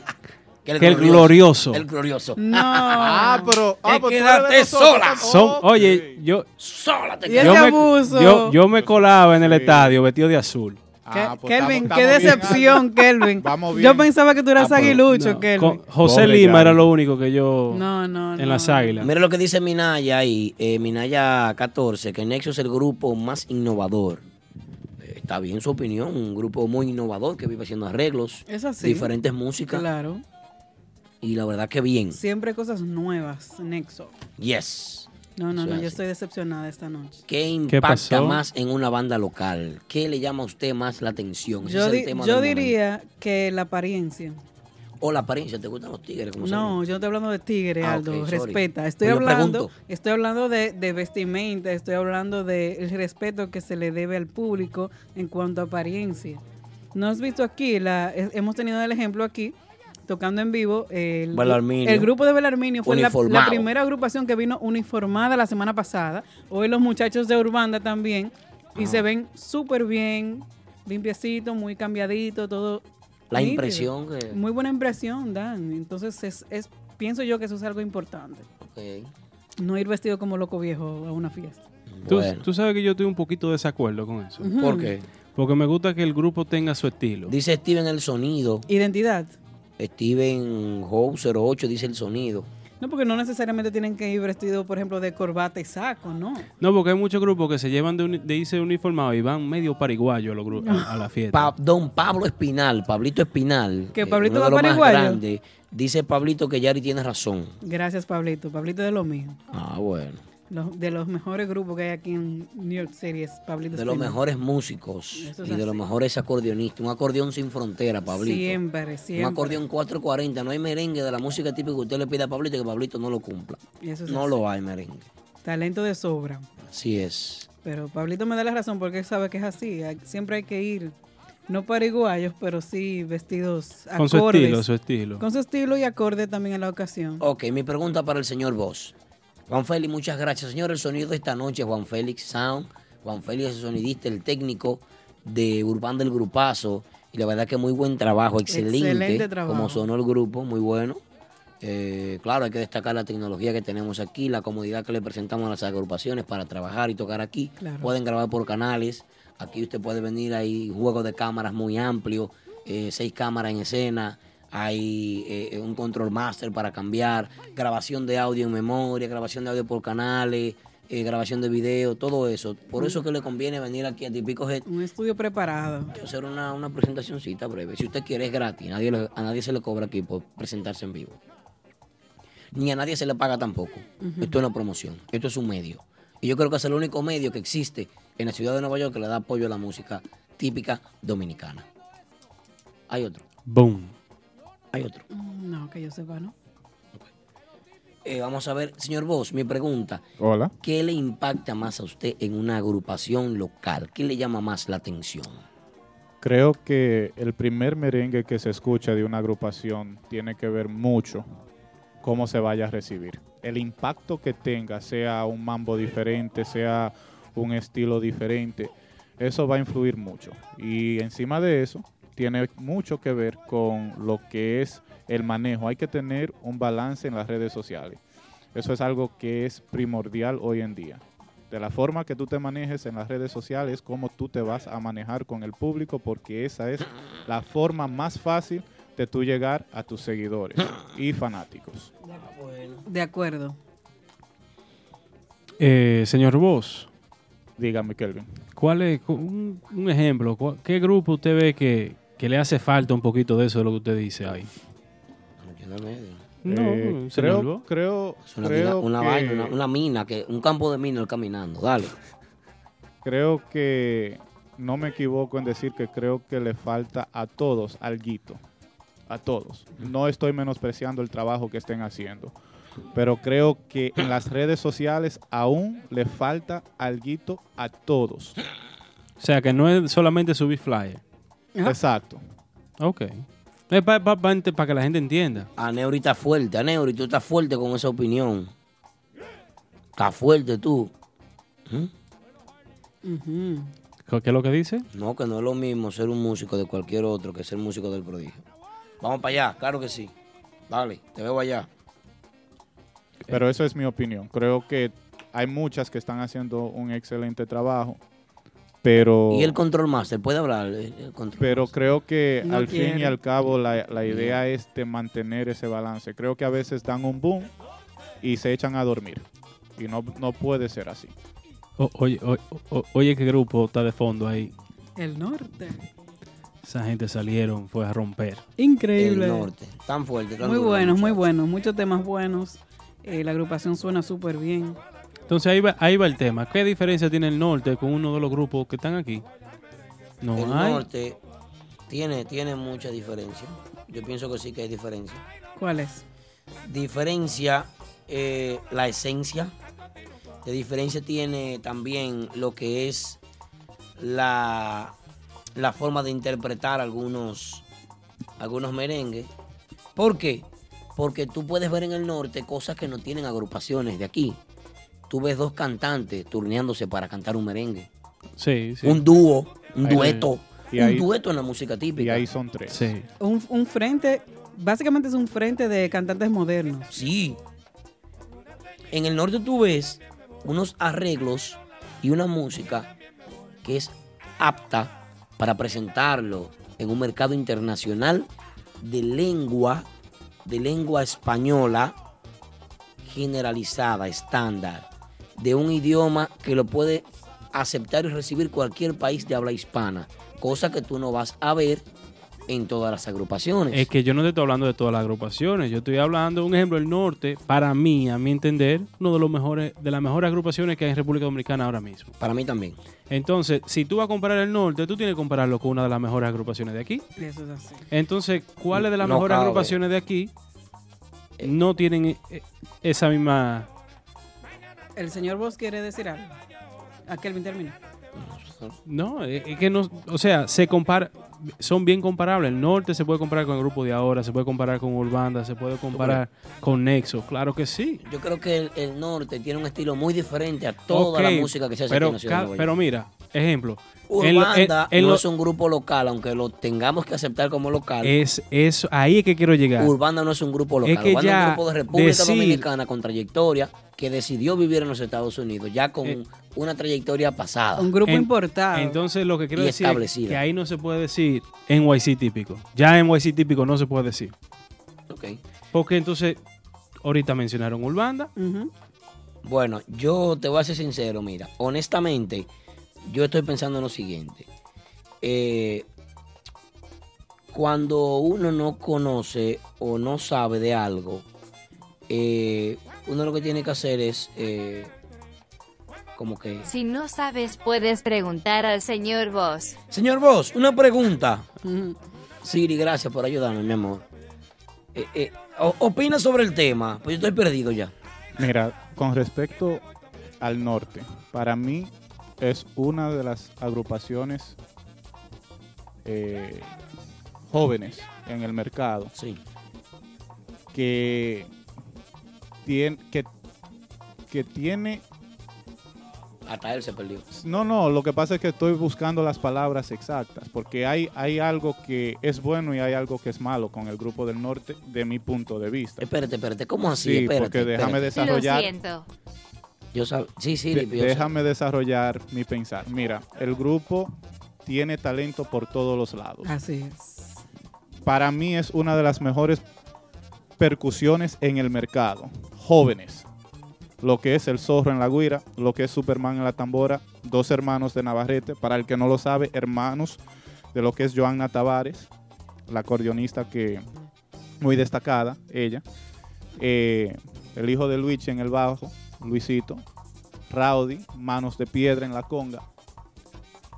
S3: que el, glorioso.
S2: El glorioso.
S4: No.
S5: Ah, pero. Ah,
S2: Te
S5: pero tú eres
S2: quedaste
S5: de nosotros.
S2: sola.
S3: Son, oye, yo,
S2: Sola te
S4: Y ese
S3: yo, me,
S4: abuso.
S3: yo, yo me colaba en el estadio vestido de azul.
S5: Ah, pues
S4: Kelvin,
S5: estamos-
S4: qué
S5: estamos bien,
S4: decepción, Kelvin.
S5: Vamos
S4: Yo
S5: bien.
S4: pensaba que tú eras
S3: Ah, pero
S4: aguilucho,
S3: no.
S4: Kelvin.
S3: Con- José
S5: Pobre
S3: Lima
S5: Jan.
S3: era lo único que yo
S4: No, no,
S3: en
S4: no.
S3: las águilas.
S2: Mira lo que dice Minaya ahí, eh, Minaya 14, que Nexo es el grupo más innovador. Eh, Está bien su opinión, un grupo muy innovador que vive haciendo arreglos,
S4: Es así.
S2: diferentes músicas
S4: Claro.
S2: y la verdad que bien.
S4: Siempre hay cosas nuevas, Nexo.
S2: Yes.
S4: No, no,
S2: Eso
S4: no,
S2: es
S4: yo
S2: así.
S4: estoy decepcionada esta noche.
S2: ¿Qué
S3: ¿Qué
S2: impacta
S3: pasó?
S2: más en una banda local? ¿Qué le llama a usted más la atención? Ese
S4: Yo,
S2: es el
S4: di-
S2: tema
S4: yo
S2: del momento.
S4: diría que la apariencia.
S2: O la apariencia, ¿te gustan los tigres? como se
S4: No,
S2: llama?
S4: yo no estoy hablando de tigre,
S2: Ah,
S4: Aldo.
S2: ok, sorry.
S4: Respeta. Estoy
S2: Pues yo
S4: hablando,
S2: pregunto.
S4: estoy hablando de, de vestimenta, estoy hablando del respeto que se le debe al público en cuanto a apariencia. No has visto aquí, la, he- hemos tenido el ejemplo aquí, tocando en vivo, el,
S2: Belarminio.
S4: el grupo de Belarminio fue la, la
S2: Uniformado.
S4: primera agrupación que vino uniformada la semana pasada. Hoy los muchachos de Urbanda también, y
S2: Ah.
S4: se ven súper bien, limpiecito, muy cambiadito, todo
S2: La
S4: nítido.
S2: impresión que-
S4: Muy buena impresión dan. Entonces, es, es- pienso yo que eso es algo importante. No ir vestido como loco viejo a una fiesta.
S3: Tú, tú sabes que yo estoy un poquito de desacuerdo con eso.
S4: Ujú. ¿Por qué?
S3: Porque me gusta que el grupo tenga su estilo.
S2: Dice Steven el sonido.
S4: Identidad.
S2: Steven Howe 08 dice el sonido.
S4: No, porque no necesariamente tienen que ir vestido, por ejemplo, de corbata y saco, ¿no?
S3: No, porque hay muchos grupos que se llevan de, uni- de irse uniformados y van medio pariguayo a, los gru- a, a la fiesta.
S2: Pa- don Pablo Espinal, Pablito Espinal.
S4: Que
S2: eh,
S4: Pablito
S2: uno de
S4: va
S2: los más
S4: pariguayo.
S2: grandes, Dice Pablito que Yari tiene razón.
S4: Gracias, Pablito. Pablito es de los míos.
S2: Ah, bueno.
S4: Los- de los mejores grupos que hay aquí en New York City es Pablito.
S2: De los
S4: Espinal.
S2: mejores músicos
S4: Eso es
S2: y de los
S4: así.
S2: mejores acordeonistas. Un acordeón sin frontera, Pablito.
S4: Siempre, siempre.
S2: Un acordeón 440. No hay merengue de la música típica que usted le pida a Pablito y que Pablito no lo cumpla.
S4: Eso es
S2: no
S4: así.
S2: lo hay merengue.
S4: Talento de sobra.
S2: Así es.
S4: Pero Pablito me da la razón porque él sabe que es así. Hay- Siempre hay que ir, no pariguayos, pero sí vestidos
S3: Con su
S4: acordes.
S3: estilo, su estilo.
S4: Con su estilo y acorde también a la ocasión.
S2: Ok, mi pregunta para el señor Vos. Juan Félix, muchas gracias. Señor, el sonido de esta noche, Juan Félix Sound. Juan Félix es el sonidista, el técnico de Urbán del Grupazo. Y la verdad que muy buen trabajo, excelente.
S4: Excelente trabajo.
S2: Como sonó el grupo, muy bueno. Eh, claro, hay que destacar la tecnología que tenemos aquí, la comodidad que le presentamos a las agrupaciones para trabajar y tocar aquí.
S17: Claro.
S2: Pueden grabar por canales. Aquí usted puede venir, hay juego de cámaras muy amplio, eh, seis cámaras en escena, hay eh, un control master para cambiar, grabación de audio en memoria, grabación de audio por canales, eh, grabación de video, todo eso. Por eso es que le conviene venir aquí a Típico Head
S4: Un estudio preparado.
S2: y hacer una, una presentacioncita breve. Si usted quiere, es gratis. Nadie le- a nadie se le cobra aquí por presentarse en vivo. Ni a nadie se le paga tampoco.
S17: Ujú.
S2: Esto es una promoción. Esto es un medio. Y yo creo que es el único medio que existe en la ciudad de Nueva York que le da apoyo a la música típica dominicana. Hay otro.
S3: Boom.
S2: Hay otro.
S4: Mm, No, que yo sepa, ¿no?
S2: Eh, vamos a ver, señor Vos, mi pregunta.
S5: Hola.
S2: ¿Qué le impacta más a usted en una agrupación local? ¿Qué le llama más la atención?
S5: Creo que el primer merengue que se escucha de una agrupación tiene que ver mucho cómo se vaya a recibir. El impacto que tenga, sea un mambo diferente, sea un estilo diferente, eso va a influir mucho. Y encima de eso, tiene mucho que ver con lo que es el manejo. Hay que tener un balance en las redes sociales. Eso es algo que es primordial hoy en día. De la forma que tú te manejes en las redes sociales, cómo tú te vas a manejar con el público, porque esa es la forma más fácil de tú llegar a tus seguidores y fanáticos.
S4: De acuerdo.
S3: Eh, señor Vos.
S5: Dígame, Kelvin.
S3: ¿Cuál es cu- un, un ejemplo? cua- ¿Qué grupo usted ve que, que le hace falta un poquito de eso de lo que usted dice ahí? No,
S5: Eh,
S3: señor
S5: creo,
S3: Bo.
S5: creo,
S2: Es una, mina-
S5: creo
S2: una
S5: que-
S2: vaina, una, una mina, que, un campo de minas caminando. Pues Dale.
S5: Creo que no me equivoco en decir que creo que le falta a todos alguito. A todos. No estoy menospreciando el trabajo que estén haciendo. Pero creo que en las redes sociales aún le falta alguito a todos.
S3: O sea, que no es solamente subir flyer.
S5: Exacto.
S3: Ok. Eh, Es para que la gente entienda.
S2: A Neuri está fuerte, a Neuri, tú estás fuerte con esa opinión. Estás fuerte tú.
S4: Ujú.
S3: ¿Qué es lo que dice?
S2: No, que no es lo mismo ser un músico de cualquier otro que ser músico del prodigio. Vamos para allá, claro que sí. Dale, te veo allá.
S5: Pero eso es mi opinión. Creo que hay muchas que están haciendo un excelente trabajo. Pero...
S2: Y el control master, puede hablar. El, el control
S5: Pero creo que
S2: No
S5: al fin y
S2: quiere.
S5: al cabo la, la idea es de mantener ese balance. Creo que a veces dan un boom y se echan a dormir. Y no, no puede ser así.
S3: O- oye, o- o- oye, qué grupo está de fondo ahí.
S4: El norte.
S3: Esa gente salieron, fue a romper.
S4: Increíble.
S2: El norte. Tan fuerte, tan
S4: Muy
S2: duro,
S4: buenos, muy
S2: muchacho.
S4: buenos. Muchos temas buenos. Eh, la agrupación suena súper bien.
S3: Entonces ahí va, ahí va el tema. ¿Qué diferencia tiene el norte con uno de los grupos que están aquí? No
S2: El
S3: hay.
S2: norte tiene, tiene mucha diferencia. Yo pienso que sí que hay diferencia.
S4: ¿Cuál es?
S2: Diferencia eh, la esencia. De diferencia tiene también lo que es la, la forma de interpretar algunos, algunos merengues. ¿Por qué? Porque tú puedes ver en el norte cosas que no tienen agrupaciones de aquí. Tú ves dos cantantes turneándose para cantar un merengue.
S3: Sí, sí.
S2: Un dúo, un
S3: Ahí-
S2: dueto.
S3: y
S2: un
S3: ahí-
S2: dueto en la música típica. Y ahí
S5: son tres.
S3: Sí.
S4: Un, un frente, básicamente es un frente de cantantes modernos.
S2: Sí. En el norte tú ves unos arreglos y una música que es apta para presentarlo en un mercado internacional de lengua, de lengua española generalizada, estándar, de un idioma que lo puede aceptar y recibir cualquier país de habla hispana, cosa que tú no vas a ver en todas las agrupaciones.
S3: Es que yo no te estoy hablando de todas las agrupaciones, yo estoy hablando, un ejemplo, el norte, para mí, a mi entender, uno de los mejores, de las mejores agrupaciones que hay en República Dominicana ahora mismo.
S2: Para mí también.
S3: Entonces, si tú vas a comparar el norte, tú tienes que compararlo con una de las mejores agrupaciones de aquí.
S4: Eso es así.
S3: Entonces, ¿cuáles de las
S4: No
S3: mejores
S4: cabe.
S3: agrupaciones de aquí no tienen eh, esa misma...
S4: El señor Vos quiere decir algo. A Kelvin termina.
S3: No, eh, es que no, o sea, se compara, son bien comparables. El norte se puede comparar con el grupo de ahora, se puede comparar con Urbanda, se puede comparar con Nexo, claro que sí.
S2: Yo creo que el, el norte tiene un estilo muy diferente a toda
S3: Ok,
S2: la música que se hace
S3: pero,
S2: aquí en la ciudad de
S3: ca-
S2: Nueva York.
S3: pero mira, ejemplo. en lo- en-
S2: Urbanda
S3: en
S2: no
S3: lo-
S2: es un grupo local, aunque lo tengamos que aceptar como local.
S3: es, es- ahí es que quiero llegar.
S2: Urbanda no es un grupo local,
S3: Eh, Es que
S2: Urbanda es
S3: ya
S2: un grupo de República
S3: decir-
S2: Dominicana con trayectoria que decidió vivir en los Estados Unidos, ya con
S3: Eh,
S2: una trayectoria pasada.
S3: En- Entonces, lo que quiero
S2: Y
S3: decir es
S2: establecida.
S3: que ahí no se puede decir NYC típico. Ya NYC típico no se puede decir.
S2: Ok.
S3: Porque entonces, ahorita mencionaron Urbanda.
S2: Bueno, yo te voy a ser sincero, mira, honestamente, yo estoy pensando en lo siguiente. Eh, cuando uno no conoce o no sabe de algo, eh, uno lo que tiene que hacer es eh, como que...
S17: Si no sabes, puedes preguntar al señor Vos.
S2: Señor Vos, una pregunta. Siri, gracias por ayudarme, mi amor. Eh, eh, o- opina sobre el tema, pues yo estoy perdido ya.
S5: Mira, con respecto al norte, para mí es una de las agrupaciones eh, jóvenes en el mercado que, tiene, que, que tiene
S2: Hasta él se perdió.
S5: no, no, lo que pasa es que estoy buscando las palabras exactas, porque hay, hay algo que es bueno y hay algo que es malo con el grupo del norte, de mi punto de vista.
S2: Espérate, espérate, ¿cómo así?
S5: Sí,
S2: Espérate,
S5: porque
S2: espérate.
S5: déjame desarrollar.
S2: Yo sab- sí, sí,
S5: De-
S2: yo sab-
S5: déjame desarrollar mi pensar. Mira, el grupo tiene talento por todos los lados.
S4: Así es.
S5: Para mí es una de las mejores percusiones en el mercado. Jóvenes. Lo que es El Zorro en la Guira, lo que es Superman en la Tambora, dos hermanos de Navarrete. Para el que no lo sabe, hermanos de lo que es Joanna Tavares, la acordeonista que muy destacada, ella. Eh, el hijo de Luigi en el bajo, Luisito. Rowdy, Manos de Piedra en la conga.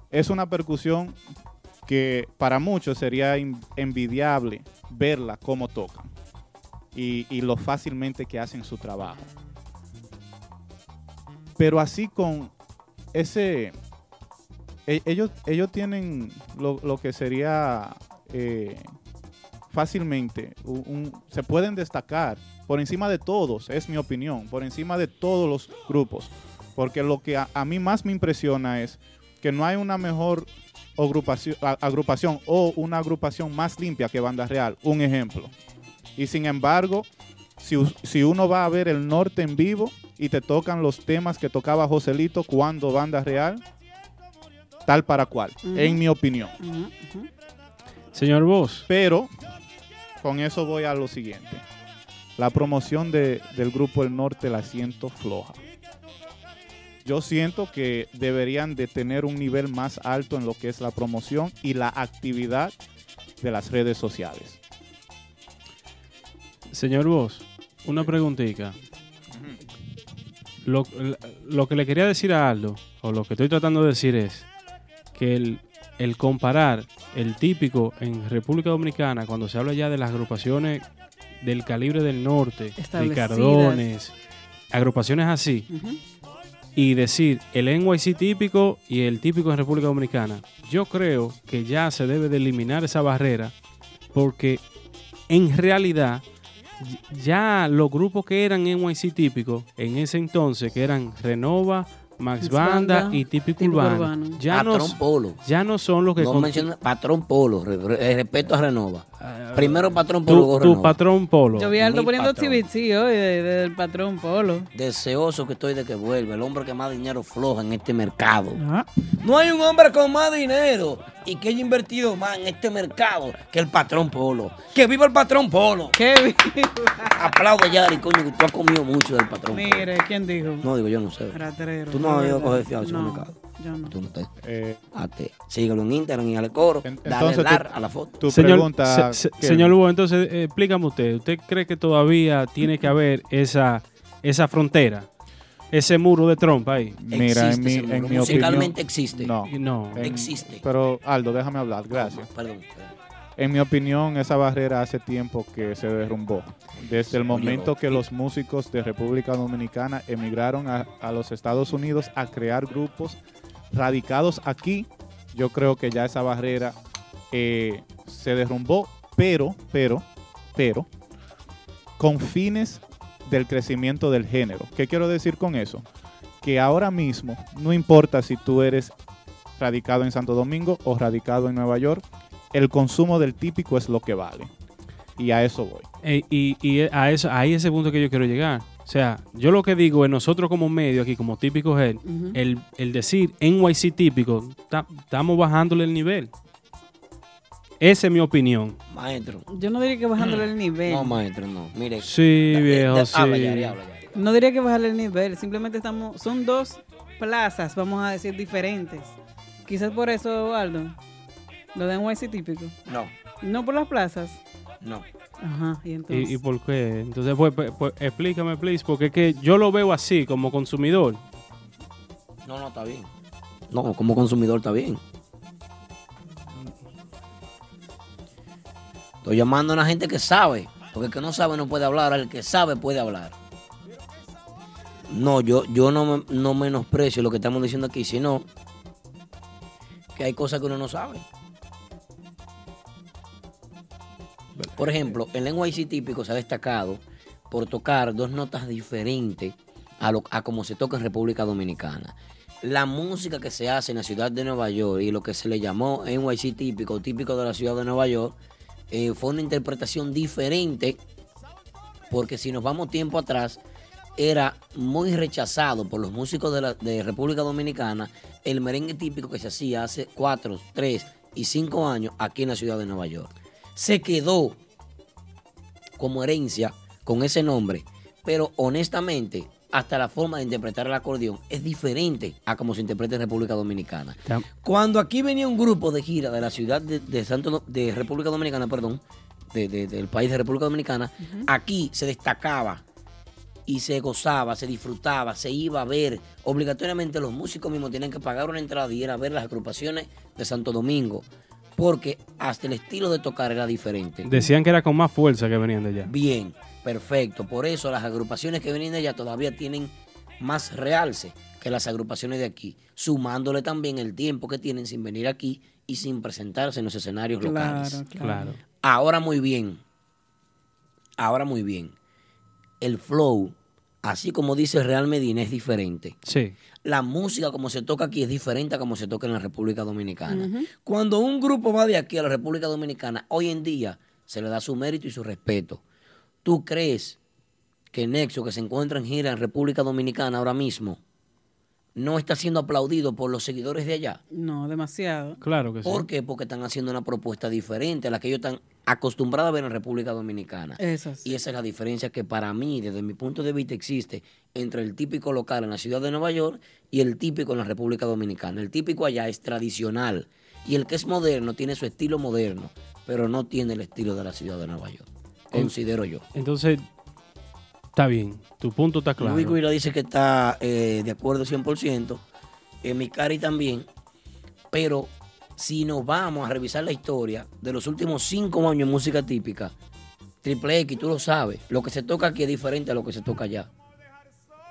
S5: Es una percusión que para muchos sería in- envidiable verla cómo tocan y, y lo fácilmente que hacen su trabajo. Pero así con ese... e- Ellos, ellos tienen lo, lo que sería eh, fácilmente, un- un- se pueden destacar por encima de todos, es mi opinión, por encima de todos los grupos. Porque lo que a, a mí más me impresiona es que no hay una mejor agrupación, a- agrupación o una agrupación más limpia que Banda Real. Un ejemplo. Y sin embargo, si, us- si uno va a ver el norte en vivo y te tocan los temas que tocaba Joselito cuando Banda Real, tal para cual,
S3: Ujú.
S5: en mi opinión.
S3: Señor Vos.
S5: Pero con eso voy a lo siguiente. La promoción de- del grupo El Norte la siento floja. Yo siento que deberían de tener un nivel más alto en lo que es la promoción y la actividad de las redes sociales.
S3: Señor Vos, una preguntita. Lo, lo que le quería decir a Aldo, o lo que estoy tratando de decir es que el, el comparar el típico en República Dominicana, cuando se habla ya de las agrupaciones del calibre del norte,
S4: Establecidas.
S3: Ricardones, agrupaciones así, y decir el NYC típico y el típico en República Dominicana, yo creo que ya se debe de eliminar esa barrera porque en realidad y- ya los grupos que eran NYC típicos en ese entonces, que eran Renova,
S2: Max
S3: Max Banda,
S2: Banda,
S3: y Típico,
S2: Típico
S3: Urbano,
S2: Urbano.
S3: Ya, no,
S2: Patrón Polo.
S3: ya no son los que...
S2: Ah, No
S3: con-
S2: menciona patrón polo, re- re- eh, respeto a Renova. Primero patrón
S3: Ah, tu-
S2: polo, luego
S3: tu
S2: Renova.
S3: patrón polo.
S4: Yo vi a Aldo
S2: Mi
S4: poniendo
S2: patrón.
S4: TBT hoy de- de- del patrón Polo.
S2: Deseoso que estoy de que vuelva, el hombre que más dinero floja en este mercado.
S4: Ah.
S2: No hay un hombre con más dinero y que haya invertido más en este mercado que el patrón Polo. ¡Que viva el patrón Polo!
S4: ¡Que viva!
S2: Aplaudo Yari, coño, que tú has comido mucho del patrón Polo.
S4: Mire, ¿quién dijo?
S2: No, digo, yo no sé.
S4: Ratero.
S2: Tú no has oído
S4: ¿verdad?
S2: coger fiado,
S4: No,
S2: no,
S4: yo no.
S2: Tú no te... Ate. Síguelo en Instagram y al coro. Dale
S5: Eh, entonces
S2: lar
S5: tú-
S2: a la foto.
S5: tú-
S3: Señor,
S5: pregunta,
S3: se- se-
S5: que-
S3: señor Lugo, entonces eh, explícame usted, ¿usted cree que todavía tiene que haber esa, esa frontera, ese muro de trompa ahí?
S5: Mira, en mi, en mi opinión, No,
S3: No.
S5: En-
S3: Existe.
S5: Pero Aldo, déjame hablar, gracias.
S2: Perdón.
S5: En mi opinión, esa barrera hace tiempo que se derrumbó. Desde el
S2: Oye,
S5: momento que los músicos de República Dominicana emigraron a, a los Estados Unidos a crear grupos radicados aquí, yo creo que ya esa barrera eh, se derrumbó, pero, pero, pero, con fines del crecimiento del género. ¿Qué quiero decir con eso? Que ahora mismo, no importa si tú eres radicado en Santo Domingo o radicado en Nueva York, el consumo del típico es lo que vale. Y a eso voy.
S3: Eh, y y a eso, ahí es el punto que yo quiero llegar. O sea, yo lo que digo es nosotros como medio aquí, como típicos él,
S5: Ujú.
S3: el, el decir NYC típico, ta- estamos bajándole el nivel. Esa es mi opinión.
S2: Maestro. Mm.
S4: Yo no diría que bajándole el nivel.
S2: No, maestro, no. Mire. eh,
S3: Sí, viejo, sí.
S2: Habla, Yari, habla, Yari.
S4: No diría que bajarle el nivel, simplemente estamos, son dos plazas, vamos a decir, diferentes. Quizás por eso, Aldo, lo de NYC típico.
S2: No.
S4: No por las plazas.
S2: No.
S4: Ajá, y entonces.
S3: ¿Y, y por qué? Entonces, pues, pues, pues, explícame, please, porque es que yo lo veo así, como consumidor.
S2: No, no, está bien. No, como consumidor está bien. Estoy llamando a una gente que sabe. Porque el que no sabe no puede hablar. El que sabe puede hablar. No, yo, yo no, me- no menosprecio lo que estamos diciendo aquí, sino que hay cosas que uno no sabe. Por ejemplo, el NYC típico se ha destacado por tocar dos notas diferentes a, lo, a como se toca en República Dominicana. La música que se hace en la ciudad de Nueva York y lo que se le llamó NYC típico, típico de la ciudad de Nueva York, eh, fue una interpretación diferente porque si nos vamos tiempo atrás, era muy rechazado por los músicos de, la, de República Dominicana el merengue típico que se hacía hace 4, 3 y 5 años aquí en la ciudad de Nueva York. Se quedó como herencia con ese nombre, pero honestamente hasta la forma de interpretar el acordeón es diferente a como se interpreta en República Dominicana. Cuando aquí venía un grupo de gira de la ciudad de, de Santo Do- de República Dominicana, perdón, de- de- del país de República Dominicana, aquí se destacaba y se gozaba, se disfrutaba, se iba a ver. Obligatoriamente los músicos mismos tenían que pagar una entrada y ir a ver las agrupaciones de Santo Domingo, porque hasta el estilo de tocar era diferente.
S3: Decían que era con más fuerza que venían de allá.
S2: Bien, perfecto. Por eso las agrupaciones que vienen de allá todavía tienen más realce que las agrupaciones de aquí, sumándole también el tiempo que tienen sin venir aquí y sin presentarse en los escenarios
S4: Claro,
S2: locales.
S4: claro. Claro.
S2: Ahora muy bien. Ahora muy bien. El flow, así como dice Real Medina, es diferente.
S3: Sí.
S2: La música como se toca aquí es diferente a como se toca en la República Dominicana. Cuando un grupo va de aquí a la República Dominicana, hoy en día se le da su mérito y su respeto. ¿Tú crees que Nexo, que se encuentra en gira en República Dominicana ahora mismo, no está siendo aplaudido por los seguidores de allá?
S4: No, demasiado.
S3: Claro que
S2: ¿Por qué? Porque están haciendo una propuesta diferente a la que ellos están acostumbrados a ver en República Dominicana.
S4: Eso
S2: Y esa es la diferencia que para mí, desde mi punto de vista, existe entre el típico local en la ciudad de Nueva York y el típico en la República Dominicana. El típico allá es tradicional y el que es moderno tiene su estilo moderno, pero no tiene el estilo de la ciudad de Nueva York, considero yo.
S3: Entonces, está bien. Tu punto está claro.
S2: Luis Guira dice que está eh, de acuerdo 100%, en mi cari también, pero si nos vamos a revisar la historia de los últimos cinco años en música típica, Triple X, tú lo sabes, lo que se toca aquí es diferente a lo que se toca allá.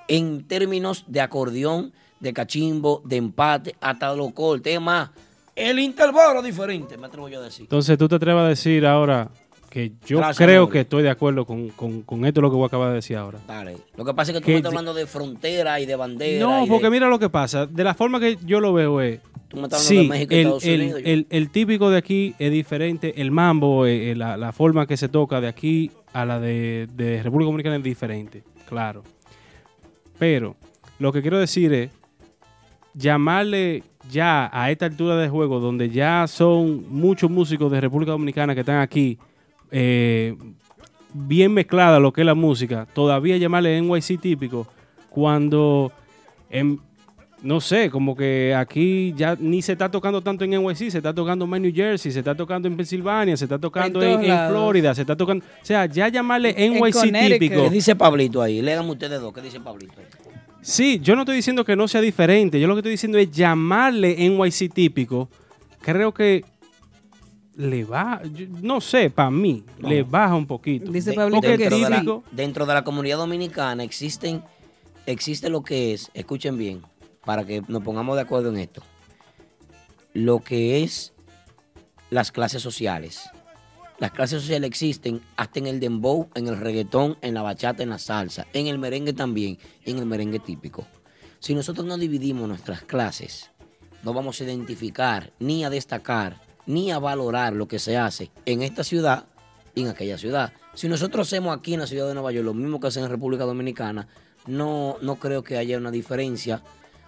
S2: En términos de acordeón, de cachimbo, de empate, hasta los cortes, es más, el intervalo es diferente, me atrevo yo a decir.
S3: Entonces tú te atreves a decir ahora que yo
S2: Gracias,
S3: creo
S2: Mauri.
S3: que estoy de acuerdo con, con- con esto lo que voy a acabar de decir ahora.
S2: Dale. Lo que pasa es que tú
S3: Que
S2: me estás
S3: ye-
S2: hablando de frontera y de bandera.
S3: No,
S2: y
S3: porque
S2: de-
S3: mira lo que pasa. De la forma que yo lo veo es...
S2: Tú me estás hablando
S3: Sí,
S2: de México y
S3: el,
S2: Estados
S3: el-
S2: Unidos, yo-
S3: el- el típico de aquí es diferente. El mambo, eh, eh, la, la forma que se toca de aquí a la de, de República Dominicana es diferente, claro. Pero lo que quiero decir es llamarle ya a esta altura de juego, donde ya son muchos músicos de República Dominicana que están aquí, eh, bien mezclada lo que es la música, todavía llamarle NYC típico, cuando, en, no sé, como que aquí ya ni se está tocando tanto en NYC, se está tocando más en New Jersey, se está tocando en Pensilvania, se está tocando
S2: En
S3: en,
S2: todos
S3: en
S2: lados.
S3: Florida, se está tocando... O sea, ya llamarle NYC típico...
S2: ¿Qué dice Pablito ahí? Léganme ustedes dos, ¿qué dice Pablito? ahí?
S3: Sí, yo no estoy diciendo que no sea diferente. Yo lo que estoy diciendo es llamarle NYC típico. Creo que le va, yo- no sé, para mí,
S2: No.
S3: le baja un poquito.
S2: De-
S3: Porque
S2: dentro, de la,
S3: típico,
S2: dentro de la comunidad dominicana existen, existe lo que es, escuchen bien, para que nos pongamos de acuerdo en esto, lo que es las clases sociales. Las clases sociales existen hasta en el dembow, en el reggaetón, en la bachata, en la salsa, en el merengue también, y en el merengue típico. Si nosotros no dividimos nuestras clases, no vamos a identificar, ni a destacar, ni a valorar lo que se hace en esta ciudad y en aquella ciudad. Si nosotros hacemos aquí en la ciudad de Nueva York lo mismo que hacen en República Dominicana, no, no creo que haya una diferencia,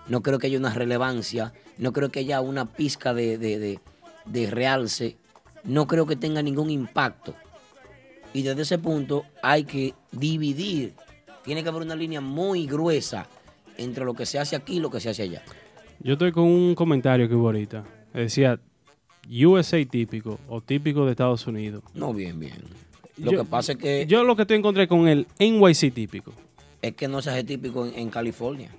S2: no creo que haya una relevancia, no creo que haya una pizca de, de- de- de realce, no creo que tenga ningún impacto. Y desde ese punto hay que dividir, tiene que haber una línea muy gruesa entre lo que se hace aquí y lo que se hace allá.
S3: yo estoy con un comentario que hubo ahorita. Decía USA típico o típico de Estados Unidos.
S2: No, bien, bien. Lo que pasa es que
S3: Yo lo que te encontré con el NYC típico.
S2: es que no se hace típico en, en California.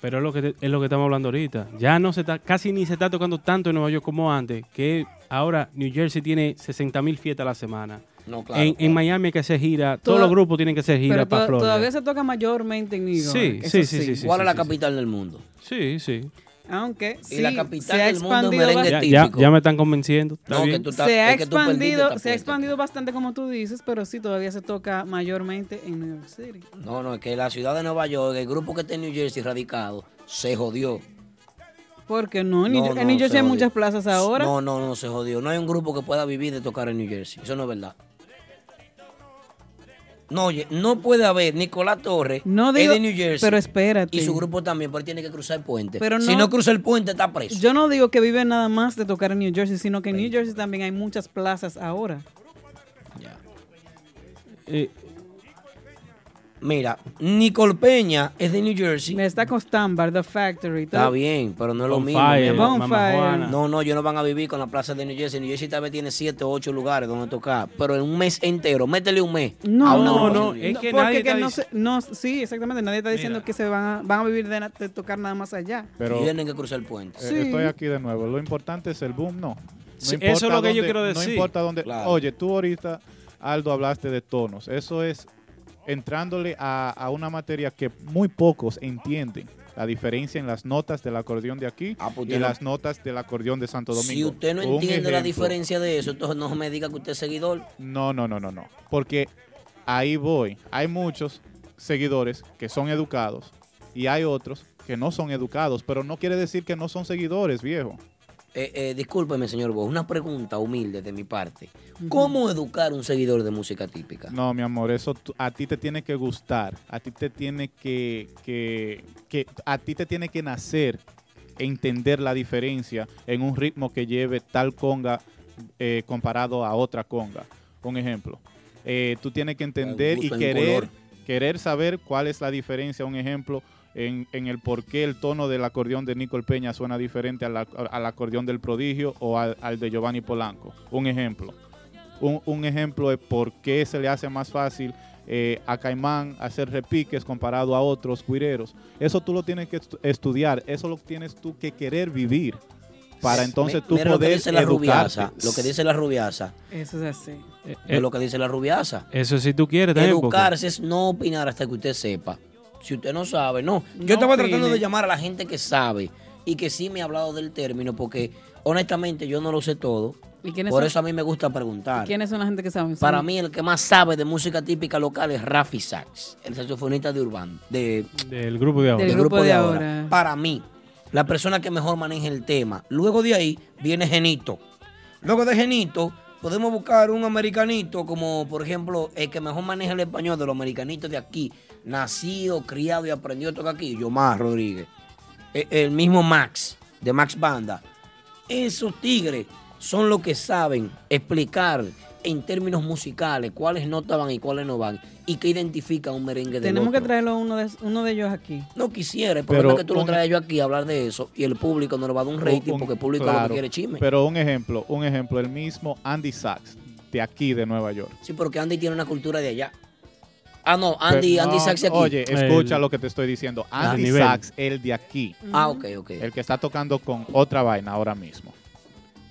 S3: Pero es lo que te- es lo que estamos hablando ahorita. Ya no se está, casi ni se está tocando tanto en Nueva York como antes, que ahora New Jersey tiene 60 mil fiestas a la semana.
S2: No, claro,
S3: en, en
S2: claro.
S3: Miami hay que hacer gira,
S4: Toda-
S3: todos los grupos tienen que hacer gira
S4: Pero
S3: para
S4: to-
S3: Florida.
S4: todavía se toca mayormente en New York. Eh,
S3: Sí,
S4: eso
S3: sí, sí, sí, sí,
S2: ¿Cuál
S3: sí,
S2: es la
S3: sí,
S2: capital del mundo?
S3: Sí, sí.
S4: Aunque
S2: Y
S4: sí,
S2: la capital
S4: se ha
S2: del mundo es
S4: expandido
S2: merengue
S3: Ya,
S4: bastante.
S3: ya, ya me están convenciendo. ¿Está
S2: No, que
S3: bien?
S2: tú estás-
S4: Se ha
S2: es que tú perdiste
S4: expandido,
S2: esta
S4: se ha
S2: apuesta.
S4: expandido bastante como tú dices, pero sí todavía se toca mayormente en New York City.
S2: No, no, es que la ciudad de Nueva York, el grupo que está en New Jersey radicado, se jodió.
S4: Porque no, en New-
S2: No,
S4: en
S2: no,
S4: New Jersey
S2: se
S4: hay
S2: jodió.
S4: muchas plazas ahora.
S2: No, no, no, se jodió. No hay un grupo que pueda vivir de tocar en New Jersey. Eso no es verdad. No, oye, no puede haber. Nicolás Torres
S4: No
S2: es
S4: digo-
S2: de New Jersey.
S4: pero espérate.
S2: Y su grupo también, pero tiene que cruzar el puente.
S4: Pero
S2: si
S4: no-
S2: no cruza el puente, está preso.
S4: Yo no digo que vive nada más de tocar en New Jersey, sino que en New Jersey también hay muchas plazas ahora.
S3: Eh,
S2: Mira, Nicole Peña es de New Jersey.
S4: Me está costando The Factory. todo.
S2: Está bien, pero no es lo mismo.
S3: Bonfire,
S2: mi amor.
S4: Bonfire. Mamá Juana.
S2: No, no, ellos no van a vivir con la plaza de New Jersey. New Jersey tal vez tiene siete o ocho lugares donde tocar, pero en un mes entero, métele un mes. a una
S4: No, no,
S2: agrupación
S4: no,
S2: de New Jersey.
S4: porque que no, se- no, sí, exactamente, nadie está diciendo que se van a, van a vivir de, na- de tocar nada más allá.
S5: Pero-
S2: Tienen que cruzar el puente.
S5: Eh, Estoy aquí de nuevo. Lo importante es el boom, no. No
S3: Sí,
S5: importa
S3: eso es lo que yo
S5: dónde-
S3: quiero
S5: No
S3: decir.
S5: importa dónde.
S3: Claro.
S5: Oye, tú ahorita, Aldo, hablaste de tonos. Eso es entrándole a, a una materia que muy pocos entienden. La diferencia en las notas del acordeón de aquí
S2: usted
S5: y
S2: Ah, pues no-
S5: las notas del acordeón de Santo Domingo.
S2: Si usted no
S5: Un
S2: entiende la
S5: ejemplo.
S2: diferencia de eso, entonces no me diga que usted es seguidor.
S5: No, no, no, no, no. Porque ahí voy. Hay muchos seguidores que son educados y hay otros que no son educados, pero no quiere decir que no son seguidores, viejo.
S2: Eh, eh, discúlpeme, señor Vos, una pregunta humilde de mi parte. ¿Cómo educar un seguidor de música típica?
S5: No, mi amor, eso tú- a ti te tiene que gustar, a ti te tiene que, que, que- a ti te tiene que nacer e entender la diferencia en un ritmo que lleve tal conga eh, comparado a otra conga. Un ejemplo, eh, tú tienes que entender y
S2: gusto en
S5: querer,
S2: color.
S5: querer saber cuál es la diferencia, un ejemplo, en, en el por qué el tono del acordeón de Nicole Peña suena diferente al, ac- al acordeón del prodigio o al- al de Giovanni Polanco. Un ejemplo un, un ejemplo de por qué se le hace más fácil eh, a Caimán hacer repiques comparado a otros cuireros. Eso tú lo tienes que estu- estudiar, eso lo tienes tú que querer vivir. para entonces
S2: Mi-
S5: tú
S2: mira lo que
S5: poder
S2: dice la
S5: educarte.
S2: rubiasa, lo que dice la rubiasa,
S4: Eso es así.
S2: es lo que dice la rubiasa.
S3: Eso si tú quieres también. porque-
S2: Educarse es no opinar hasta que usted sepa. Si usted no sabe, no. Yo estaba tratando
S4: opine.
S2: de llamar a la gente que sabe y que sí me ha hablado del término porque honestamente yo no lo sé todo.
S4: ¿Y quiénes
S2: Por
S4: son?
S2: eso a mí me gusta preguntar.
S4: ¿Quiénes son la gente que saben?
S2: Para
S4: Son-
S2: mí el que más sabe de música típica local es Rafi Sachs, el saxofonista de Urban, de,
S3: Del grupo de ahora.
S2: del grupo de ahora. Para mí, la persona que mejor maneja el tema. Luego de ahí viene Genito. Luego de Genito podemos buscar un americanito como, por ejemplo, el que mejor maneja el español de los americanitos de aquí, nacido, criado y aprendió a tocar aquí, Yomar Rodríguez. E- El mismo Max, de Max Banda. Esos tigres son los que saben explicar en términos musicales cuáles notas van y cuáles no van y que identifica un merengue de
S4: Tenemos que traerlo a uno de, uno de ellos aquí.
S2: No quisiera, el problema es que tú lo traes yo aquí a hablar de eso y el público no le va a dar un rating
S5: Un-
S2: porque el público lo
S5: claro,
S2: que quiere es chisme.
S5: Pero un ejemplo, un ejemplo, el mismo Andy Sachs de aquí de Nueva York.
S2: sí, porque Andy tiene una cultura de allá. Ah, no, Andy,
S5: Pero-
S2: Andy
S5: no,
S2: Sachs aquí.
S5: Oye, escucha lo que te estoy diciendo.
S2: Ah.
S5: Andy
S2: Nivel.
S5: Sachs, el de aquí.
S2: Ah, ok, ok.
S5: El que está tocando con otra vaina ahora mismo.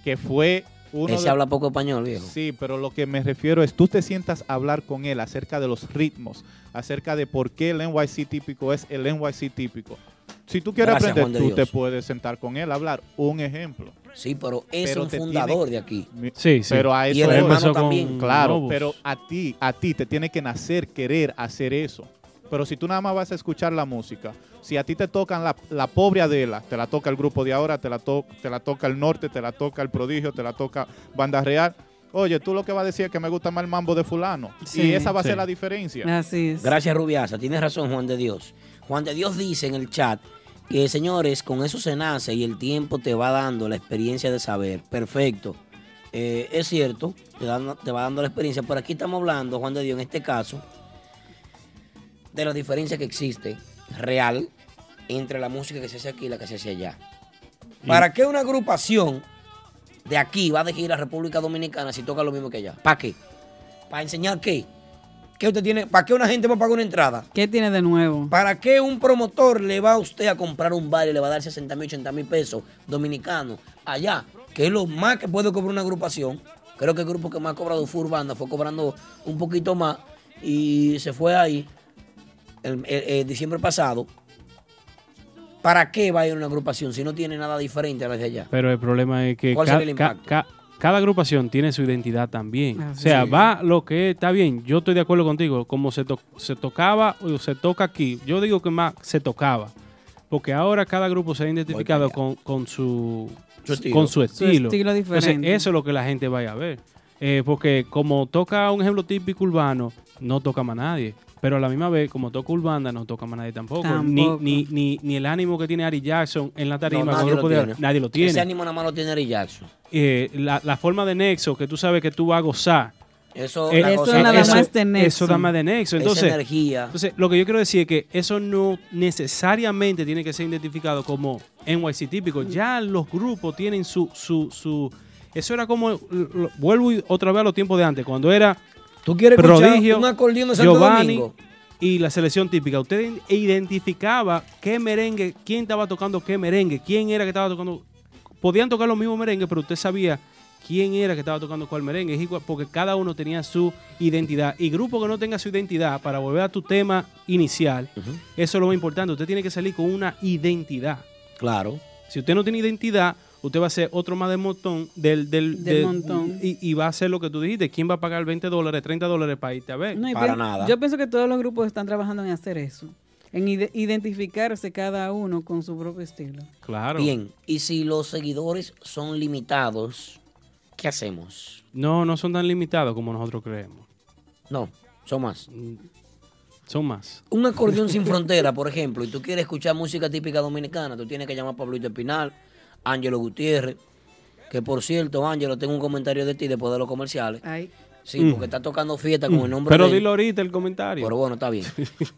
S5: Que fue uno.
S2: Ese
S5: de-
S2: habla poco español, viejo.
S5: Sí, pero lo que me refiero es tú te sientas a hablar con él acerca de los ritmos, acerca de por qué el NYC típico es el NYC típico. Si tú quieres
S2: Gracias,
S5: aprender,
S2: Juan de Dios.
S5: tú te puedes sentar con él a hablar. Un ejemplo.
S2: Sí, pero es
S5: Pero
S2: un
S5: te
S2: fundador
S5: tiene-
S2: de aquí.
S3: Sí, sí.
S5: Pero a
S2: Y
S5: eso
S2: el
S5: voy.
S2: hermano Empezó con también.
S5: Claro,
S2: Novus.
S5: pero a ti, a ti te tiene que nacer querer hacer eso. Pero si tú nada más vas a escuchar la música, si a ti te tocan la, la pobre Adela, te la toca el grupo de ahora, te la, to- te la toca el norte, te la toca el prodigio, te la toca Banda Real. Oye, tú lo que vas a decir es que me gusta más el mambo de fulano. y esa va a ser la
S2: Ah,
S5: diferencia.
S2: Gracias, Rubiasa. Tienes razón, Juan de Dios. Juan de Dios dice en el chat que, señores, con eso se nace y el tiempo te va dando la experiencia de saber. Perfecto. Eh, es cierto, te, dan- te va dando la experiencia. Por aquí estamos hablando, Juan de Dios, en este caso, de la diferencia que existe real entre la música que se hace aquí y la que se hace allá. ¿Para qué una agrupación de aquí va a dirigir a República Dominicana si toca lo mismo que allá? ¿Para qué? ¿Para enseñar qué? ¿Qué usted tiene? ¿Para qué una gente va a pagar una entrada?
S4: ¿Qué tiene de nuevo?
S2: ¿Para qué un promotor le va a usted a comprar un bar y le va a dar 60 mil, 80 mil pesos dominicanos allá? Que es lo más que puede cobrar una agrupación. Creo que el grupo que más ha cobrado fue Urbanda, fue cobrando un poquito más y se fue ahí el, el- el diciembre pasado. ¿Para qué va a ir una agrupación si no tiene nada diferente a las de allá?
S3: Pero el problema es que
S2: ¿Cuál
S3: ca-
S2: sería el
S3: ca- ca- cada agrupación tiene su identidad también.
S2: Ah,
S3: o sea,
S2: sí.
S3: va lo que está bien. Yo estoy de acuerdo contigo. Como se, to- se tocaba o se toca aquí, yo digo que más se tocaba. Porque ahora cada grupo se ha identificado con, con su,
S2: Su estilo.
S3: con su
S2: Su
S3: estilo.
S2: estilo
S3: Entonces,
S2: diferente.
S3: eso es lo que la gente vaya a ver. Eh, porque como toca un ejemplo típico urbano, no toca más nadie. Pero a la misma vez, como toca Urbanda, no toca más nadie tampoco. Ni,
S2: Tampoco.
S3: ni, ni, ni el ánimo que tiene Ari Jackson en la tarima.
S2: No,
S3: con el grupo de- nadie lo tiene
S2: Ese ánimo nada más lo tiene Ari Jackson.
S3: eh, la, la forma de nexo que tú sabes que tú vas a gozar.
S2: Eso,
S3: Eh,
S2: la
S3: eso
S2: cosa-
S3: nada
S2: eso-
S3: más de nexo. eso nada más de nexo.
S2: Esa
S3: Entonces-
S2: energía.
S3: Entonces, lo que yo quiero decir es que eso no necesariamente tiene que ser identificado como NYC típico. Ya los grupos tienen su... su, su eso era como, eh, lo- vuelvo y- otra vez a los tiempos de antes, cuando era
S2: ¿Tú quieres escuchar
S3: prodigio,
S2: un acordeón de Santo
S3: Giovanni
S2: Domingo?
S3: y la selección típica. Usted identificaba qué merengue, quién estaba tocando qué merengue, quién era que estaba tocando podían tocar los mismos merengues, pero usted sabía quién era que estaba tocando cuál merengue, Es igual- porque cada uno tenía su identidad. Y grupo que no tenga su identidad, para volver a tu tema inicial, eso es lo más importante. Usted tiene que salir con una identidad.
S2: Claro.
S3: Si usted no tiene identidad, usted va a ser otro más del montón. Del, del,
S4: Del
S3: del-
S4: montón.
S3: Y, y va a ser lo que tú dijiste. ¿Quién va a pagar 20 dólares, 30 dólares para irte a ver?
S4: No, y pien- Yo pienso que todos los grupos están trabajando en hacer eso, en ide- identificarse cada uno con su propio estilo.
S3: Claro.
S2: Bien, y si los seguidores son limitados, ¿qué hacemos?
S3: No, no son tan limitados como nosotros creemos. Mm,
S2: No, son más.
S3: Son más.
S2: Un acordeón sin frontera, por ejemplo, y tú quieres escuchar música típica dominicana, tú tienes que llamar a Pablito Espinal, Ángelo Gutiérrez, que por cierto, Ángelo, tengo un comentario de ti después de los comerciales. Sí,
S3: Mm.
S2: porque está tocando fiesta con el nombre
S3: Pero
S2: de él.
S3: dilo ahorita el comentario.
S2: Pero bueno, está bien.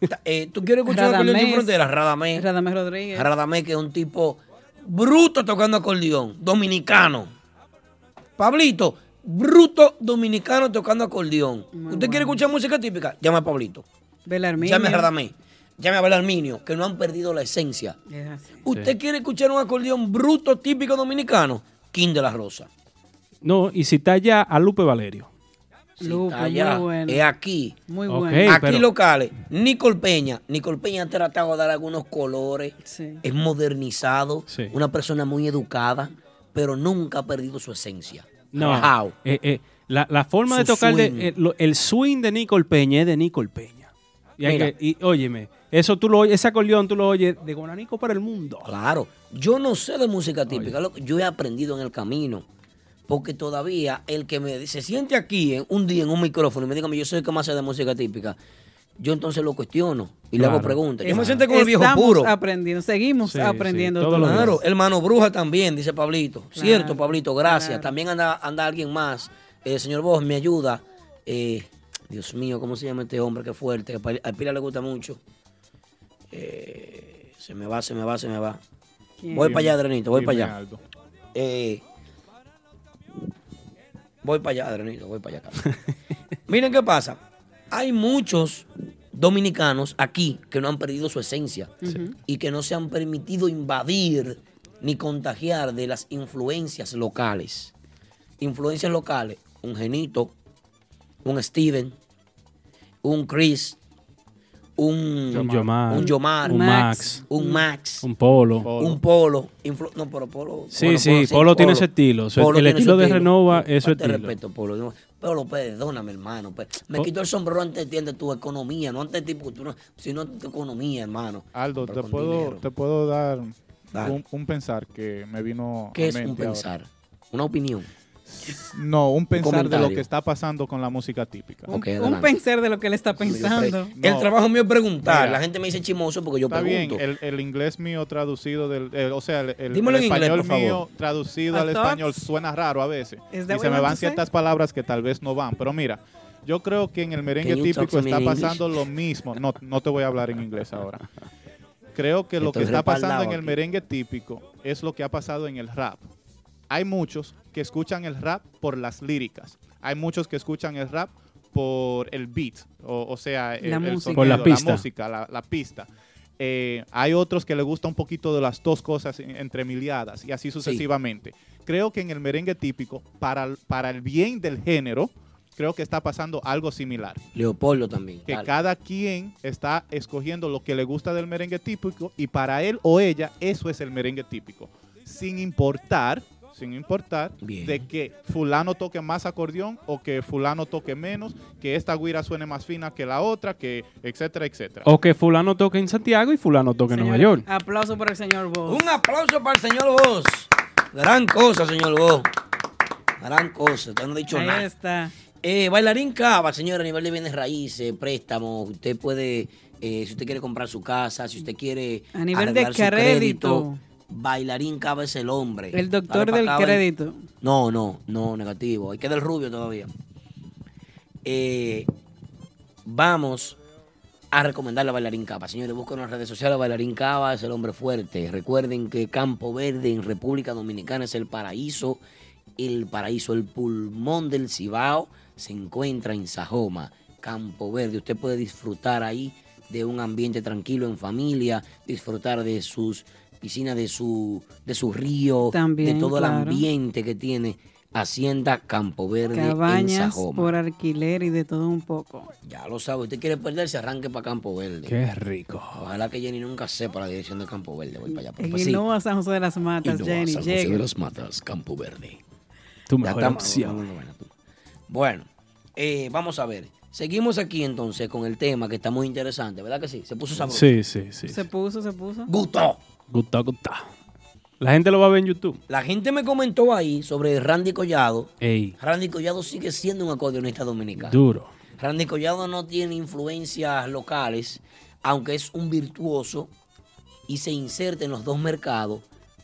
S2: Ta- eh, ¿Tú quieres escuchar un acordeón sin
S4: Radamés.
S2: fronteras? Radamés.
S4: Radamés Rodríguez.
S2: Radamés, que es un tipo bruto tocando acordeón, dominicano. Pablito, bruto dominicano tocando acordeón. ¿Usted quiere escuchar música típica? Llama a Pablito.
S4: Belarmino.
S2: Llame a Radamés. llame a Abel Arminio, que no han perdido la esencia.
S4: Es así.
S2: ¿Usted quiere escuchar un acordeón bruto típico dominicano? King de la Rosa.
S3: No, y si está ya a Lupe Valerio.
S4: Lupe,
S2: Allá,
S4: muy bueno.
S2: es aquí.
S4: Muy
S3: Ok,
S4: bueno.
S2: aquí
S3: pero-
S2: locales, Nicol Peña. Nicol Peña ha tratado de dar algunos colores. Es modernizado,
S3: Sí.
S2: una persona muy educada, pero nunca ha perdido su esencia.
S3: No.
S2: How?
S3: eh, eh, la, la forma
S2: Su
S3: de tocar de-
S2: swing.
S3: eh, lo- el swing de Nicole Peña es de Nicole Peña. Y, hay
S2: Mira.
S3: que- y óyeme, eso tú lo oyes, ese acordeón tú lo oyes de Guananico para el mundo.
S2: Claro, yo no sé de música típica, loco, yo he aprendido en el camino. Porque todavía el que me se siente aquí en, un día en un micrófono y me diga, yo soy el que más sé de música típica, yo entonces lo cuestiono y le
S3: Claro.
S2: hago preguntas. Yo me
S4: Es-
S2: siento como el viejo
S4: estamos
S2: puro.
S4: aprendiendo, seguimos
S2: Sí, sí,
S4: aprendiendo.
S2: todos los Claro, días. hermano bruja también, dice Pablito. Cierto, Pablito, gracias.
S4: claro.
S2: También anda, anda alguien más. Eh, señor Vos, me ayuda. Eh, Dios mío, ¿cómo se llama este hombre? Qué fuerte. que pa- A Pila le gusta mucho. Eh, se me va, se me va, se me va.
S13: ¿Quién?
S2: Voy
S13: Dime,
S2: para allá, Adrenito, voy
S13: dime
S2: para allá.
S13: algo.
S2: Eh, voy para allá, Adrenito, voy para allá. Carlos. Miren qué pasa. Hay muchos dominicanos aquí que no han perdido su esencia y que no se han permitido invadir ni contagiar de las influencias locales. Influencias locales, un Genito, un Steven, un Chris, un,
S3: Un Yomar.
S2: un, Yomar,
S3: Un Max.
S2: un Max,
S3: Un polo.
S2: un Polo. influ- no, pero Polo.
S3: Sí,
S2: bueno,
S3: sí, Polo tiene su estilo, su- el
S2: tiene
S3: estilo
S2: su
S3: de Renova es su
S2: Falta de
S3: estilo. Oh.
S2: respeto, Polo. no. Polo, perdóname, hermano. pe- Me
S3: Po-
S2: quitó el sombrero antes de tu economía, no antes de ti, porque tú no- sino tu economía, hermano.
S5: Aldo,
S2: Pero
S5: te
S2: con
S5: puedo,
S2: dinero.
S5: te puedo dar
S2: Dale.
S5: un, un pensar que me vino
S2: ¿Qué
S5: a
S2: es un
S5: mente ahora.
S2: pensar? ¿Una opinión?
S5: No, un pensar de lo
S2: comentario.
S5: que está pasando con la música típica.
S2: Ok,
S4: Un
S2: adelante.
S4: pensar de lo que él está pensando.
S5: No.
S2: El trabajo mío es preguntar.
S5: Mira.
S2: La gente me dice chimoso porque yo
S5: Está bien,
S2: pregunto.
S5: el, el inglés mío traducido del, el- o sea, el, el-
S2: Dímelo
S5: el
S2: en inglés,
S5: español
S2: por favor.
S5: mío traducido
S2: I
S5: al
S2: thought-
S5: español suena raro a veces. Y
S2: Is
S5: se
S2: that
S5: me
S2: what
S5: van
S2: you want to
S5: ciertas palabras que tal vez no van, pero mira, yo creo que en el merengue
S2: Can you talk
S5: típico
S2: to me
S5: está
S2: in English?
S5: pasando lo mismo. No, no te voy a hablar en inglés ahora. Creo que lo que
S2: Estoy
S5: está pasando
S2: respaldado
S5: en el
S2: aquí.
S5: merengue típico es lo que ha pasado en el rap. Hay muchos que escuchan el rap por las líricas. Hay muchos que escuchan el rap por el beat, o, o sea, el,
S3: La
S5: el
S3: música.
S5: sonido,
S3: Por la pista.
S5: música, la, la pista. Eh, hay otros que les gusta un poquito de las dos cosas en- entremiliadas y así sucesivamente. Creo que en el merengue típico, para, el- para el bien del género, creo que está pasando algo similar.
S2: Leopoldo también.
S5: Que
S2: dale.
S5: cada quien está escogiendo lo que le gusta del merengue típico y para él o ella eso es el merengue típico. Sin importar, sin importar de que fulano toque más acordeón o que fulano toque menos, que esta guira suene más fina que la otra, que etcétera, etcétera.
S3: O que fulano toque en Santiago y fulano toque en Nueva York.
S4: Aplauso por el señor Vos.
S2: Un aplauso para el señor Vos. Gran cosa, señor Vos. Gran cosa. Usted no ha dicho
S4: Ahí
S2: nada.
S4: está.
S2: Eh, bailarín Cava, señor, a nivel de bienes raíces, préstamos, usted puede, eh, si usted quiere comprar su casa, si usted quiere
S4: A nivel de
S2: arreglar su
S4: crédito.
S2: bailarín Cava es el hombre. Dale
S4: El doctor
S2: pa'
S4: del
S2: acá, ven.
S4: crédito.
S2: No, no, no, negativo. Ahí queda el rubio todavía. Eh, vamos a recomendarle a Bailarín Cava. Señores, busquen en las redes sociales Bailarín Cava, es el hombre fuerte. Recuerden que Campo Verde en República Dominicana es el paraíso, el paraíso, el pulmón del Cibao. Se encuentra en Sajoma, Campo Verde. Usted puede disfrutar ahí de un ambiente tranquilo en familia, disfrutar de sus piscinas, de su, de su río,
S4: También,
S2: de todo
S4: claro.
S2: el ambiente que tiene Hacienda Campo Verde en Pues
S4: Cabañas
S2: Sajoma.
S4: por alquiler y de todo un poco.
S2: Ya lo sabe, usted quiere perderse, arranque para Campo Verde.
S4: Qué
S3: rico.
S2: Ojalá que Jenny nunca sepa la dirección de Campo Verde. Voy para allá. pero
S4: En
S2: pues sí.
S4: Innova, San José de las Matas,
S2: Innova,
S4: Jenny,
S2: San José de
S4: llega.
S2: las Matas, Campo Verde.
S3: Tu
S2: Ya
S3: mejor
S2: estamos-
S3: opción.
S2: Bueno, eh, vamos a ver. Seguimos aquí entonces con el tema que está muy interesante, ¿verdad que sí? Se puso sabroso.
S3: Sí, sí, sí.
S4: Se puso, se puso.
S2: Gusto.
S3: Gusta, gusta. La gente lo va a ver en YouTube.
S2: La gente me comentó ahí sobre Randy Collado.
S3: Ey,
S2: Randy Collado sigue siendo un acordeonista dominicano.
S3: duro.
S2: Randy Collado no tiene influencias locales, aunque es un virtuoso y se inserta en los dos mercados,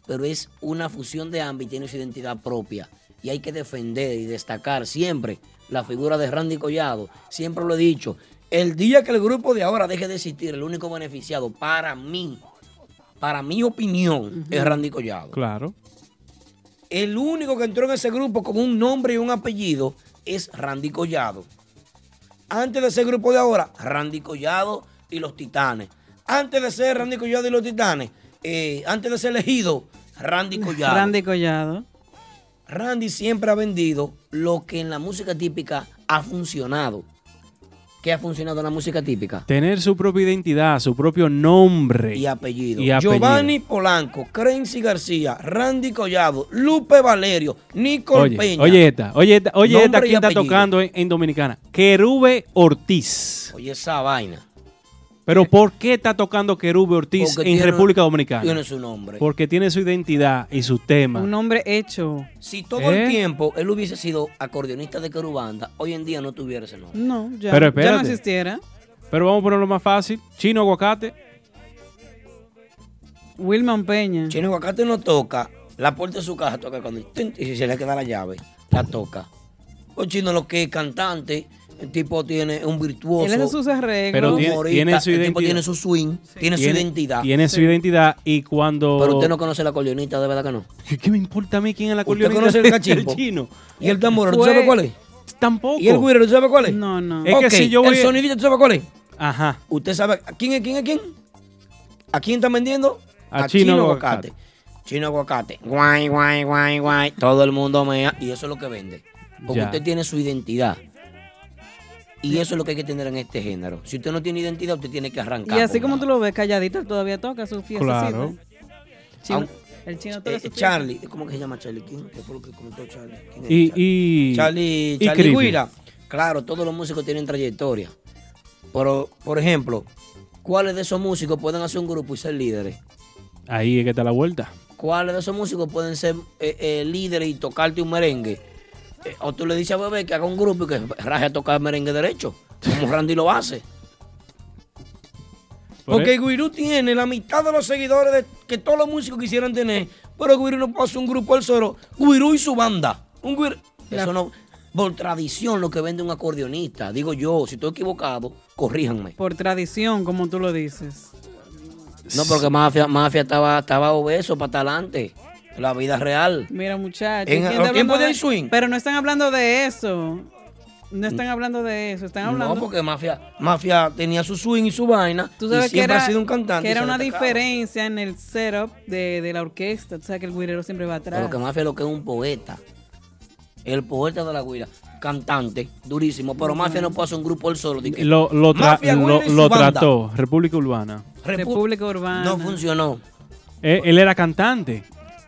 S2: pero es una fusión de ambos y tiene su identidad propia. Y hay que defender y destacar siempre la figura de Randy Collado. Siempre lo he dicho, el día que el grupo de ahora deje de existir, el único beneficiado para mí, para mi opinión, es Randy Collado.
S3: Claro.
S2: El único que entró en ese grupo con un nombre y un apellido es Randy Collado. Antes de ese grupo de ahora, Randy Collado y los Titanes. antes de ser Randy Collado y los Titanes, eh, antes de ser elegido Randy Collado.
S4: Randy Collado.
S2: Randy siempre ha vendido lo que en la música típica ha funcionado. ¿Qué ha funcionado en la música típica?
S3: Tener su propia identidad, su propio nombre.
S2: Y apellido.
S3: Y apellido.
S2: Giovanni Polanco, Crency García, Randy Collado, Lupe Valerio, Nicole
S3: Oye,
S2: Peña.
S3: oye esta, oye esta, oye esta,
S2: Nombre y
S3: ¿quién está
S2: apellido.
S3: tocando en, en Dominicana? Querube Ortiz.
S2: Oye esa vaina.
S3: Pero ¿por qué está tocando Querube Ortiz
S2: Porque
S3: en
S2: tiene-
S3: República Dominicana?
S2: tiene su nombre.
S3: Porque tiene su identidad y su tema.
S4: Un hombre hecho.
S2: Si todo
S3: ¿Eh?
S2: el tiempo él hubiese sido acordeonista de Querubanda, hoy en día no tuviera ese nombre.
S4: No, ya,
S3: Pero
S4: ya no
S3: espérate.
S4: existiera.
S3: Pero vamos a ponerlo más fácil. Chino Aguacate.
S4: Wilman Peña.
S2: Chino Aguacate no toca, la puerta de su casa toca cuando tin, y si se le queda la llave, la toca. O chino lo que es cantante, el tipo tiene un virtuoso.
S4: Él hace sus arreglos.
S3: Pero tiene-
S2: humorista,
S3: tiene su
S2: el tipo
S3: identidad.
S2: tiene su swing, tiene, su identidad.
S3: Tiene su identidad y cuando...
S2: Pero usted no conoce la acordeonista, de verdad que no.
S3: ¿Qué, qué me importa a mí quién es la
S2: ¿Usted
S3: acordeonista
S2: conoce el
S3: del
S2: cachimbo?
S3: chino?
S2: ¿Y el tambor? ¿Tú
S3: Fue-
S2: sabes cuál es?
S3: Tampoco.
S2: ¿Y el guirero? ¿Tú sabes cuál es? No,
S4: no.
S3: Es que si yo voy-
S2: ¿El sonidito? ¿Tú sabes cuál es?
S3: Ajá.
S2: ¿Usted sabe a quién es quién es quién? ¿A quién están vendiendo?
S3: A Chino Aguacate.
S2: Chino aguacate. Guay, guay, guay, guay. Todo el mundo mea. Y eso es lo que vende. Porque
S3: Ya.
S2: usted tiene su identidad. Y eso es lo que hay que tener en este género. Si usted no tiene identidad, usted tiene que arrancar.
S4: Y así
S2: por
S4: como tú lo ves, calladito, él todavía toca su fiesta.
S2: Claro.
S4: Chino-
S2: Aun-
S4: el chino
S2: Eh,
S4: toca su fiesta.
S2: Charlie, ¿cómo que se llama Charlie? ¿Quién? ¿Qué fue lo que comentó Charlie? ¿Quién es Charlie?
S3: Y- y-
S2: Charlie,
S3: y
S2: Charlie
S3: Creepy.
S2: Guira. Claro, todos los músicos tienen trayectoria. Pero, por ejemplo, ¿cuáles de esos músicos pueden hacer un grupo y ser líderes?
S3: Ahí es que está la vuelta.
S2: ¿Cuáles de esos músicos pueden ser eh, eh, líderes y tocarte un merengue? Eh, o tú le dices a Bebé que haga un grupo y que raje a tocar merengue derecho, como Randy lo hace.
S3: Por
S2: Porque
S3: e-
S2: Guirú tiene la mitad de los seguidores de- que todos los músicos quisieran tener, pero Guirú no puede hacer un grupo él solo. Guirú y su banda. Un Guirú- Eso no. Por tradición, lo que vende un acordeonista. Digo yo, si estoy equivocado, corríjanme.
S4: Por tradición, como tú lo dices.
S2: No, porque Mafia, mafia estaba, estaba obeso para adelante. La vida real.
S4: Mira, muchachos.
S2: En
S4: ¿quién
S2: los
S4: está hablando
S2: tiempos
S4: de-
S2: del swing. Mm.
S4: Pero no están hablando de eso. No están hablando de eso. Están hablando.
S2: No, porque Mafia, Mafia tenía su swing y su vaina.
S4: Tú sabes
S2: y
S4: que
S2: siempre
S4: era,
S2: ha sido un cantante.
S4: que
S2: y
S4: era
S2: se le
S4: una
S2: atacaba.
S4: diferencia en el setup de, de la orquesta. Tú sabes que el guirero siempre va atrás.
S2: Pero que Mafia lo que es un poeta. El poeta de la guira. Cantante, durísimo.
S4: Mm.
S2: Pero Mafia no puede hacer un grupo él solo. de que-
S3: Lo, lo, tra-
S2: Mafia,
S3: lo-
S2: Guira y su
S3: lo
S2: banda.
S3: trató. República Urbana.
S4: República Urbana.
S2: No funcionó.
S3: Eh, él era cantante.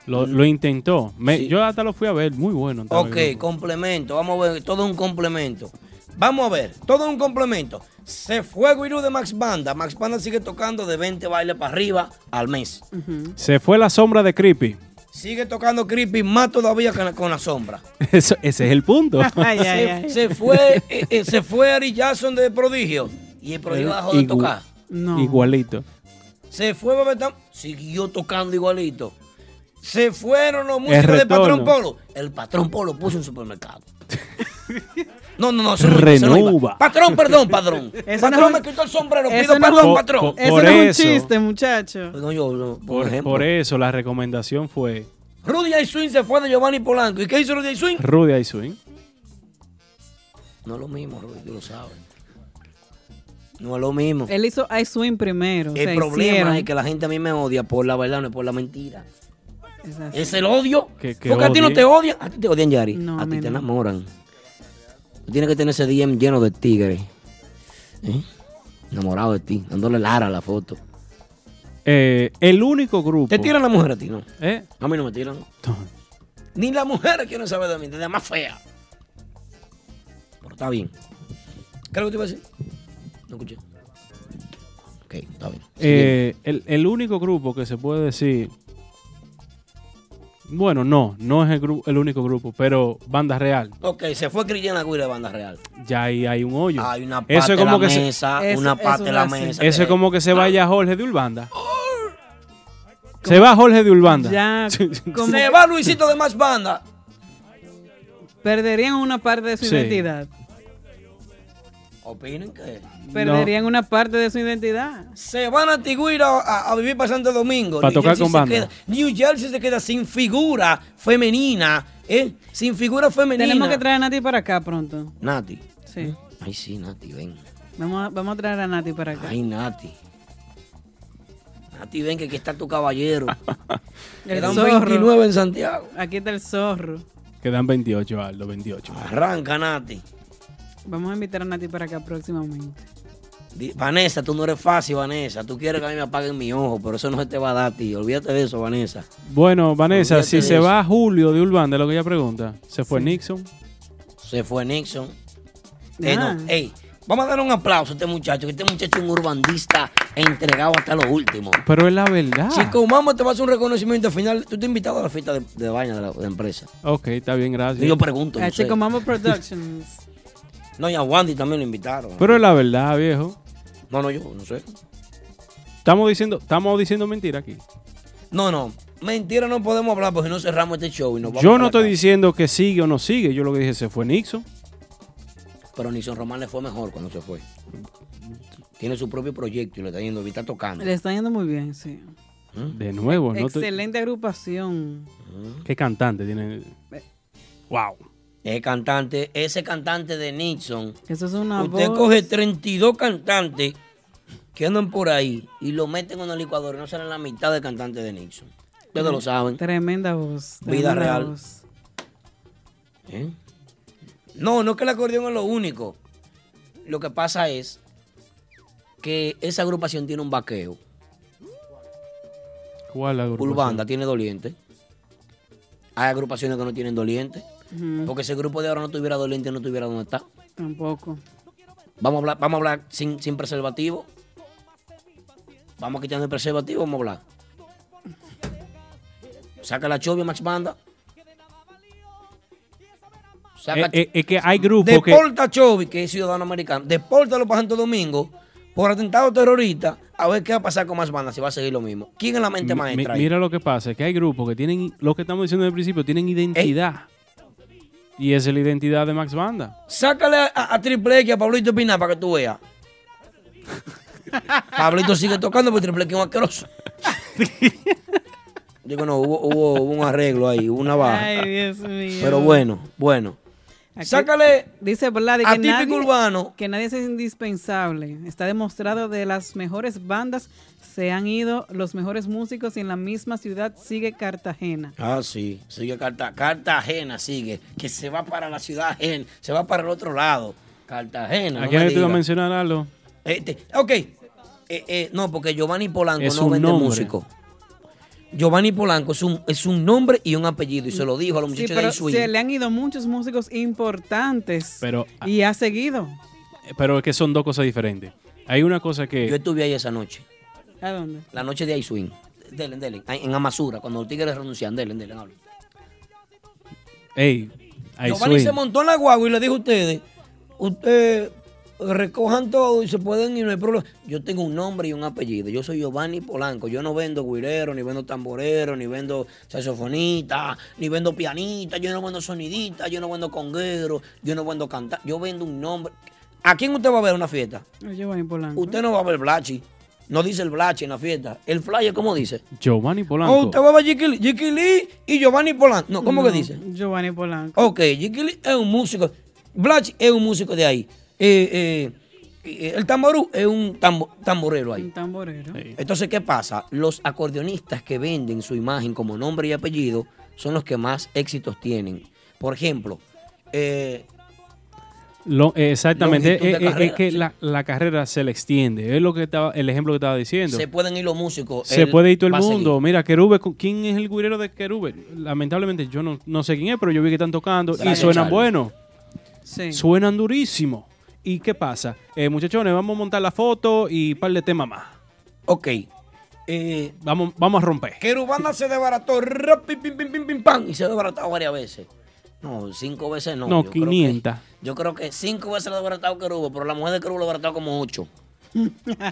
S3: Lo, lo intentó. Me- Yo hasta lo fui a ver. Muy bueno. estaba el
S2: Mm. Ok,
S3: grupo.
S2: complemento. Vamos a ver, todo un complemento. Vamos a ver, todo un complemento. Se fue Guirú de Max Banda. Max Banda sigue tocando de 20 bailes para arriba al mes.
S3: Se fue la sombra de Creepy.
S2: Sigue tocando Creepy más todavía que con la sombra.
S3: Eso- ese es el punto.
S2: se, se fue, eh, eh, se fue Ari Jackson de Prodigio. Y el Prodigio dejó de
S3: Eh, Igu-
S2: tocar.
S3: Igualito.
S2: Se fue Babetán, siguió tocando igualito. Se fueron los músicos
S3: El
S2: de Patrón
S3: retorno.
S2: Polo. El Patrón Polo puso un supermercado. No, no, no, se lo iba, se lo iba.
S3: Renova.
S2: Patrón, perdón, patrón.
S4: Eso
S2: patrón
S4: no es-
S2: me quitó el sombrero,
S4: eso
S2: pido
S4: no es
S2: perdón,
S4: un-
S2: patrón.
S3: po- por
S4: eso no es
S3: eso.
S4: un chiste, muchacho.
S2: No, yo, no, por,
S3: Por,
S2: ejemplo.
S3: por eso la recomendación fue
S2: Rudy J. Swing se fue de Giovanni Polanco. ¿Y qué hizo Rudy J. Swing?
S3: Rudy I Swing.
S2: No es lo mismo, Rudy, tú lo sabes. No es lo mismo.
S4: Él hizo I Swing primero. o
S2: El
S4: sea,
S2: problema
S4: hicieron.
S2: es que la gente a mí me odia por la verdad, no es por la mentira.
S4: Es así.
S2: Es el odio.
S3: Que- que
S2: Porque a ti no
S3: odie.
S2: te odian. A ti te odian, Yari.
S4: No, a
S2: a ti
S4: mí
S2: te
S4: no.
S2: enamoran. Tú tienes que tener ese DM lleno de tigres. ¿Eh? Enamorado de ti, dándole lara a la foto.
S3: Eh, el único grupo.
S2: Te tiran la mujer a ti, ¿no?
S3: ¿Eh?
S2: A mí no me tiran. Ni las mujeres quieren saber de mí, de la más fea. Pero está bien. ¿Qué es lo que te iba a decir? No escuché. Ok, está bien.
S3: Eh, el, el único grupo que se puede decir. Bueno, no, no es el, gru- el único grupo, pero Banda Real.
S2: Ok, se fue Cristiana Guira de Banda Real.
S3: Ya ahí hay un hoyo.
S2: Hay una parte
S3: Eso es
S2: de la
S3: como que se-
S2: mesa,
S3: Eso-
S2: una
S3: eso
S2: parte de la
S3: es así.
S2: mesa.
S3: Eso es como que se vaya Jorge de Urbanda. Se va Jorge de Urbanda.
S4: Ya, como
S2: Se
S4: que
S2: va Luisito de más banda.
S4: perderían una parte de su
S3: Sí.
S4: identidad.
S2: Opinen que.
S4: Perderían una parte de su identidad.
S2: Se van a Tigüira a, a vivir para Santo Domingo.
S3: Pa' tocar
S2: Jersey
S3: con
S2: se
S3: banda.
S2: queda- New Jersey se queda sin figura femenina. ¿eh? Sin figura femenina.
S4: Tenemos que traer a Nati para acá pronto.
S2: Nati.
S4: Sí.
S2: Ay, sí, Nati, ven.
S4: Vamos a, vamos a traer a Nati para acá.
S2: Ay, Nati. A ti ven que aquí está tu caballero.
S4: El
S2: Quedan
S4: zorro.
S2: 29 en Santiago.
S4: Aquí está el zorro.
S3: Quedan 28, Aldo, 28.
S2: Arranca, Nati.
S4: Vamos a invitar a Nati para acá próximamente.
S2: Di- Vanessa, tú no eres fácil, Vanessa. Tú quieres que a mí me apaguen mi ojo, pero eso no se te va a dar, tío. Olvídate de eso, Vanessa.
S3: Bueno, Vanessa,
S2: Olvídate
S3: si
S2: de
S3: se
S2: eso.
S3: va Julio de Urbán, de lo que ella pregunta, ¿se fue
S2: Sí.
S3: Nixon?
S2: Se fue Nixon. Eh, no,
S3: Ah.
S2: ey, vamos a dar un aplauso a este muchacho, que este muchacho es un urbandista entregado hasta lo último.
S3: Pero es la
S4: Ah.
S3: verdad.
S2: Chico, mamá, te vas a hacer un reconocimiento al final. Tú te has invitado a la fiesta de, de vaina de la, de la empresa.
S3: Ok, está bien, gracias.
S2: Yo pregunto.
S4: a
S2: no, sé.
S4: Chico Mambo Productions.
S2: No, y a Wandy también lo invitaron.
S3: Pero es la verdad,
S2: Pues
S3: viejo.
S2: No, no, yo no sé.
S3: Estamos diciendo, estamos diciendo mentira aquí.
S2: No, no. Mentira, no podemos hablar porque si no cerramos este show y nos vamos
S3: Yo
S2: para
S3: no
S2: la
S3: estoy
S2: calle.
S3: diciendo que sigue o no sigue. Yo lo que dije se fue Nixon.
S2: Pero Nixon Román le fue mejor cuando se fue. Tiene su propio proyecto y le está yendo, y está tocando.
S4: Le está yendo muy bien, sí.
S2: Ah.
S3: De nuevo, no te-
S4: Excelente agrupación.
S3: qué cantante tiene. Wow.
S2: Ese cantante, ese cantante de Nixon.
S4: Eso es una
S2: Usted
S4: voz.
S2: coge 32 cantantes que andan por ahí y lo meten en una licuadora y no salen la mitad de cantantes de Nixon. Ustedes lo saben.
S4: Tremenda voz.
S2: Vida
S4: tremenda
S2: real.
S4: voz.
S2: ¿Eh? No, no es que el acordeón es lo único. Lo que pasa es que esa agrupación tiene un vaqueo.
S3: ¿Cuál la agrupación?
S2: Urbanda tiene doliente. Hay agrupaciones que no tienen doliente.
S4: Ujú.
S2: Porque ese grupo de ahora no tuviera doliente, no tuviera donde está.
S4: Tampoco.
S2: Vamos a hablar, vamos a hablar sin, sin preservativo. Vamos quitando el preservativo, vamos a hablar. Saca la chovia, Max Banda.
S3: Eh,
S2: Saca
S3: eh, es que hay grupos que.
S2: Deporta a Chovy, que es ciudadano americano. Depórtalo para Santo Domingo por atentado terrorista. A ver qué va a pasar con más bandas, si va a seguir lo mismo. ¿Quién es la mente
S3: Mi-
S2: maestra
S3: mi-
S2: este ahí?
S3: mira lo que pasa, es que hay grupos que tienen, lo que estamos diciendo desde el principio, tienen identidad. Y esa es la identidad de Max Banda.
S2: Sácale a, a Triple X a Pablito Espinal para que tú veas. Pablito sigue tocando porque Triple X es un asqueroso. Digo, no, hubo, hubo- hubo un arreglo ahí, hubo una baja.
S4: Ay, Dios mío.
S2: Pero bueno, bueno.
S4: Aquí
S2: Sácale
S4: Dice Vlad que
S2: a típico
S4: nadie,
S2: urbano.
S4: que nadie es indispensable. Está demostrado de las mejores bandas se han ido los mejores músicos y en la misma ciudad sigue Cartagena.
S2: Ah, sí. Sigue Carta- Cartagena, sigue. Que se va para la ciudad ajena, se va para el otro lado. Cartagena.
S3: ¿A
S2: no
S3: quién
S2: me
S3: te iba a
S2: diga.
S3: mencionar algo?
S2: Este, ok. Eh, eh, no, porque Giovanni Polanco
S3: Es
S2: no
S3: un
S2: vende
S3: nombre.
S2: músico. Giovanni Polanco es un, es un nombre y un apellido. Y se lo dijo a los
S4: Sí,
S2: muchachos
S4: pero
S2: de Swing.
S4: se le han ido muchos músicos importantes
S3: Pero,
S4: y ha seguido.
S3: pero es que son dos cosas diferentes. Hay una cosa que... Yo
S2: estuve ahí esa noche.
S4: ¿A dónde?
S2: La noche de Swing. Delen, delen. Ay, En Amasura, cuando los tigres renuncian. Delen, delen. hablen.
S3: Ey, hay
S2: Giovanni
S3: swing.
S2: se montó en la guagua y le dijo a ustedes, ustedes eh, recojan todo y se pueden ir, no hay problema. Yo tengo un nombre y un apellido. Yo soy Giovanni Polanco. Yo no vendo guirero, ni vendo tamborero, ni vendo saxofonista, ni vendo pianista, yo no vendo sonidista, yo no vendo conguero, yo no vendo cantar. Yo vendo un nombre. ¿A quién usted va a ver en una fiesta?
S4: Giovanni Polanco.
S2: Usted no va a ver Blachi. No dice el Blachi en la fiesta. El flyer, ¿cómo dice?
S3: Giovanni Polanco.
S2: Oh, usted va a ver Jiquilí- Jiquilí y Giovanni Polanco. No, ¿cómo que
S4: No,
S2: dice?
S4: Giovanni Polanco.
S2: Ok, Jiquilí es un músico. Blatch es un músico de ahí. Eh, eh, eh, el tamború es un tambo- tamborero ahí.
S4: Un tamborero.
S2: Entonces, ¿qué pasa? Los acordeonistas que venden su imagen como nombre y apellido son los que más éxitos tienen. Por ejemplo, eh,
S3: Lo- eh, exactamente,
S2: Longitud de
S3: eh, eh,
S2: carrera,
S3: es que
S2: sí.
S3: la, la carrera se le extiende. Es lo que estaba, el ejemplo que estaba diciendo.
S2: se
S3: Se,
S2: pueden ir los músicos. él
S3: puede ir todo el
S2: va a seguir.
S3: mundo. Mira, Querube, cu- ¿quién es el guirero de Querube? Lamentablemente yo no, no sé quién es, pero yo vi que están tocando y
S2: Gracias,
S3: suenan
S2: Charlie.
S3: buenos.
S4: Sí.
S3: Suenan durísimo. ¿Y qué pasa? Eh, muchachones, vamos a montar la foto y un par de temas más.
S2: Ok. eh,
S3: vamos, vamos a romper.
S2: Querubanda se desbarató. ra, pim, pim, pim, pim, pim, pam, y se ha desbaratado varias veces. No, cinco veces no.
S3: No,
S2: yo creo que-
S3: 500.
S2: Yo creo que cinco veces lo ha desbaratado Querubo, pero la mujer de Querubo lo ha desbaratado como ocho.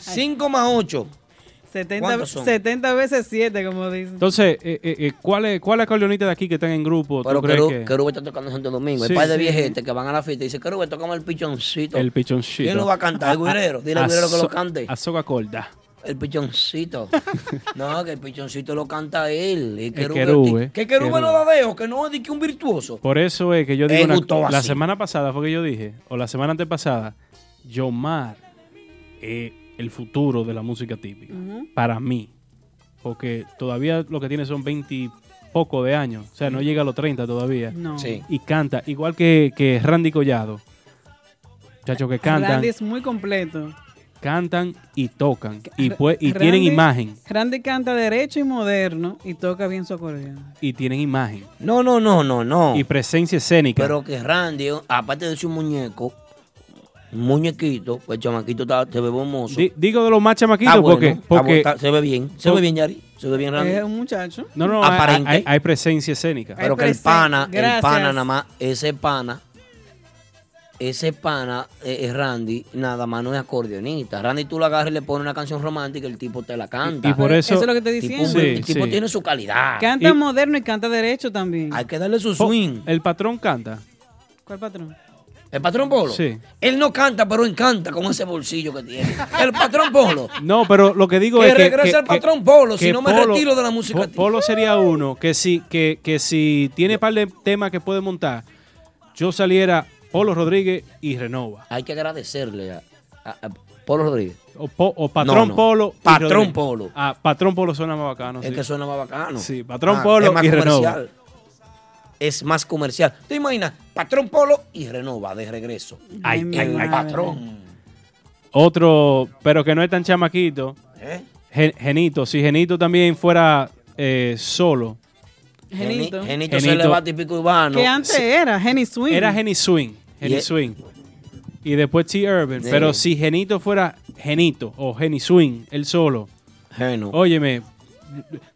S2: Cinco más ocho.
S4: 70,
S2: ¿Cuántos son?
S4: 70 veces 7, como dicen.
S3: Entonces, eh, eh, eh, ¿cuál es, cuál es acordeonista de aquí que están en grupo? ¿Tú
S2: Pero
S3: crees
S2: Querubo,
S3: que-
S2: Querubo está tocando en Santo Domingo.
S3: Sí,
S2: el par de
S3: sí.
S2: viejetes que van a la fiesta y dicen, Querubo, tocamos el pichoncito.
S3: El pichoncito.
S2: ¿Quién lo va a cantar? El guirero. Dile al
S3: A
S2: guirero que lo
S3: so-
S2: cante.
S3: A soga corda.
S2: El pichoncito. no, que el pichoncito lo canta él. El Querube.
S3: Querube.
S2: Que Querube no
S3: Querube.
S2: da dejo, que no es de que un virtuoso.
S3: Por eso es que yo
S2: Me
S3: digo, una-
S2: gustó
S3: la
S2: así.
S3: semana pasada fue que yo dije, o la semana antepasada, Uh. Yomar es el futuro de la música típica. Para mí. porque todavía lo que tiene son 20 y poco de años, o sea, no llega a los 30 todavía.
S4: No. Sí.
S3: Y canta, igual que, que Randy Collado. Muchachos que cantan,
S4: Randy es muy completo.
S3: cantan y tocan y, pue- y
S4: Randy-
S3: tienen imagen,
S4: Randy canta derecho y moderno y toca bien su acordeón.
S3: y tienen imagen.
S2: No, no, no, no, no.
S3: Y presencia escénica.
S2: Pero que Randy, aparte de su muñeco, un muñequito, pues el chamaquito está, se ve hermoso.
S3: Di- digo de los más chamaquitos
S2: Está bueno,
S3: porque,
S2: está
S3: porque
S2: bueno, está- se ve bien, se
S3: por-
S2: ve bien Yari, se ve bien Randy.
S4: Es un muchacho.
S3: No, no, hay-
S2: Aparente.
S3: Hay, hay presencia escénica.
S2: Pero que el pana, el
S4: Gracias.
S2: pana nada más, ese pana, ese pana eh, es Randy, nada más no es acordeonista. Randy tú lo agarras y le pones una canción romántica y el tipo te la canta.
S3: Y- y por eso- Eso es lo que
S4: te
S2: Tipo,
S4: diciendo.
S2: un- el
S3: Sí,
S2: tipo
S3: sí.
S2: tiene su calidad.
S4: Canta moderno y canta derecho también.
S2: Ah, Hay que darle su
S3: Po-
S2: swing.
S3: El patrón canta.
S4: ¿Cuál patrón?
S2: ¿El patrón Polo?
S3: Sí.
S2: Él no canta, pero encanta con ese bolsillo que tiene. El patrón Polo.
S3: No, pero lo que digo
S2: Que
S3: es que...
S2: regrese el patrón Polo, si no me retiro de la música
S3: Po- Polo sería uno que si, que, que si tiene par de temas que puede montar, yo saliera Polo Rodríguez y Renova.
S2: Hay que agradecerle a, a- a Polo Rodríguez.
S3: O, po- o Patrón
S2: No, no.
S3: Polo. y
S2: Patrón
S3: Rodríguez.
S2: Polo.
S3: Ah, Patrón Polo suena más bacano.
S2: Es
S3: Ah, sí.
S2: que suena más bacano.
S3: Sí, Patrón
S2: Ah,
S3: Polo
S2: es más
S3: y Renova.
S2: comercial. Es más comercial. ¿Te imaginas? Patrón Polo y Renova de regreso.
S3: Ay,
S2: El
S3: mi madre.
S2: patrón.
S3: Otro, pero que no es tan chamaquito.
S2: ¿Eh?
S3: Gen- Genito. Si Genito también fuera eh, solo.
S4: Genito.
S2: Geni- Genito se le va típico urbano.
S4: Que antes era Jenny Swing.
S3: Era Jenny Swing. Jenny
S2: Y-
S3: Swing. Y después T. Urban.
S2: Sí.
S3: Pero si Genito fuera Genito o Jenny Swing, él solo.
S2: Geno.
S3: Óyeme,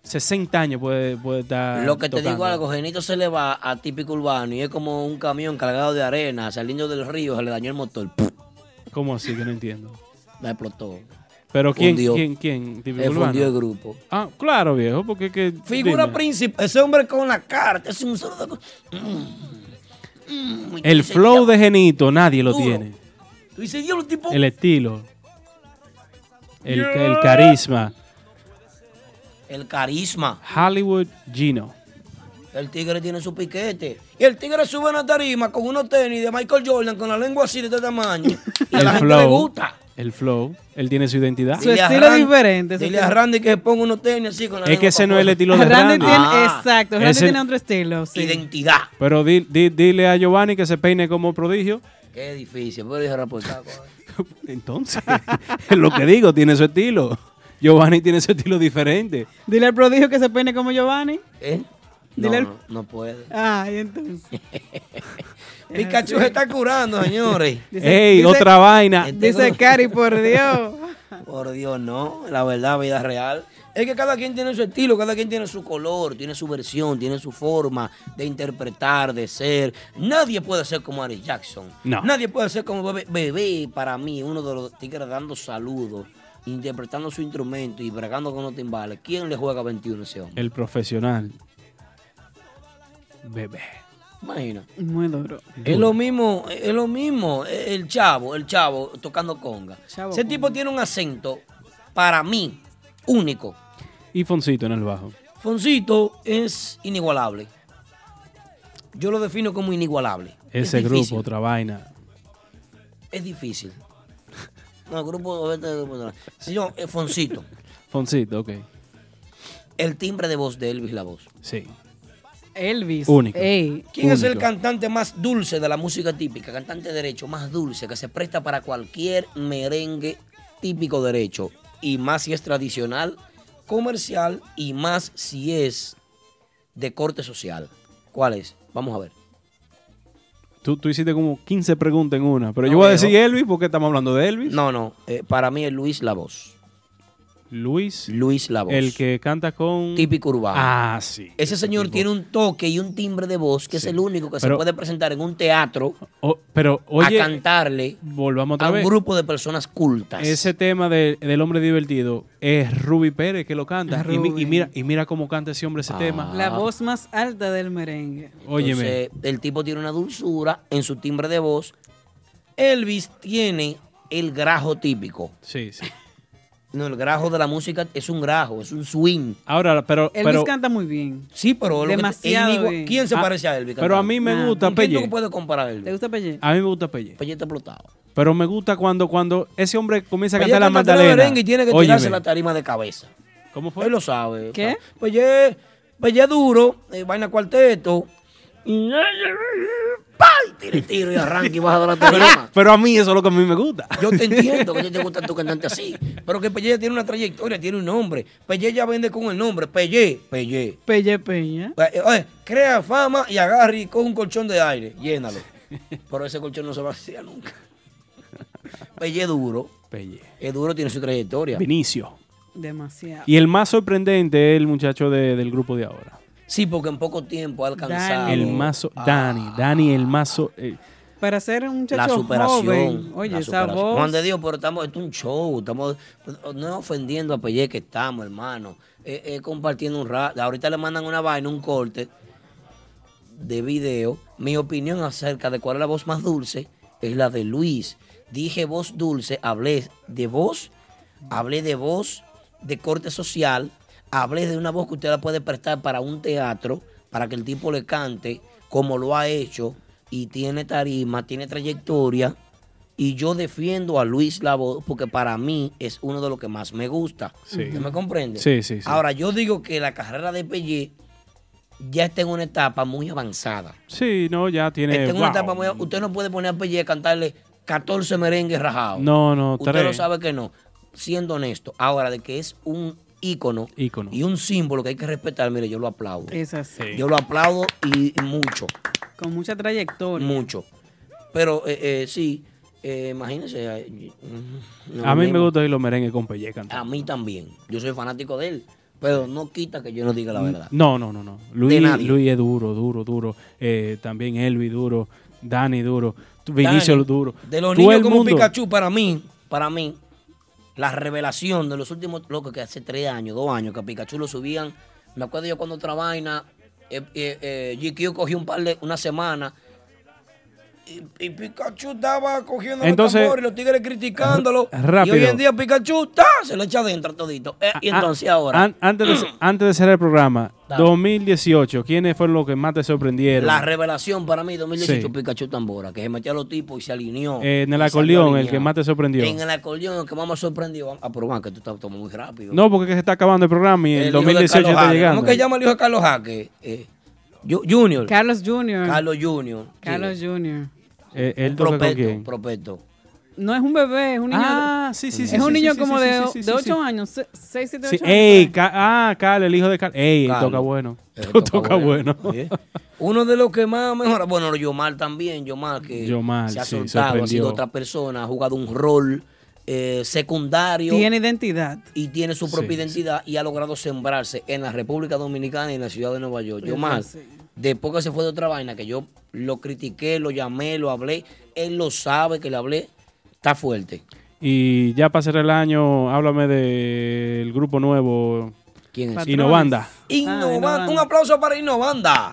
S3: 60 años puede, puede estar.
S2: Lo que te
S3: tocando.
S2: digo algo, Genito se le va a típico urbano y es como un camión cargado de arena saliendo del río, se le dañó el motor. ¡puf!
S3: ¿Cómo así que no entiendo?
S2: La explotó.
S3: Pero ¿quién?
S2: Fundió.
S3: ¿Quién? ¿Quién? Típico
S2: Eh,
S3: urbano.
S2: fundió el grupo.
S3: Ah, claro, viejo, porque que.
S2: Figura
S3: dime.
S2: principal. Ese hombre con la carta es un solo. Mm,
S3: El flow de Genito, nadie lo tiene.
S2: Tú dices, diablo, tipo.
S3: El estilo. El, el carisma.
S2: El carisma.
S3: Hollywood Gino.
S2: El tigre tiene su piquete. Y el tigre sube a una tarima con unos tenis de Michael Jordan con la lengua así de este tamaño. Y a
S3: el
S2: la gente
S3: flow.
S2: le gusta.
S3: El flow. Él tiene su identidad.
S2: Dile a Randy- Dile a
S4: estilo.
S2: Randy que se ponga unos tenis así con la
S3: Es que
S2: lengua
S3: ese
S2: pa'
S3: no es el
S2: afuera.
S3: estilo de Randy.
S4: Randy tiene,
S3: Ah.
S4: exacto, Randy
S3: Ese-
S4: tiene otro estilo, sí.
S2: Identidad.
S3: Pero di- di- dile a Giovanni que se peine como prodigio.
S2: Qué difícil. Pero dije reportar.
S3: Entonces, es lo que digo, tiene su estilo. Giovanni tiene su estilo diferente.
S4: Dile al prodigio que se peine como Giovanni.
S2: ¿Eh?
S4: Dile
S2: No,
S4: al-
S2: no, no puede.
S4: Ay, entonces.
S2: Pikachu se está curando, señores. Este
S3: Ey, otra vaina.
S4: Dice Cari, por Dios.
S2: Por Dios, no. La verdad, vida real. Es que cada quien tiene su estilo, cada quien tiene su color, tiene su versión, tiene su forma de interpretar, de ser. Nadie puede ser como Ari Jackson.
S3: No.
S2: Nadie puede ser como bebé, Bebé, para mí, uno de los tigres dando saludos, interpretando su instrumento y bregando con los timbales. ¿Quién le juega 21 a ese hombre?
S3: El profesional. Bebé.
S2: Imagina.
S4: Muy duro.
S2: Es lo mismo, es lo mismo. eh, El chavo, el chavo tocando conga.
S4: Chavo
S2: Ese
S4: conga.
S2: tipo tiene un acento, para mí, único.
S3: Y Foncito en el bajo.
S2: Foncito es inigualable. Yo lo defino como inigualable.
S3: Ese
S2: es difícil,
S3: grupo, otra vaina.
S2: Es difícil. No, el grupo. este grupo no. Señor, eh, Foncito.
S3: Foncito, ok.
S2: El timbre de voz de Elvis la voz.
S3: Sí.
S4: Elvis.
S3: Único.
S4: Ey.
S2: ¿Quién es el
S4: Único.
S2: cantante más dulce de la música típica? Cantante derecho más dulce que se presta para cualquier merengue típico derecho. Y más si es tradicional, comercial y más si es de corte social. ¿Cuál es? Vamos a ver.
S3: Tú, tú hiciste como 15 preguntas en una. Pero yo
S2: No,
S3: voy a
S2: viejo.
S3: decir Elvis porque estamos hablando de Elvis.
S2: No, no. eh, para mí es Luis La Voz.
S3: Luis.
S2: Luis La Voz.
S3: El que canta con.
S2: Típico urbano.
S3: Ah, sí.
S2: Ese señor tiene un toque y un timbre de voz que es el único que
S3: Pero-
S2: se puede presentar en un teatro
S3: O- pero, oye.
S2: a cantarle
S3: Volvamos otra
S2: a un
S3: vez.
S2: grupo de personas cultas.
S3: Ese tema de- del hombre divertido es Ruby Pérez que lo canta. Y, mi- y mira, y mira cómo canta ese hombre ese
S2: Ah.
S3: tema.
S4: La voz más alta del merengue.
S3: Óyeme.
S2: Entonces, el tipo tiene una dulzura en su timbre de voz. Elvis tiene el grajo típico.
S3: Sí, sí.
S2: No, el grajo de la música es un grajo, es un swing.
S3: Ahora, pero.
S4: Elvis
S3: pero
S4: canta muy bien.
S2: Sí, pero lo que te-
S4: Demasiado
S2: es inigua-
S4: bien.
S2: ¿Quién se
S3: Ah,
S2: parece a Elvis?
S3: pero a
S2: cantando?
S3: mí me
S2: Ah.
S3: gusta
S2: ¿Con quién
S3: Pelle.
S2: tú puedes comparar a Elvis?
S4: ¿Te gusta Pelle?
S3: a mí me gusta Pelle.
S2: Pelle está explotado.
S3: Pero me gusta cuando, cuando ese hombre comienza a
S2: Pelle
S3: cantar la
S2: canta tres
S3: Magdalena.
S2: merengues y tiene que
S3: Óyeme,
S2: tirarse la tarima de cabeza.
S3: ¿Cómo fue?
S2: Él lo sabe.
S4: ¿Qué?
S2: sabe. Pues ya, pues ya duro, eh, vaina cuarteto. Y ¡Pay! Tiro y tiro y arranca y baja de la
S3: Pero,
S2: tarima.
S3: pero a mí eso es lo que a mí me gusta.
S2: Yo te entiendo que a ti te gusta tu cantante así, pero que Pelle tiene una trayectoria, tiene un nombre. Pelle ya vende con el nombre, Pelle, Pelle.
S4: Pelle Peña.
S2: Eh, oye, crea fama y agarre y coge un colchón de aire, llénalo. Pero ese colchón no se va a vaciar nunca. Pelle duro.
S3: Pelle.
S2: Es duro, tiene su trayectoria.
S3: Vinicio.
S4: Demasiado.
S3: Y el más sorprendente es el muchacho de- del grupo de ahora.
S2: Sí, porque en poco tiempo ha alcanzado.
S3: El mazo,
S2: Ah.
S3: Dani, Dani, el mazo. eh,
S4: Para ser un muchacho
S2: la superación.
S4: joven. Oye,
S2: la
S4: esa
S2: superación.
S4: voz.
S2: Juan de Dios, pero estamos, esto es un show. Estamos no es ofendiendo a Pelle que estamos, hermano. Es es compartiendo un rato. Ahorita le mandan una vaina, un corte de video. Mi opinión acerca de cuál es la voz más dulce es la de Luis. Dije voz dulce, hablé de voz, hablé de voz de corte social, hablé de una voz que usted la puede prestar para un teatro, para que el tipo le cante como lo ha hecho y tiene tarima, tiene trayectoria. Y yo defiendo a Luis La Voz porque para mí es uno de los que más me gusta.
S3: Sí.
S2: ¿Usted me comprende?
S3: Sí, sí, sí.
S2: Ahora, yo digo que la carrera de Pelle ya está en una etapa muy avanzada.
S3: sí, no, ya tiene.
S2: Está Este, en una
S3: Eh, wow.
S2: etapa muy- Usted no puede poner a Pelle a cantarle 14 merengues rajados.
S3: No, no,
S2: Usted
S3: tres.
S2: lo sabe que no. Siendo honesto, ahora de que es un ícono
S3: Ícono.
S2: y un símbolo que hay que respetar, mire, yo lo aplaudo.
S4: Es así.
S2: Yo lo aplaudo y mucho.
S4: Con mucha trayectoria.
S2: Mucho. Pero eh, eh, sí, eh, imagínense. eh, y- mm, no,
S3: a mí
S2: no,
S3: me gusta ir los merengues con Pelle cantando.
S2: A mí también. Yo soy fanático de él. Pero no quita que yo no diga la verdad.
S3: No, no, no, no. Luis,
S2: nadie.
S3: Luis es duro, duro, duro. Eh, también Elvi duro, Dani duro, tú- Vinicio
S2: Dani,
S3: duro.
S2: De los
S3: Todo
S2: niños
S3: el
S2: como
S3: mundo.
S2: Pikachu, para mí, para mí, la revelación de los últimos, loco, que hace tres años, dos años, que a Pikachu lo subían. Me acuerdo yo cuando otra vaina, eh, eh, eh, GQ cogió un par de, una semana. Y, y Pikachu estaba cogiendo
S3: Entonces-
S2: los tambores, los tigres criticándolo.
S3: R- rápido.
S2: Y hoy en día Pikachu ¡ta! se lo echa adentro todito. Eh, y
S3: Ah,
S2: entonces ahora.
S3: an- antes, de, antes de cerrar el programa,
S2: Dale.
S3: 2018, ¿quiénes fueron los que más te sorprendieron?
S2: La revelación para mí, 2018,
S3: Sí.
S2: Pikachu Tambora, que se metió a los tipos y se alineó.
S3: Eh, en el
S2: Y salió
S3: acordeón, el
S2: alineado.
S3: que más te sorprendió.
S2: En el acordeón, el que más me sorprendió. A probar que tú estás tomando muy rápido.
S3: No, porque es que se está acabando el programa y el,
S2: El hijo de
S3: 2018
S2: Carlos
S3: está
S2: Jaque.
S3: llegando.
S2: ¿Cómo que se llama el hijo de Carlos Jaque? Eh, Ju- Junior.
S4: Carlos Junior.
S2: Carlos Junior. sí.
S4: Carlos Junior.
S3: Eh, él toca con
S2: Propeto,
S3: quién?
S2: propeto.
S4: No es un bebé, es un niño.
S3: Ah, sí, sí, sí,
S4: Es un
S3: sí,
S4: niño
S3: sí,
S4: como
S3: sí,
S4: de,
S3: sí, sí,
S4: de
S3: sí,
S4: 8
S3: sí.
S4: años, 6, 7, 8
S3: Sí,
S4: años.
S3: ey, Ca- ah, Carlos, el hijo de Carlos. Ey, él
S2: Carlos.
S3: toca bueno.
S2: Él
S3: Toca,
S2: toca
S3: bueno.
S2: bueno. Oye. Uno de los que más mejora, bueno, Yomar también, Yomar que
S3: Yomar,
S2: se ha
S3: sí,
S2: soltado, ha
S3: sorprendió.
S2: sido otra persona, ha jugado un rol eh, secundario.
S4: Tiene identidad.
S2: y tiene su propia
S4: Sí,
S2: identidad y ha logrado sembrarse en la República Dominicana y en la ciudad de Nueva York. Yo
S4: Sí,
S2: más,
S4: sí.
S2: después que se fue de otra vaina, que yo lo critiqué, lo llamé, lo hablé, él lo sabe que le hablé, está fuerte.
S3: Y ya para cerrar el año, háblame del grupo nuevo.
S2: ¿Quién es?
S3: Innovanda.
S4: Ah,
S2: Innovan- un aplauso para Innovanda.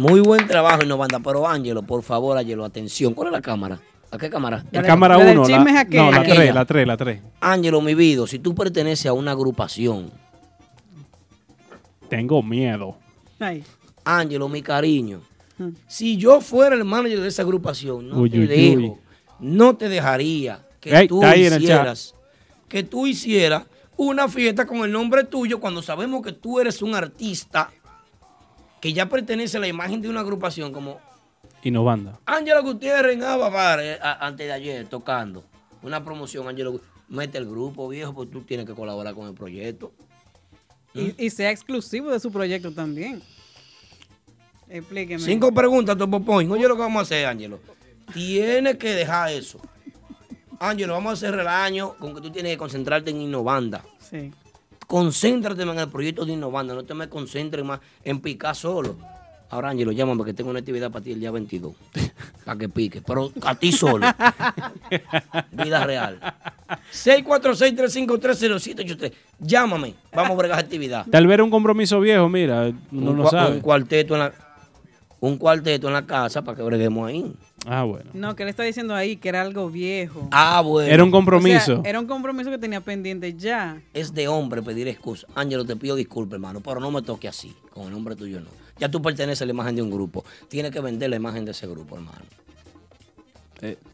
S2: Muy buen trabajo, Innovanda. Pero Ángelo, por favor, Ángelo, atención. ¿Cuál es la cámara? ¿A qué cámara?
S3: La cámara 1. No, la
S2: Aquella.
S3: 3, la 3, la 3.
S2: Ángelo, mi vida, si tú perteneces a una agrupación,
S3: Tengo miedo.
S4: Ay.
S2: Ángelo, mi cariño, si yo fuera el manager de esa agrupación, no
S3: Uy,
S2: te
S3: uy,
S2: dejo,
S3: uy.
S2: no te dejaría que
S3: Ey,
S2: tú
S3: está ahí en el
S2: hicieras, que tú hicieras una fiesta con el nombre tuyo cuando sabemos que tú eres un artista que ya pertenece a la imagen de una agrupación como
S3: Innovanda.
S2: Ángelo Gutiérrez en Avabar eh, a- antes de ayer tocando una promoción, Ángelo, Gu- mete el grupo viejo, pues tú tienes que colaborar con el proyecto. Mm.
S4: Y, y sea exclusivo de su proyecto también. Explíqueme.
S2: Cinco preguntas, Topo Point. Oye, lo que vamos a hacer, Ángelo. Tienes que dejar eso. Ángelo, vamos a cerrar el año con que tú tienes que concentrarte en Innovanda.
S4: Sí.
S2: Concéntrate en el proyecto de Innovanda. No te me concentres más en picar solo. Ahora, Ángelo, llámame que tengo una actividad para ti el día 22. para que pique. Pero a ti solo. Vida real. 646-353-0783. Llámame. Vamos a bregar esa actividad.
S3: Tal vez era un compromiso viejo, mira, uno
S2: un,
S3: no
S2: cua-
S3: sabe.
S2: un cuarteto en la un cuarteto en la casa para que breguemos ahí.
S3: Ah, bueno.
S4: No, que le está diciendo ahí que era algo viejo.
S2: Ah, bueno.
S3: Era un compromiso.
S4: O sea, era un compromiso que tenía pendiente ya.
S2: Es de hombre pedir excusa. Ángelo, te pido disculpas, hermano, pero no me toque así. Con el nombre tuyo no. Ya tú perteneces a la imagen de un grupo. Tienes que vender la imagen de ese grupo, hermano.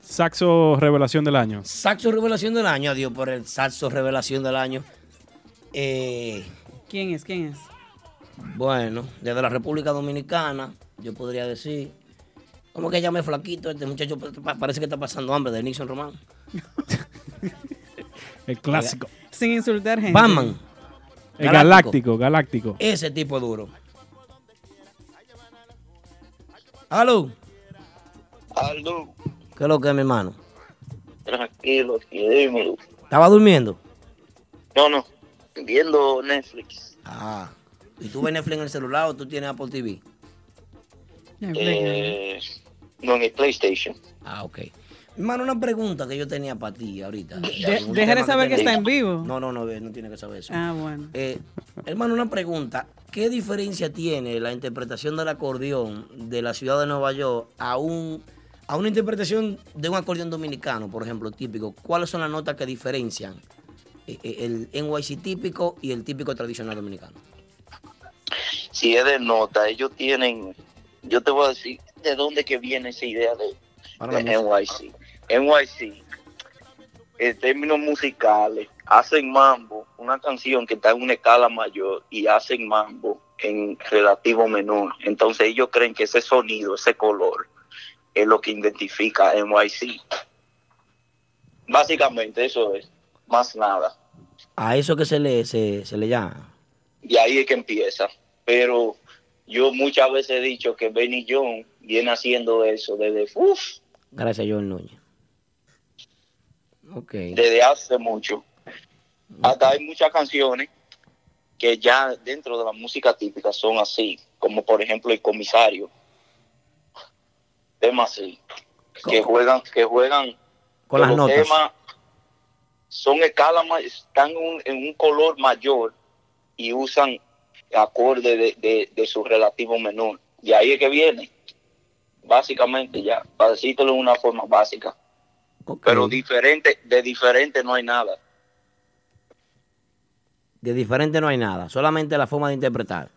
S3: Saxo revelación del año.
S2: Saxo revelación del año, adiós por el saxo revelación del año. Eh,
S4: ¿Quién es? ¿Quién es?
S2: Bueno, desde la República Dominicana, yo podría decir. ¿Cómo que llame flaquito? Este muchacho pa- pa- parece que está pasando hambre de Nixon Román.
S3: El clásico.
S4: Sin insultar gente.
S2: Batman.
S3: El galáctico, galáctico.
S2: Ese tipo es duro. Aló.
S18: Aldo,
S2: ¿Qué es lo que es, mi hermano?
S18: tranquilo, aquí, dímelo.
S2: ¿Estaba durmiendo?
S18: No, no, viendo Netflix.
S2: Ah. ¿Y tú ves Netflix en el celular o tú tienes Apple TV?
S18: Eh, no, en el PlayStation.
S2: Ah, ok. Mi hermano, una pregunta que yo tenía para ti ahorita.
S4: De-
S2: Un
S4: deja de
S2: tema
S4: saber que está
S2: tenía.
S4: en vivo.
S2: No, no, no, no tiene que saber eso.
S4: Ah, bueno.
S2: Eh, hermano, una pregunta. ¿Qué diferencia tiene la interpretación del acordeón de la ciudad de Nueva York a, un, a una interpretación de un acordeón dominicano, por ejemplo, típico? ¿Cuáles son las notas que diferencian eh, eh, el NYC típico y el típico tradicional dominicano?
S18: Si es de nota, ellos tienen, yo te voy a decir de dónde que viene esa idea de,
S2: Ahora
S18: de
S2: la
S18: NYC. NYC, en términos musicales, hacen mambo, una canción que está en una escala mayor y hacen mambo en relativo menor. Entonces ellos creen que ese sonido, ese color, es lo que identifica a NYC. Básicamente eso es, más nada.
S2: A eso que se le, se, se le llama.
S18: y ahí es que empieza. Pero yo muchas veces he dicho que Benny John viene haciendo eso desde, uf,
S2: Gracias, Joel Núñez. Ok.
S18: desde hace mucho. Hasta hay muchas canciones que ya dentro de la música típica son así, como por ejemplo El Comisario. Temas así, que juegan, que juegan
S2: Con las
S18: los
S2: notas.
S18: temas son escalas, ma- están en un- en un color mayor y usan acorde de, de- de su relativo menor. Y ahí es que viene, básicamente ya, para decírtelo de una forma básica. Pero diferente, de diferente no hay nada.
S2: De diferente no hay nada, solamente la forma de interpretar.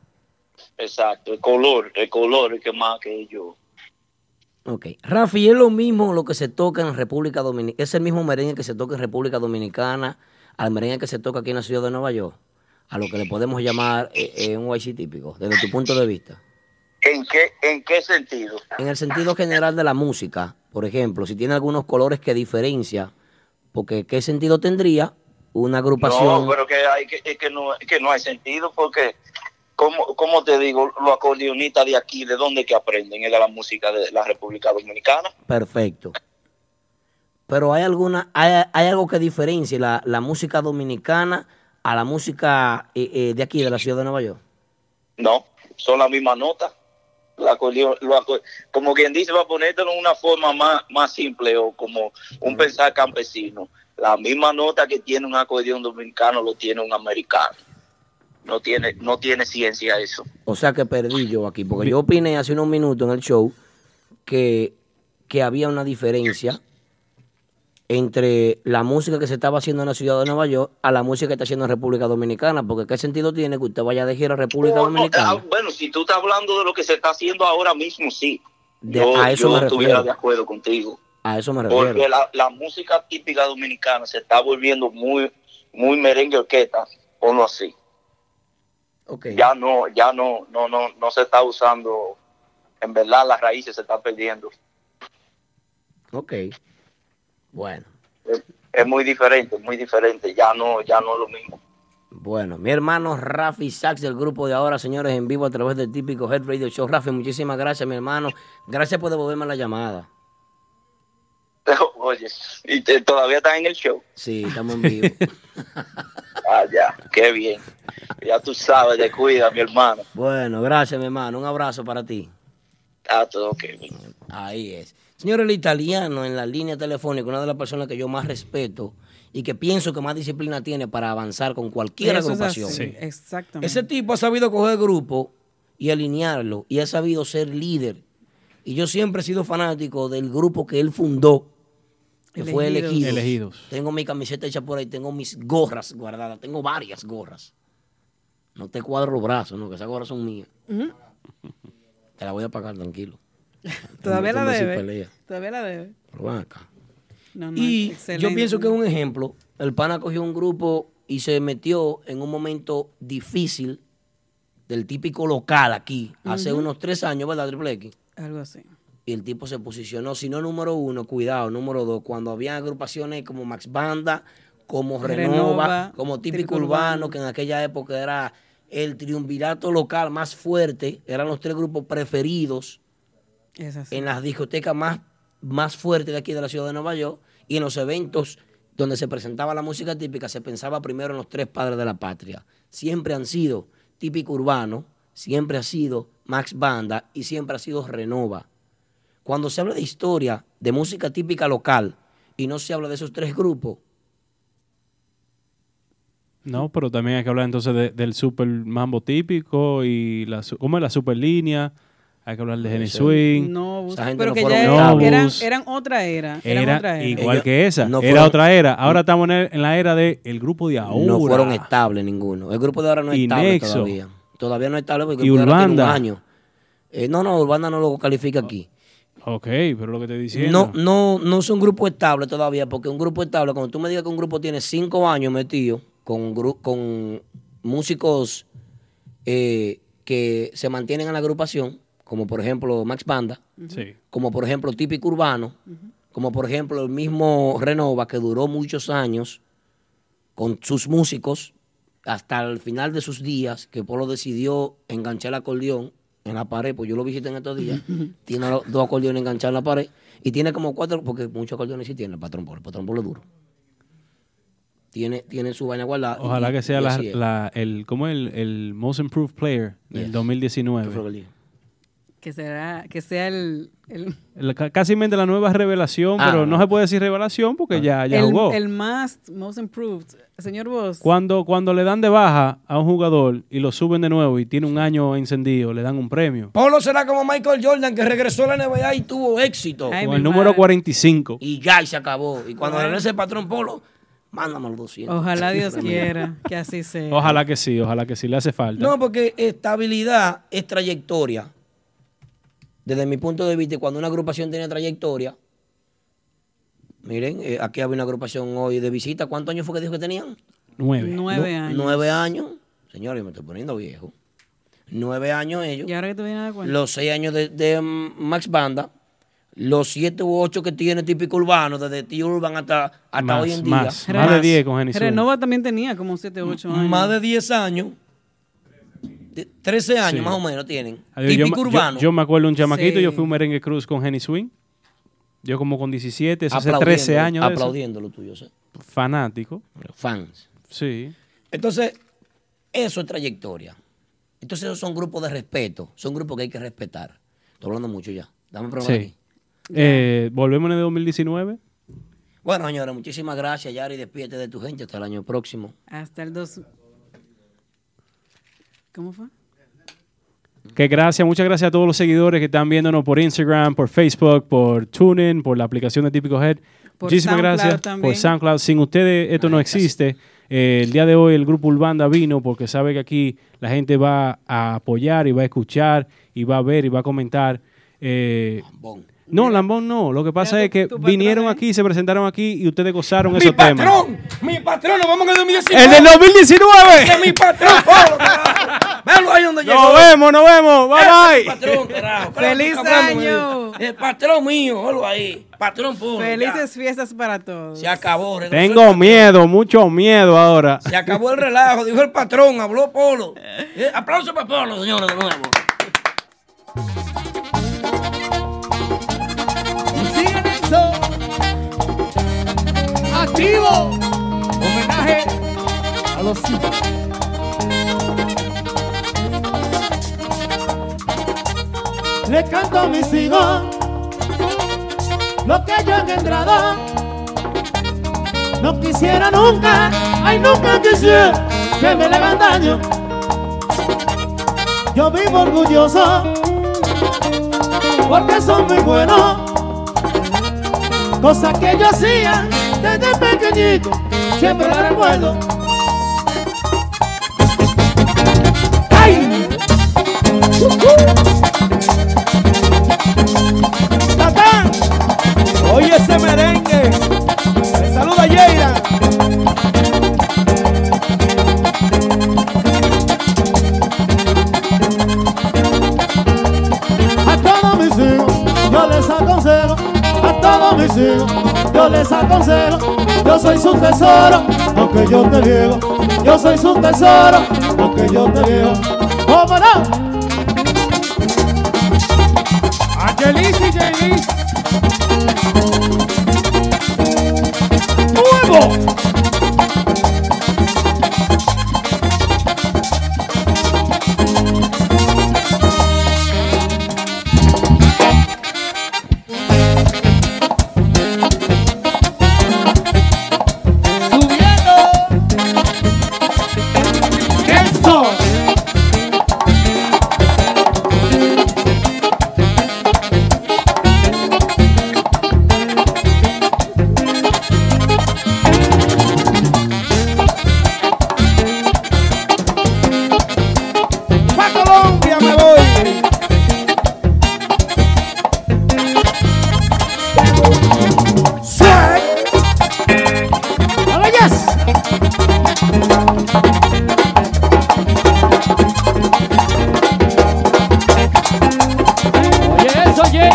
S18: Exacto, el color, el color es que más que yo.
S2: Ok. Rafi, es lo mismo lo que se toca en República Dominicana. Es el mismo merengue que se toca en República Dominicana al merengue que se toca aquí en la ciudad de Nueva York. A lo que le podemos llamar eh, eh, un YC típico, desde tu punto de vista.
S18: ¿En qué, en qué sentido?
S2: En el sentido general de la música, por ejemplo, si tiene algunos colores que diferencia, porque ¿qué sentido tendría una agrupación?
S18: No, pero que, hay, que, es que, no, es que no hay sentido porque, como, como te digo, los acordeonistas de aquí, ¿de dónde que aprenden? Es de la música de la República Dominicana.
S2: Perfecto. Pero hay alguna, hay, hay algo que diferencie la, la música dominicana a la música eh, eh, de aquí, de la ciudad de Nueva York.
S18: No, son las mismas notas. Lo acordeón- lo acor- como quien dice, va a ponértelo en una forma más, más simple o como un pensar campesino. La misma nota que tiene un acordeón dominicano lo tiene un americano. No tiene, no tiene ciencia eso.
S2: O sea que perdí yo aquí, porque yo opiné hace unos minutos en el show que, que había una diferencia entre la música que se estaba haciendo en la ciudad de Nueva York a la música que está haciendo en República Dominicana, porque ¿qué sentido tiene que usted vaya de gira a República
S18: No, no, ah,
S2: Dominicana?
S18: bueno, si tú estás hablando de lo que se está haciendo ahora mismo, sí.
S2: De-
S18: yo
S2: a eso
S18: yo
S2: me
S18: estuviera
S2: refiero.
S18: de acuerdo contigo.
S2: A eso me refiero.
S18: Porque la, la música típica dominicana se está volviendo muy, muy merengue orquesta, ponlo así. Ya no, ya no, no, no, no se está usando, en verdad las raíces se están perdiendo.
S2: Ok. Bueno.
S18: Es, es muy diferente, muy diferente, ya no, ya no es lo mismo.
S2: Bueno, mi hermano Rafi Sachs del grupo de ahora, señores, en vivo a través del típico Head Radio Show. Rafi, muchísimas gracias, mi hermano. Gracias por devolverme la llamada.
S18: Oye, y te- todavía estás en el show.
S2: Sí, estamos en vivo.
S18: ah, ya, qué bien. Ya tú sabes, te cuida, mi hermano.
S2: Bueno, gracias, mi hermano. Un abrazo para ti.
S18: Ah, todo ok.
S2: Ahí es. Señor, el italiano en la línea telefónica, una de las personas que yo más respeto y que pienso que más disciplina tiene para avanzar con cualquier
S4: Eso es
S2: agrupación.
S4: así, Exactamente.
S2: Ese tipo ha sabido coger grupo y alinearlo y ha sabido ser líder. Y yo siempre he sido fanático del grupo que él fundó, que fue
S3: Elegidos.
S2: elegido.
S3: Elegidos.
S2: Tengo mi camiseta hecha por ahí, tengo mis gorras guardadas, tengo varias gorras. No te cuadro los brazos, no, que esas gorras son mías.
S4: Ujú.
S2: Te las voy a pagar tranquilo.
S4: Todavía la
S2: Tú me haces
S4: debe.
S2: pelea.
S4: Todavía la debe.
S2: Pero ven acá.
S4: No, no,
S2: Y
S4: excelente.
S2: yo pienso que es un ejemplo. El pana cogió un grupo y se metió en un momento difícil del típico local aquí, hace
S4: Ujú.
S2: unos tres años, ¿verdad, Triple X?
S4: Algo así.
S2: Y el tipo se posicionó, si no número uno, cuidado, número dos, cuando había agrupaciones como Max Banda, como Renova,
S4: Renova,
S2: como Típico,
S4: Típico
S2: Urbano,
S4: Urbano,
S2: que en aquella época era el triunvirato local más fuerte, eran los tres grupos preferidos
S4: Es así.
S2: en las discotecas más, más fuertes de aquí de la ciudad de Nueva York y en los eventos donde se presentaba la música típica se pensaba primero en los tres padres de la patria. Siempre han sido típico urbano, siempre ha sido Max Banda y siempre ha sido Renova. Cuando se habla de historia, de música típica local y no se habla de esos tres grupos,
S3: No, pero también hay que hablar entonces de- del super mambo típico y la, su- ¿cómo es la super línea. Hay que hablar de Jenny
S2: sé.
S3: Swing.
S4: No,
S2: Esa gente
S4: pero
S2: no
S4: que
S2: fueron
S4: ya eran,
S3: nobles.
S4: eran, eran otra era. Eran otra
S3: Era
S4: era.
S3: igual
S2: Ellos
S3: que esa.
S2: no
S3: era
S2: fueron-
S3: otra era. Ahora estamos en, el- en la era del grupo de ahora.
S2: no fueron estables ninguno. pues El grupo de ahora no es
S3: Y
S2: estable
S3: Nexo.
S2: todavía. Todavía no es estable porque
S3: Y
S2: el grupo de ahora tiene un
S3: Urbanda.
S2: año. Eh, no, no, Urbanda no lo califica aquí.
S3: Ah, Ok, pero lo que te dicen.
S2: No, no, no es un grupo estable todavía, porque un grupo estable, cuando tú me digas que un grupo tiene cinco años metido con, gru- con músicos eh, que se mantienen en la agrupación, como por ejemplo Max Banda,
S3: Sí.
S2: como por ejemplo Típico Urbano, como por ejemplo el mismo Renova, que duró muchos años con sus músicos hasta el final de sus días, que Polo decidió enganchar el acordeón en la pared, pues yo lo visité en estos días, tiene los dos acordeones enganchados en la pared y tiene como cuatro, porque muchos acordeones sí tiene el patrón Polo, el patrón Polo es duro. Tiene, tiene su vaina guardada.
S3: Ojalá
S2: y-
S3: que sea
S2: y
S3: la,
S2: así es.
S3: la- el, ¿cómo es? el, el Most Improved Player del
S2: Yes.
S3: 2019.
S4: Que, será, que sea el, el,
S3: La- ca- casi mente la nueva revelación,
S2: Ah,
S3: pero no
S2: no. Ah.
S3: se puede decir revelación porque ya, Ah, ya
S4: el,
S3: jugó.
S4: el más, most improved. Señor Vos,
S3: Cuando, cuando le dan de baja a un jugador y lo suben de nuevo y tiene un año encendido, le dan un premio.
S2: Polo será como Michael Jordan, que regresó a la NBA y tuvo éxito.
S3: con el número 45.
S2: Y ya, y se acabó. Y cuando
S4: Bueno.
S2: regrese el patrón Polo, mándame los 200.
S4: ojalá Dios quiera que así sea.
S3: Ojalá que sí, ojalá que sí, le hace falta.
S2: No, porque estabilidad es trayectoria. Desde mi punto de vista, cuando una agrupación tiene trayectoria, miren, eh, aquí había una agrupación hoy de visita. ¿Cuántos años fue que dijo que tenían?
S3: Nueve.
S4: Nueve
S2: Nu-
S4: años.
S2: Nueve años. Señores, me estoy poniendo viejo. Nueve años ellos.
S4: Y ahora que tú vienes a dar cuenta.
S2: Los seis años de, de, mm, Max Banda. Los siete u ocho que tiene típico urbano, desde T-Urban hasta, hasta
S3: Más,
S2: hoy en día.
S3: más. Más de 10 con Jenny Swing.
S4: Renova también tenía como 7 u 8 años.
S2: Más de 10 años. de- 13 años
S3: Sí.
S2: más o menos tienen.
S3: Adiós, yo,
S2: típico
S3: me- yo-
S2: urbano.
S3: Yo, me acuerdo de un chamaquito,
S2: Sí.
S3: yo fui a un merengue cruz con Henny Swing. Yo como con 17, eso hace
S2: Aplaudiendo,
S3: 13 años. de eso.
S2: Aplaudiendo lo tuyo, ¿sí?
S3: Fanático.
S2: Fans.
S3: Sí.
S2: Entonces, eso es trayectoria. Entonces, esos son grupos de respeto. Son grupos que hay que respetar. Estoy hablando mucho ya. Dame probar aquí.
S3: sí. Eh, Volvemos en el 2019.
S2: Bueno, señores, muchísimas gracias, Yari. Despídete de tu gente hasta el año próximo.
S4: Hasta el 2. ¿Cómo fue?
S3: Que gracias, muchas gracias a todos los seguidores que están viéndonos por Instagram, por Facebook, por TuneIn, por la aplicación de Típico Head.
S4: Por
S3: muchísimas
S4: SoundCloud
S3: gracias
S4: también.
S3: por SoundCloud. Sin ustedes esto no existe. Eh, el día de hoy el grupo Urbanda vino porque sabe que aquí la gente va a apoyar y va a escuchar y va a ver y va a comentar. Eh, no, Lambón no. Lo que pasa es que
S4: ¿eh?
S3: vinieron aquí, se presentaron aquí y ustedes gozaron esos temas.
S2: ¡Mi patrón! ¡Nos vamos en el
S3: ¡El del 2019!
S2: ¡Ese es mi patrón, Pablo, carajo! Véalo ahí donde llegó.
S3: ¡Nos vemos, nos vemos! ¡Bye,
S2: Ese
S3: bye!
S2: es mi patrón, carajo.
S4: ¡Feliz
S2: Carajo, cabrón,
S4: año!
S2: El patrón mío, véalo ahí. Patrón puro.
S4: Felices fiestas para todos.
S2: Se acabó. regresó el
S3: Tengo miedo, mucho miedo ahora.
S2: Se acabó el relajo, dijo el patrón, habló Polo. Eh, aplauso para Polo, señores, de nuevo.
S14: Sigue Nelson. Activo. Homenaje a los cinco. Le canto a mis hijos lo que yo he engendrado. No quisiera nunca, ay nunca quisiera que me le hagan daño. Yo vivo orgulloso porque son muy buenos cosa que yo hacía desde pequeñito, siempre la recuerdo. ¡Ay! ¡Ujú! ¡Tatán! Oye ese merengue. Me saluda Yeira.
S10: yo les aconsejo a todos mis hijos, yo les aconsejo, yo soy su tesoro, aunque yo te niego, yo soy su tesoro, aunque yo te niego. ¡Cómo no!
S14: Angelis y Jelis.
S10: ¡Nuevo!
S14: Eso.
S10: ¡Pa' Colombia me voy! ¡Sí! ¡Hola, yes!
S14: Oye, eso, oye.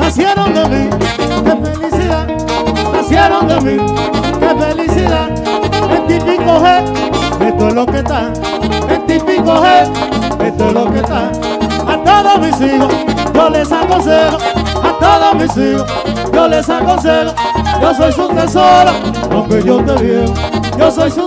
S10: Nacieron de mí, qué felicidad. Nacieron de mí, qué felicidad. En típico G, esto es lo que está. En típico G, esto es lo que está. A todos mis hijos, yo les aconsejo. A todos mis hijos, yo les aconsejo. Yo soy su tesoro, aunque yo te digo. Yo soy su